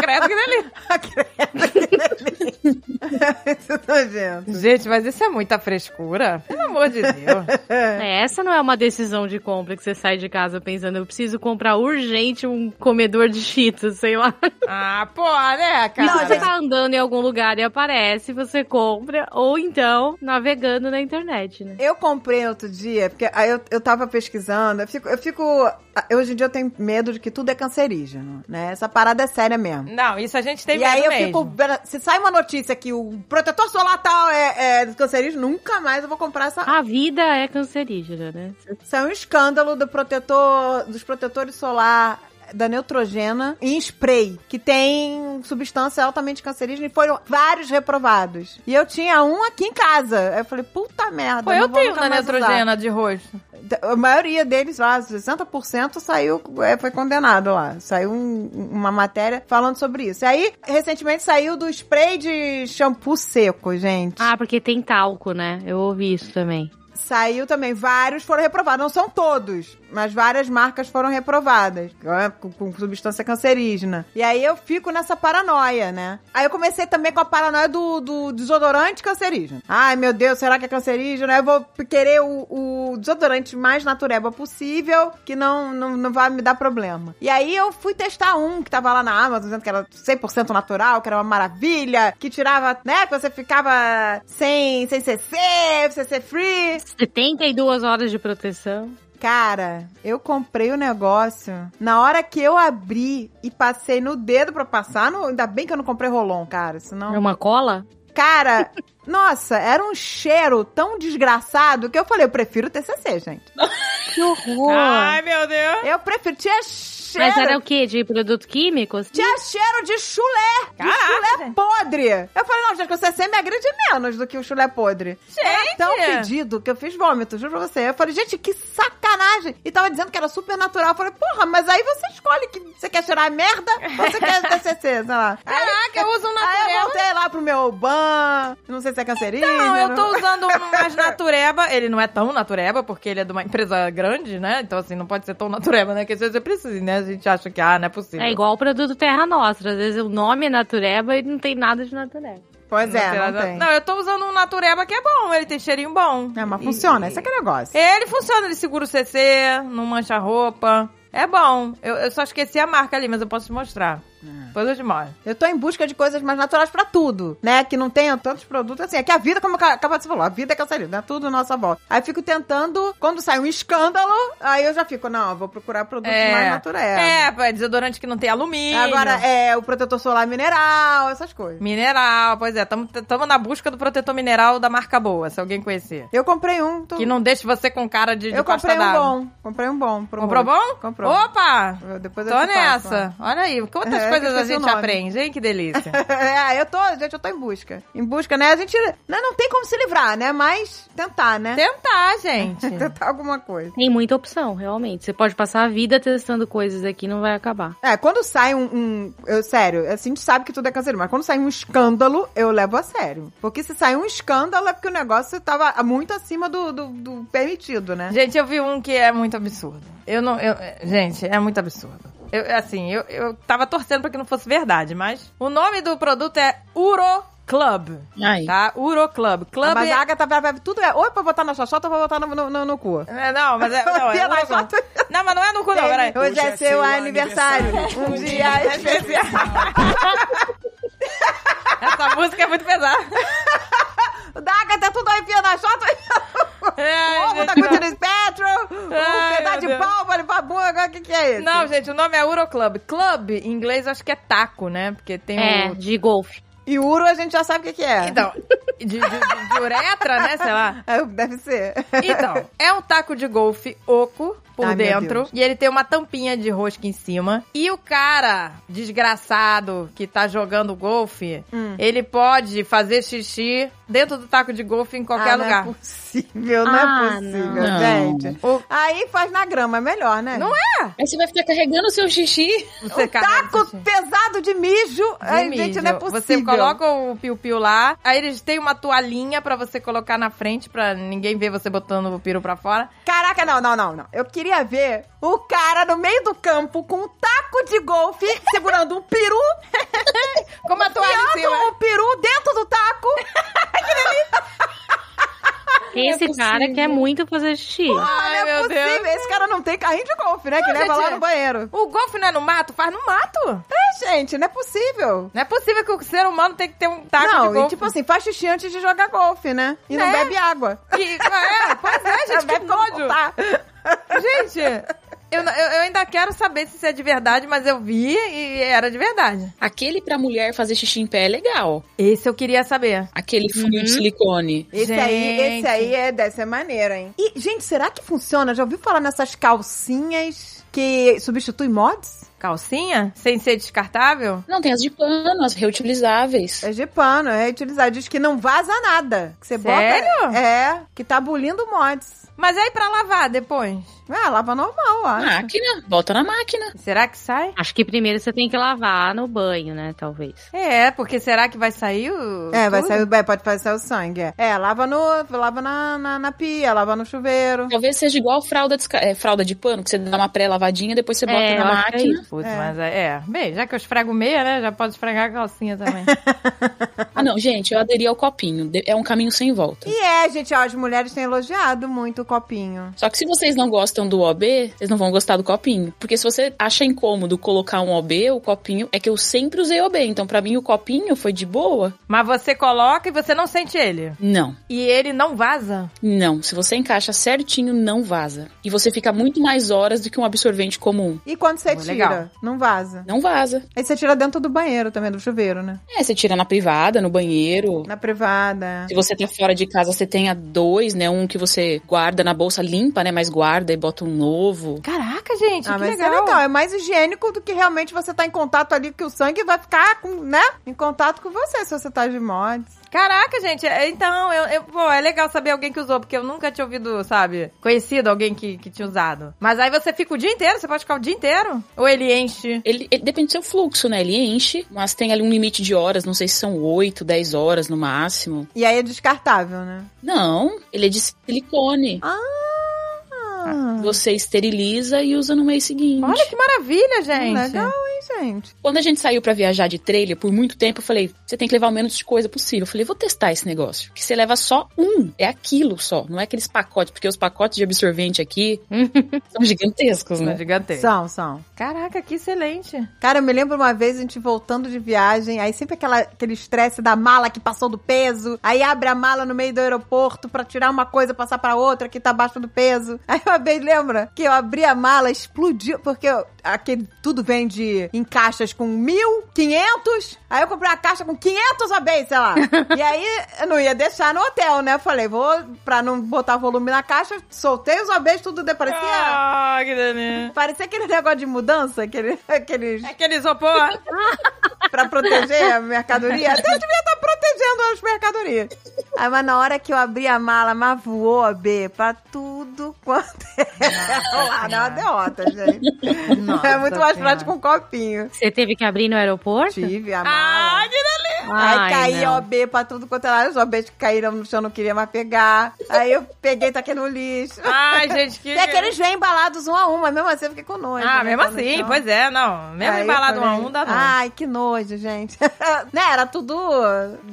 Speaker 1: Credo que delícia.
Speaker 2: Isso é nojento.
Speaker 1: Gente, mas isso é muita frescura. Pelo amor de <laughs> Deus.
Speaker 3: É, essa não é uma decisão de compra que você sai de casa pensando, eu preciso comprar urgente um comedor de cheetos, sei lá.
Speaker 1: Ah, porra, né,
Speaker 3: E
Speaker 1: cara?
Speaker 3: se você tá andando em algum lugar e aparece, você compra, ou então navegando na internet, né?
Speaker 2: Eu comprei outro dia, porque aí eu, eu tava pesquisando, eu fico, eu fico. eu- Hoje em dia eu tenho medo de que tudo é cancerígeno, né? Essa parada é séria mesmo.
Speaker 1: Não, isso a gente tem
Speaker 2: e aí
Speaker 1: medo
Speaker 2: eu
Speaker 1: mesmo.
Speaker 2: fico. Se sai uma notícia que o protetor solar tal é, é cancerígeno, nunca mais eu vou comprar essa.
Speaker 1: Ah.
Speaker 3: A vida é cancerígena, né?
Speaker 2: Isso é um escândalo do protetor, dos protetores solar da Neutrogena em spray, que tem substância altamente cancerígena e foram vários reprovados. E eu tinha um aqui em casa. Aí Eu falei, puta merda.
Speaker 1: Pô,
Speaker 2: não
Speaker 1: eu
Speaker 2: vou
Speaker 1: tenho
Speaker 2: nunca
Speaker 1: na
Speaker 2: mais usar.
Speaker 1: Neutrogena de rosto.
Speaker 2: A maioria deles lá, 60% saiu, é, foi condenado lá. Saiu um- uma matéria falando sobre isso. E aí, recentemente saiu do spray de shampoo seco, gente.
Speaker 3: Ah, porque tem talco, né? Eu ouvi isso também.
Speaker 2: saiu também. Vários foram reprovados. Não são todos, mas várias marcas foram reprovadas né, com, com substância cancerígena. E aí eu fico nessa paranoia, né? Aí eu comecei também com a paranoia do, do desodorante cancerígeno. Ai, meu Deus, será que é cancerígeno? Eu vou querer o, o desodorante mais natureba possível, que não, não, não vai me dar problema. E aí eu fui testar um que tava lá na Amazon, dizendo que era 100% natural, que era uma maravilha, que tirava, né, que você ficava sem, sem CC, CC free.
Speaker 3: 72 horas de proteção.
Speaker 2: Cara, eu comprei o negócio. Na hora que eu abri e passei no dedo pra passar, no, ainda bem que eu não comprei Rolon, cara. Senão.
Speaker 3: É uma cola?
Speaker 2: Cara, nossa, era um cheiro tão desgraçado que eu falei, eu prefiro TCC, gente.
Speaker 3: Que horror!
Speaker 1: Ai, meu Deus.
Speaker 2: Eu prefiro. Tinha cheiro.
Speaker 3: Mas era o quê? De produto químico? assim?
Speaker 1: Hum.
Speaker 2: Tinha cheiro de chulé! de chulé podre! Eu falei, não, gente, que o CC me agride menos do que o chulé podre. Era
Speaker 1: Gente!
Speaker 2: tão fedido que eu fiz vômito, juro pra você. Eu falei, gente, que sacanagem! E tava dizendo que era super natural. Eu falei, porra, mas aí você escolhe que você quer cheirar a merda ou você quer TCC, sei lá.
Speaker 1: <laughs> Caraca, eu uso um
Speaker 2: Aí eu
Speaker 1: natureba.
Speaker 2: voltei lá pro meu ban, não sei se é cancerígeno.
Speaker 1: Não, Então, eu tô usando um <laughs> mais natureba. Ele não é tão natureba, porque ele é de uma empresa grande, né? Então, assim, não pode ser tão natureba, né? Que às vezes você precisa, né? A gente acha que, ah, não é possível.
Speaker 3: É igual o produto Terra Nostra. Às vezes o nome é natureba e não tem nada de natureba.
Speaker 2: Pois
Speaker 1: Não, sei
Speaker 2: é,
Speaker 1: lá,
Speaker 2: não tem.
Speaker 1: não, eu tô usando um natureba que é bom, ele tem cheirinho bom.
Speaker 2: É, mas funciona, esse é que é negócio.
Speaker 1: Ele funciona, ele segura o CC, não mancha a roupa. É bom. Eu, eu só esqueci a marca ali, mas eu posso te mostrar.
Speaker 2: Ah.
Speaker 1: Depois eu te mostro.
Speaker 2: Eu tô em busca de coisas mais naturais pra tudo, né? Que não tenham tantos produtos assim. É que a vida, como ca- acabou de você falar, a vida é cancerígena, é tudo nossa volta. Aí eu fico tentando, quando sai um escândalo, aí eu já fico, não, eu vou procurar produtos mais naturais.
Speaker 1: é, pô, é desodorante que não tem alumínio.
Speaker 2: Agora, é o protetor solar mineral, essas coisas.
Speaker 1: Mineral, pois é, estamos na busca do protetor mineral da marca boa, se alguém conhecer.
Speaker 2: Eu comprei um. tu-
Speaker 1: Que não deixe você com cara de, de
Speaker 2: eu
Speaker 1: costa
Speaker 2: comprei um
Speaker 1: d'água.
Speaker 2: bom. Comprei um bom. pro
Speaker 1: Comprou
Speaker 2: rosto.
Speaker 1: bom?
Speaker 2: Comprou.
Speaker 1: Opa!
Speaker 2: Eu- Depois eu
Speaker 1: Tô
Speaker 2: te passo,
Speaker 1: nessa. Olha aí, quantas
Speaker 2: É, que
Speaker 1: coisas a
Speaker 2: esqueci o
Speaker 1: gente
Speaker 2: nome.
Speaker 1: aprende, hein? Que delícia.
Speaker 2: <laughs> é, eu tô, gente, eu tô em busca. Em busca, né? A gente né, não tem como se livrar, né? Mas tentar, né?
Speaker 1: Tentar, gente.
Speaker 2: <laughs> Tentar alguma coisa.
Speaker 3: Tem muita opção, realmente. Você pode passar a vida testando coisas aqui e não vai acabar.
Speaker 2: É, quando sai um. um- eu, sério, assim, a gente sabe que tudo é cancerígeno, mas quando sai um escândalo, eu levo a sério. Porque se sai um escândalo é porque o negócio tava muito acima do, do, do permitido, né?
Speaker 1: Gente, eu vi um que é muito absurdo. Eu não. eu- gente, é muito absurdo. Eu, assim, eu, eu tava torcendo pra que não fosse verdade, mas. O nome do produto é Uro Club.
Speaker 4: Ai.
Speaker 1: Tá? Uro Club. Club.
Speaker 2: Ah, mas
Speaker 1: é-
Speaker 2: a Agatha vai, vai- tudo é. Ou é pra botar na xoxota ou pra botar no, no, no, no cu.
Speaker 1: É, não, mas
Speaker 2: <laughs>
Speaker 1: é. Não, é
Speaker 2: Ela
Speaker 1: Uro
Speaker 2: já
Speaker 1: Club. não, mas não é no cu, não, peraí. é
Speaker 2: Hoje é seu aniversário. Um dia <laughs> especial.
Speaker 1: <laughs> Essa música é muito pesada.
Speaker 2: <laughs> O da Agatha Um, tá tudo enfia na xota.
Speaker 1: Ai,
Speaker 2: tá O ovo
Speaker 1: gente, não.
Speaker 2: da Quintina Petro.
Speaker 1: Ai,
Speaker 2: Um pedaço
Speaker 1: meu
Speaker 2: de
Speaker 1: Deus.
Speaker 2: pau pra limpar a bunda. O que, que é isso?
Speaker 1: Não, gente, o nome é Euroclub. Club, em inglês, eu acho que é taco, né? Porque tem
Speaker 3: É,
Speaker 1: o.
Speaker 3: de golfe.
Speaker 2: E uro a gente já sabe o que, que é.
Speaker 1: Então, de, de, de uretra, né? Sei lá.
Speaker 2: É, Deve ser.
Speaker 1: Então, é um taco de golfe oco por
Speaker 2: Ai, meu
Speaker 1: dentro.
Speaker 2: Deus.
Speaker 1: E ele tem uma tampinha de rosca em cima. E o cara, desgraçado, que tá jogando golfe,
Speaker 2: Hum.
Speaker 1: ele pode fazer xixi dentro do taco de golfe em qualquer
Speaker 2: Ah,
Speaker 1: lugar.
Speaker 2: Não é possível, não
Speaker 3: Ah,
Speaker 2: é possível,
Speaker 3: não.
Speaker 2: gente.
Speaker 1: O-
Speaker 2: Aí faz na grama, é melhor, né?
Speaker 1: Não
Speaker 2: é
Speaker 3: Ah.
Speaker 4: Aí você vai ficar carregando o seu xixi.
Speaker 1: Você
Speaker 2: um taco
Speaker 1: xixi.
Speaker 2: pesado de mijo.
Speaker 1: De
Speaker 2: Ai, gente,
Speaker 1: mídia.
Speaker 2: não é possível.
Speaker 1: Você coloca o piu-piu lá, aí eles têm uma toalhinha pra você colocar na frente, pra ninguém ver você botando o piru pra fora.
Speaker 2: Caraca, não, não, não, não. Eu queria ver o cara no meio do campo com um taco de <laughs> golfe segurando um peru,
Speaker 1: Com uma toalha em
Speaker 2: enfiando
Speaker 1: cima.
Speaker 2: o peru dentro do taco.
Speaker 3: Esse
Speaker 4: é possível.
Speaker 3: cara quer muito fazer xixi.
Speaker 1: Ai,
Speaker 2: não é
Speaker 1: meu
Speaker 2: possível. Esse cara não tem carrinho de golfe, né?
Speaker 1: Não,
Speaker 2: que leva
Speaker 1: gente,
Speaker 2: lá
Speaker 1: é.
Speaker 2: no banheiro.
Speaker 1: O golfe não é no mato? Faz no mato.
Speaker 2: É, gente, não é possível.
Speaker 1: Não é possível que o ser humano tenha que ter um taco
Speaker 2: não,
Speaker 1: de golfe.
Speaker 2: e tipo assim, faz xixi antes de jogar golfe, né? E não
Speaker 1: Né?
Speaker 2: bebe água.
Speaker 1: Que- é, pois
Speaker 2: <laughs>
Speaker 1: é, gente, que
Speaker 2: Bebe pra
Speaker 1: nojo.
Speaker 2: voltar.
Speaker 1: Gente, eu, não- eu, eu ainda quero saber se isso é de verdade, mas eu vi e era de verdade.
Speaker 4: Aquele pra mulher fazer xixi em pé é legal.
Speaker 1: Esse eu queria saber.
Speaker 4: Aquele
Speaker 3: Uhum.
Speaker 4: fio de silicone.
Speaker 2: Esse aí,
Speaker 1: Gente.
Speaker 2: esse aí é, deve ser maneiro, hein? E, gente, será que funciona? Já ouviu falar nessas calcinhas que substituem mods?
Speaker 1: Calcinha? Sem ser descartável?
Speaker 4: Não, tem as de pano, as reutilizáveis.
Speaker 2: É de pano, é reutilizar. Diz que não vaza nada. Que você
Speaker 1: Sério?
Speaker 2: bota. É, que tá bulindo mods.
Speaker 1: Mas aí pra lavar depois?
Speaker 2: É, lava normal,
Speaker 3: Ah.
Speaker 2: ó.
Speaker 1: Ah,
Speaker 4: Máquina, bota na máquina.
Speaker 1: Será que sai?
Speaker 3: Acho que primeiro você tem que lavar no banho, né? Talvez.
Speaker 1: É, porque será que vai sair o.
Speaker 2: É, vai
Speaker 1: tudo?
Speaker 2: sair, o- é, pode fazer sair o sangue. É, É, lava, no, lava na, na, na pia, lava no chuveiro.
Speaker 3: Ah.
Speaker 4: Talvez seja igual fralda, desca- é, fralda de pano, que você dá uma pré-lavadinha, depois você bota
Speaker 3: É,
Speaker 4: na
Speaker 3: eu acho que é
Speaker 4: máquina.
Speaker 1: Putz,
Speaker 2: É.
Speaker 1: mas é, é. Bem, já que eu esfrego meia, né? Já pode esfregar a calcinha também. <laughs>
Speaker 4: Ah, não, gente, eu aderi ao copinho. De- É um caminho sem volta.
Speaker 2: E é, gente, ó, as mulheres têm elogiado muito o copinho.
Speaker 4: Só que se vocês não gostam do OB, vocês não vão gostar do copinho. Porque se você acha incômodo colocar um OB, o copinho. É que eu sempre usei OB, então pra mim o copinho foi de boa?
Speaker 1: mas você coloca e você não sente ele.
Speaker 4: Não.
Speaker 1: E ele não vaza.
Speaker 4: Não. Se você encaixa certinho, não vaza. E você fica muito mais horas do que um absorvente comum.
Speaker 2: E quando você
Speaker 1: Pô,
Speaker 2: tira?
Speaker 1: legal.
Speaker 2: Não vaza.
Speaker 4: Não vaza.
Speaker 2: Aí você tira dentro do banheiro também, do chuveiro, né?
Speaker 4: É, você tira na privada, no banheiro.
Speaker 2: Na privada.
Speaker 4: Se você tá fora de casa, você tenha dois, né? Um que você guarda na bolsa limpa, né? Mas guarda e bota um novo.
Speaker 1: Caraca, gente,
Speaker 2: Ah,
Speaker 1: que
Speaker 2: mas
Speaker 1: legal.
Speaker 2: é legal, é mais higiênico do que realmente você tá em contato ali, que o sangue vai ficar, com, né? Em contato com você, se você tá de mods.
Speaker 1: Caraca, gente, é- então, eu, eu- pô, é legal saber alguém que usou, porque eu nunca tinha ouvido, sabe, conhecido alguém que, que tinha usado. Mas aí você fica o dia inteiro, você pode ficar o dia inteiro? Ou ele enche?
Speaker 4: Ele, ele- depende do seu fluxo, né? Ele enche, mas tem ali um limite de horas, não sei se são 8, 10 horas no máximo.
Speaker 2: E aí é descartável, né?
Speaker 4: Não, ele é de silicone.
Speaker 2: Ah,
Speaker 4: Você esteriliza e usa no mês seguinte.
Speaker 1: Olha que maravilha, gente.
Speaker 2: legal, hein, gente?
Speaker 4: Quando a gente saiu pra viajar de trailer, por muito tempo, eu falei, você tem que levar o menos de coisa possível. Eu falei, vou testar esse negócio. Que você leva só um, é aquilo só, não é aqueles pacotes, porque os pacotes de absorvente aqui são gigantescos,
Speaker 1: Isso é
Speaker 4: né?
Speaker 1: gigantesco.
Speaker 2: São, são.
Speaker 1: Caraca, que excelente.
Speaker 2: Cara, eu me lembro uma vez a gente voltando de viagem, aí sempre aquela, aquele estresse da mala que passou do peso, aí abre a mala no meio do aeroporto pra tirar uma coisa, passar pra outra que tá abaixo do peso. <laughs> Aí uma vez, lembra? Que eu abri a mala, explodiu, porque eu- aquele tudo vende em caixas com mil, quinhentos, aí eu comprei uma caixa com 500 OBs,
Speaker 1: <laughs>
Speaker 2: sei lá. e aí eu não ia deixar no hotel, né? Eu falei, vou, pra não botar volume na caixa, soltei os OBs, tudo de- parecia...
Speaker 1: Ah, que delícia.
Speaker 2: Parecia aquele negócio de mudança, aquele, <laughs> aqueles
Speaker 1: Aquele isopor.
Speaker 2: pra proteger a mercadoria. Até eu devia estar protegendo as mercadorias. Aí, mas na hora que eu abri a mala, mas voou, B, pra tudo quanto é. Lá, deu uma derrota, gente.
Speaker 1: Nossa
Speaker 2: é muito mais
Speaker 1: Senhora.
Speaker 2: prático um copinho.
Speaker 3: Você teve que abrir no aeroporto?
Speaker 2: Tive a mala.
Speaker 1: ah, que
Speaker 2: Aí caía
Speaker 3: não.
Speaker 2: OB pra tudo quanto era. Os OBs que caíram no chão eu não queria mais pegar. Aí eu peguei, taquei no lixo.
Speaker 1: Ai, gente, <laughs> que.
Speaker 2: Tem aqueles já embalados um a um, mas mesmo assim eu fiquei com nojo.
Speaker 1: Ah,
Speaker 2: né,
Speaker 1: mesmo
Speaker 2: tá no
Speaker 1: assim,
Speaker 2: chão.
Speaker 1: pois é, não. Mesmo
Speaker 2: Aí eu
Speaker 1: embalado um a
Speaker 2: falei,
Speaker 1: um, dá não.
Speaker 2: Ai, que nojo, gente. <laughs> né, era tudo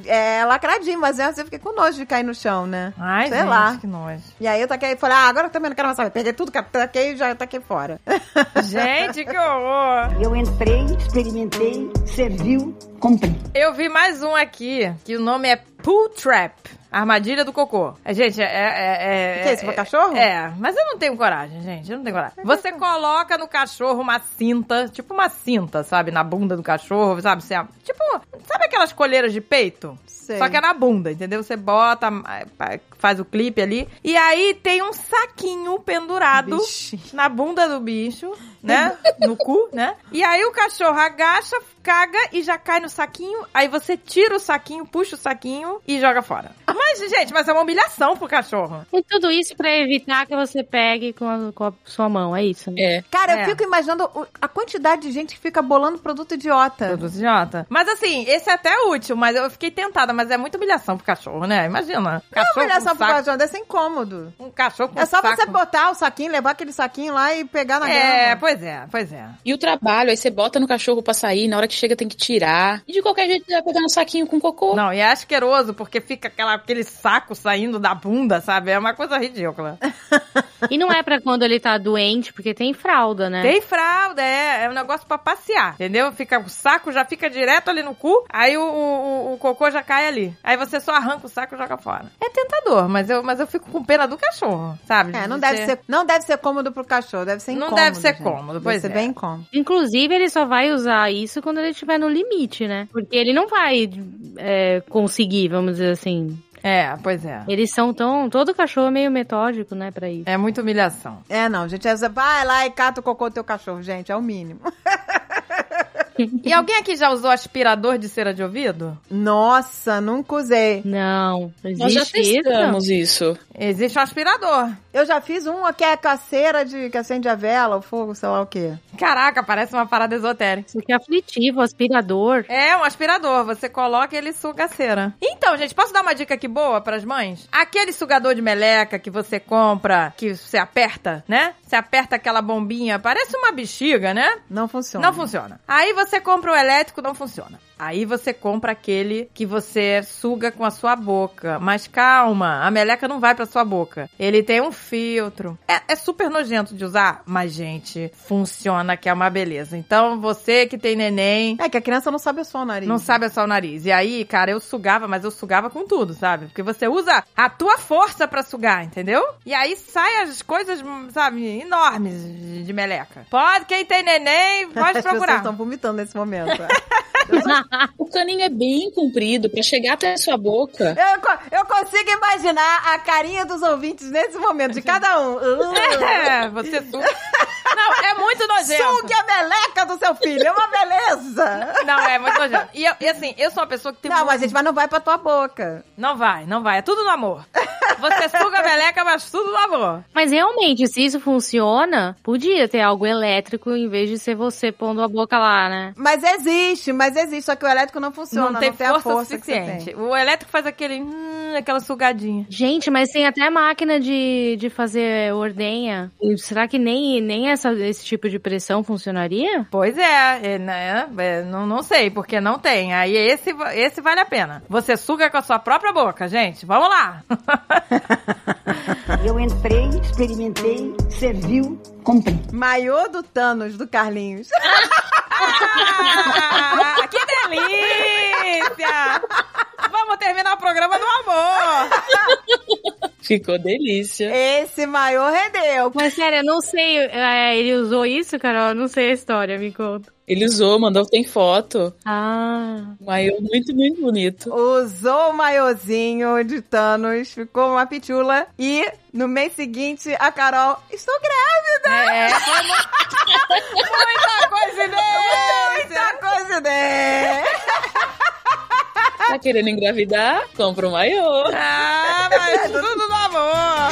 Speaker 2: é, lacradinho, mas eu fiquei com nojo de cair no chão, né?
Speaker 1: Ai,
Speaker 2: sei
Speaker 1: gente,
Speaker 2: lá.
Speaker 1: que nojo.
Speaker 2: E aí eu taquei e falei, ah, agora eu também não quero mais saber. Peguei tudo que eu taquei e já taquei fora. É
Speaker 1: Gente, que horror.
Speaker 5: Eu entrei, experimentei, serviu, comprei.
Speaker 1: Eu vi mais um aqui, que o nome é Pool Trap. Armadilha do cocô. É, Gente, é. é, é
Speaker 2: O que é isso, pra cachorro?
Speaker 1: É, mas eu não tenho coragem, gente. Eu não tenho coragem. Você coloca no cachorro uma cinta, tipo uma cinta, sabe? Na bunda do cachorro, sabe? Você- Tipo, sabe aquelas coleiras de peito?
Speaker 2: Sei.
Speaker 1: Só que é na bunda, entendeu? Você bota, eh, faz o clipe ali. E aí tem um saquinho pendurado
Speaker 2: Vixe.
Speaker 1: na bunda do bicho, né? No cu, né? E aí o cachorro agacha, caga e já cai no saquinho. Aí você tira o saquinho, puxa o saquinho e joga fora. Mas, gente, mas é uma humilhação pro cachorro.
Speaker 3: E tudo isso pra evitar que você pegue com a, com a sua mão, é isso, né?
Speaker 4: É.
Speaker 2: Cara,
Speaker 1: É.
Speaker 2: eu fico imaginando o- a quantidade de gente que fica bolando produto idiota.
Speaker 1: Produto idiota. Mas assim, esse é até útil, mas eu fiquei tentada, mas é muita humilhação pro cachorro, né? Imagina. Cachorro
Speaker 2: Não, é olha só
Speaker 1: com
Speaker 2: pro
Speaker 1: um saco,
Speaker 2: cachorro, deve ser incômodo.
Speaker 1: um cachorro com
Speaker 2: É só
Speaker 1: saco.
Speaker 2: você botar o saquinho, levar aquele saquinho lá e pegar na
Speaker 1: É,
Speaker 2: grama.
Speaker 1: pois é, pois é.
Speaker 4: E o trabalho, aí você bota no cachorro pra sair, na hora que chega tem que tirar. E de qualquer jeito você vai pegar um saquinho com cocô.
Speaker 1: Não, e é asqueroso, porque fica aquela, aquele saco saindo da bunda, sabe? É uma coisa ridícula.
Speaker 3: E não é pra quando ele tá doente, porque tem fralda, né?
Speaker 1: Tem fralda, é. É um negócio pra passear, entendeu? Fica, o saco já fica direto ali no cu, aí o, o, o- o cocô já cai ali. Aí você só arranca o saco e joga fora. É tentador, mas eu, mas eu fico com pena do cachorro, sabe?
Speaker 2: É, não
Speaker 1: De
Speaker 2: deve ser, não deve ser cômodo pro cachorro, deve ser
Speaker 1: Não
Speaker 2: incômodo.
Speaker 1: deve ser
Speaker 2: gente.
Speaker 1: cômodo,
Speaker 2: Deve
Speaker 1: pois
Speaker 2: ser
Speaker 1: é.
Speaker 2: bem incômodo.
Speaker 3: Inclusive, ele só vai usar isso quando ele estiver no limite, né? Porque ele não vai é, conseguir, vamos dizer assim.
Speaker 1: É, pois é.
Speaker 3: Eles são tão. Todo cachorro é meio metódico, né, pra isso.
Speaker 1: É muita humilhação.
Speaker 2: É, não, gente. Essa, vai lá e cata o cocô do teu cachorro, gente. É o mínimo.
Speaker 1: E alguém aqui já usou aspirador de cera de ouvido?
Speaker 2: Nossa, nunca usei.
Speaker 3: Não, não
Speaker 4: Nós já
Speaker 3: existe isso.
Speaker 4: testamos isso. <laughs>
Speaker 1: Existe um aspirador.
Speaker 2: Eu já fiz um que é caceira de que acende a vela, o fogo, sei lá o quê.
Speaker 1: Caraca, parece uma parada esotérica.
Speaker 3: Isso aqui é aflitivo, aspirador.
Speaker 1: É um aspirador, você coloca e ele suga a cera. Então, gente, posso dar uma dica aqui boa pras mães? Aquele sugador de meleca que você compra, que você aperta, né? Você aperta aquela bombinha, parece uma bexiga, né?
Speaker 2: Não funciona.
Speaker 1: Não funciona. Aí você compra o elétrico, não funciona. Aí você compra aquele que você suga com a sua boca. Mas calma, a meleca não vai pra sua boca. Ele tem um filtro. É, é super nojento de usar, mas, gente, funciona que é uma beleza. Então, você que tem neném,
Speaker 2: É que a criança não sabe o som, nariz.
Speaker 1: não sabe só o nariz. E aí, cara, eu sugava, mas eu sugava com tudo, sabe? Porque você usa a tua força pra sugar, entendeu? E aí sai as coisas, sabe, enormes de de meleca. Pode, quem tem neném, pode
Speaker 2: <laughs> As pessoas
Speaker 1: procurar.
Speaker 2: estão vomitando nesse momento. <laughs>
Speaker 4: O caninho é bem comprido pra chegar até a sua boca. <laughs>
Speaker 2: eu, co- eu consigo imaginar a carinha dos ouvintes nesse momento, de
Speaker 1: <laughs>
Speaker 2: cada um.
Speaker 1: É, você suga. Não, é muito nojento.
Speaker 2: Sugue a meleca do seu filho, é uma beleza.
Speaker 1: Não, é muito nojento. E, eu- e assim, eu sou uma pessoa que tem
Speaker 2: Não,
Speaker 1: muito...
Speaker 2: mas gente, mas não vai pra tua boca.
Speaker 1: Não vai, não vai. É tudo no amor. Você suga a meleca, mas tudo no amor.
Speaker 3: Mas realmente, se isso funciona, podia ter algo elétrico em vez de ser você pondo a boca lá, né?
Speaker 2: Mas existe, mas existe, só que o elétrico não funciona,
Speaker 1: não tem
Speaker 2: a
Speaker 1: força,
Speaker 2: força Que você tem.
Speaker 1: suficiente. O elétrico faz aquele... hum, aquela sugadinha.
Speaker 3: Gente, mas tem até máquina de, de fazer ordenha. E será que nem, nem essa, esse tipo de pressão funcionaria?
Speaker 1: Pois é, é, né? É, não, não sei, porque não tem. Aí esse, va- esse vale a pena. Você suga com a sua própria boca, gente. Vamos lá.
Speaker 5: Eu entrei, experimentei, serviu, comprei.
Speaker 2: Maiô do Thanos, do Carlinhos.
Speaker 1: Ah, <laughs> que delícia! Vamos terminar o programa do amor.
Speaker 4: Ficou delícia.
Speaker 2: Esse maiô rendeu.
Speaker 3: Mas sério, eu não sei. é, ele usou isso, Carol? Eu não sei a história, me conta.
Speaker 4: Ele usou, mandou, tem foto.
Speaker 3: Ah.
Speaker 4: Um maiô muito, muito bonito.
Speaker 2: Usou o maiôzinho de Thanos, ficou uma pitula. E no mês seguinte, a Carol, estou grávida!
Speaker 1: É, foi mu- muita coincidência.
Speaker 2: Muita coincidência!
Speaker 4: Tá querendo engravidar? Compra um maiô.
Speaker 1: Ah, mas tudo no amor.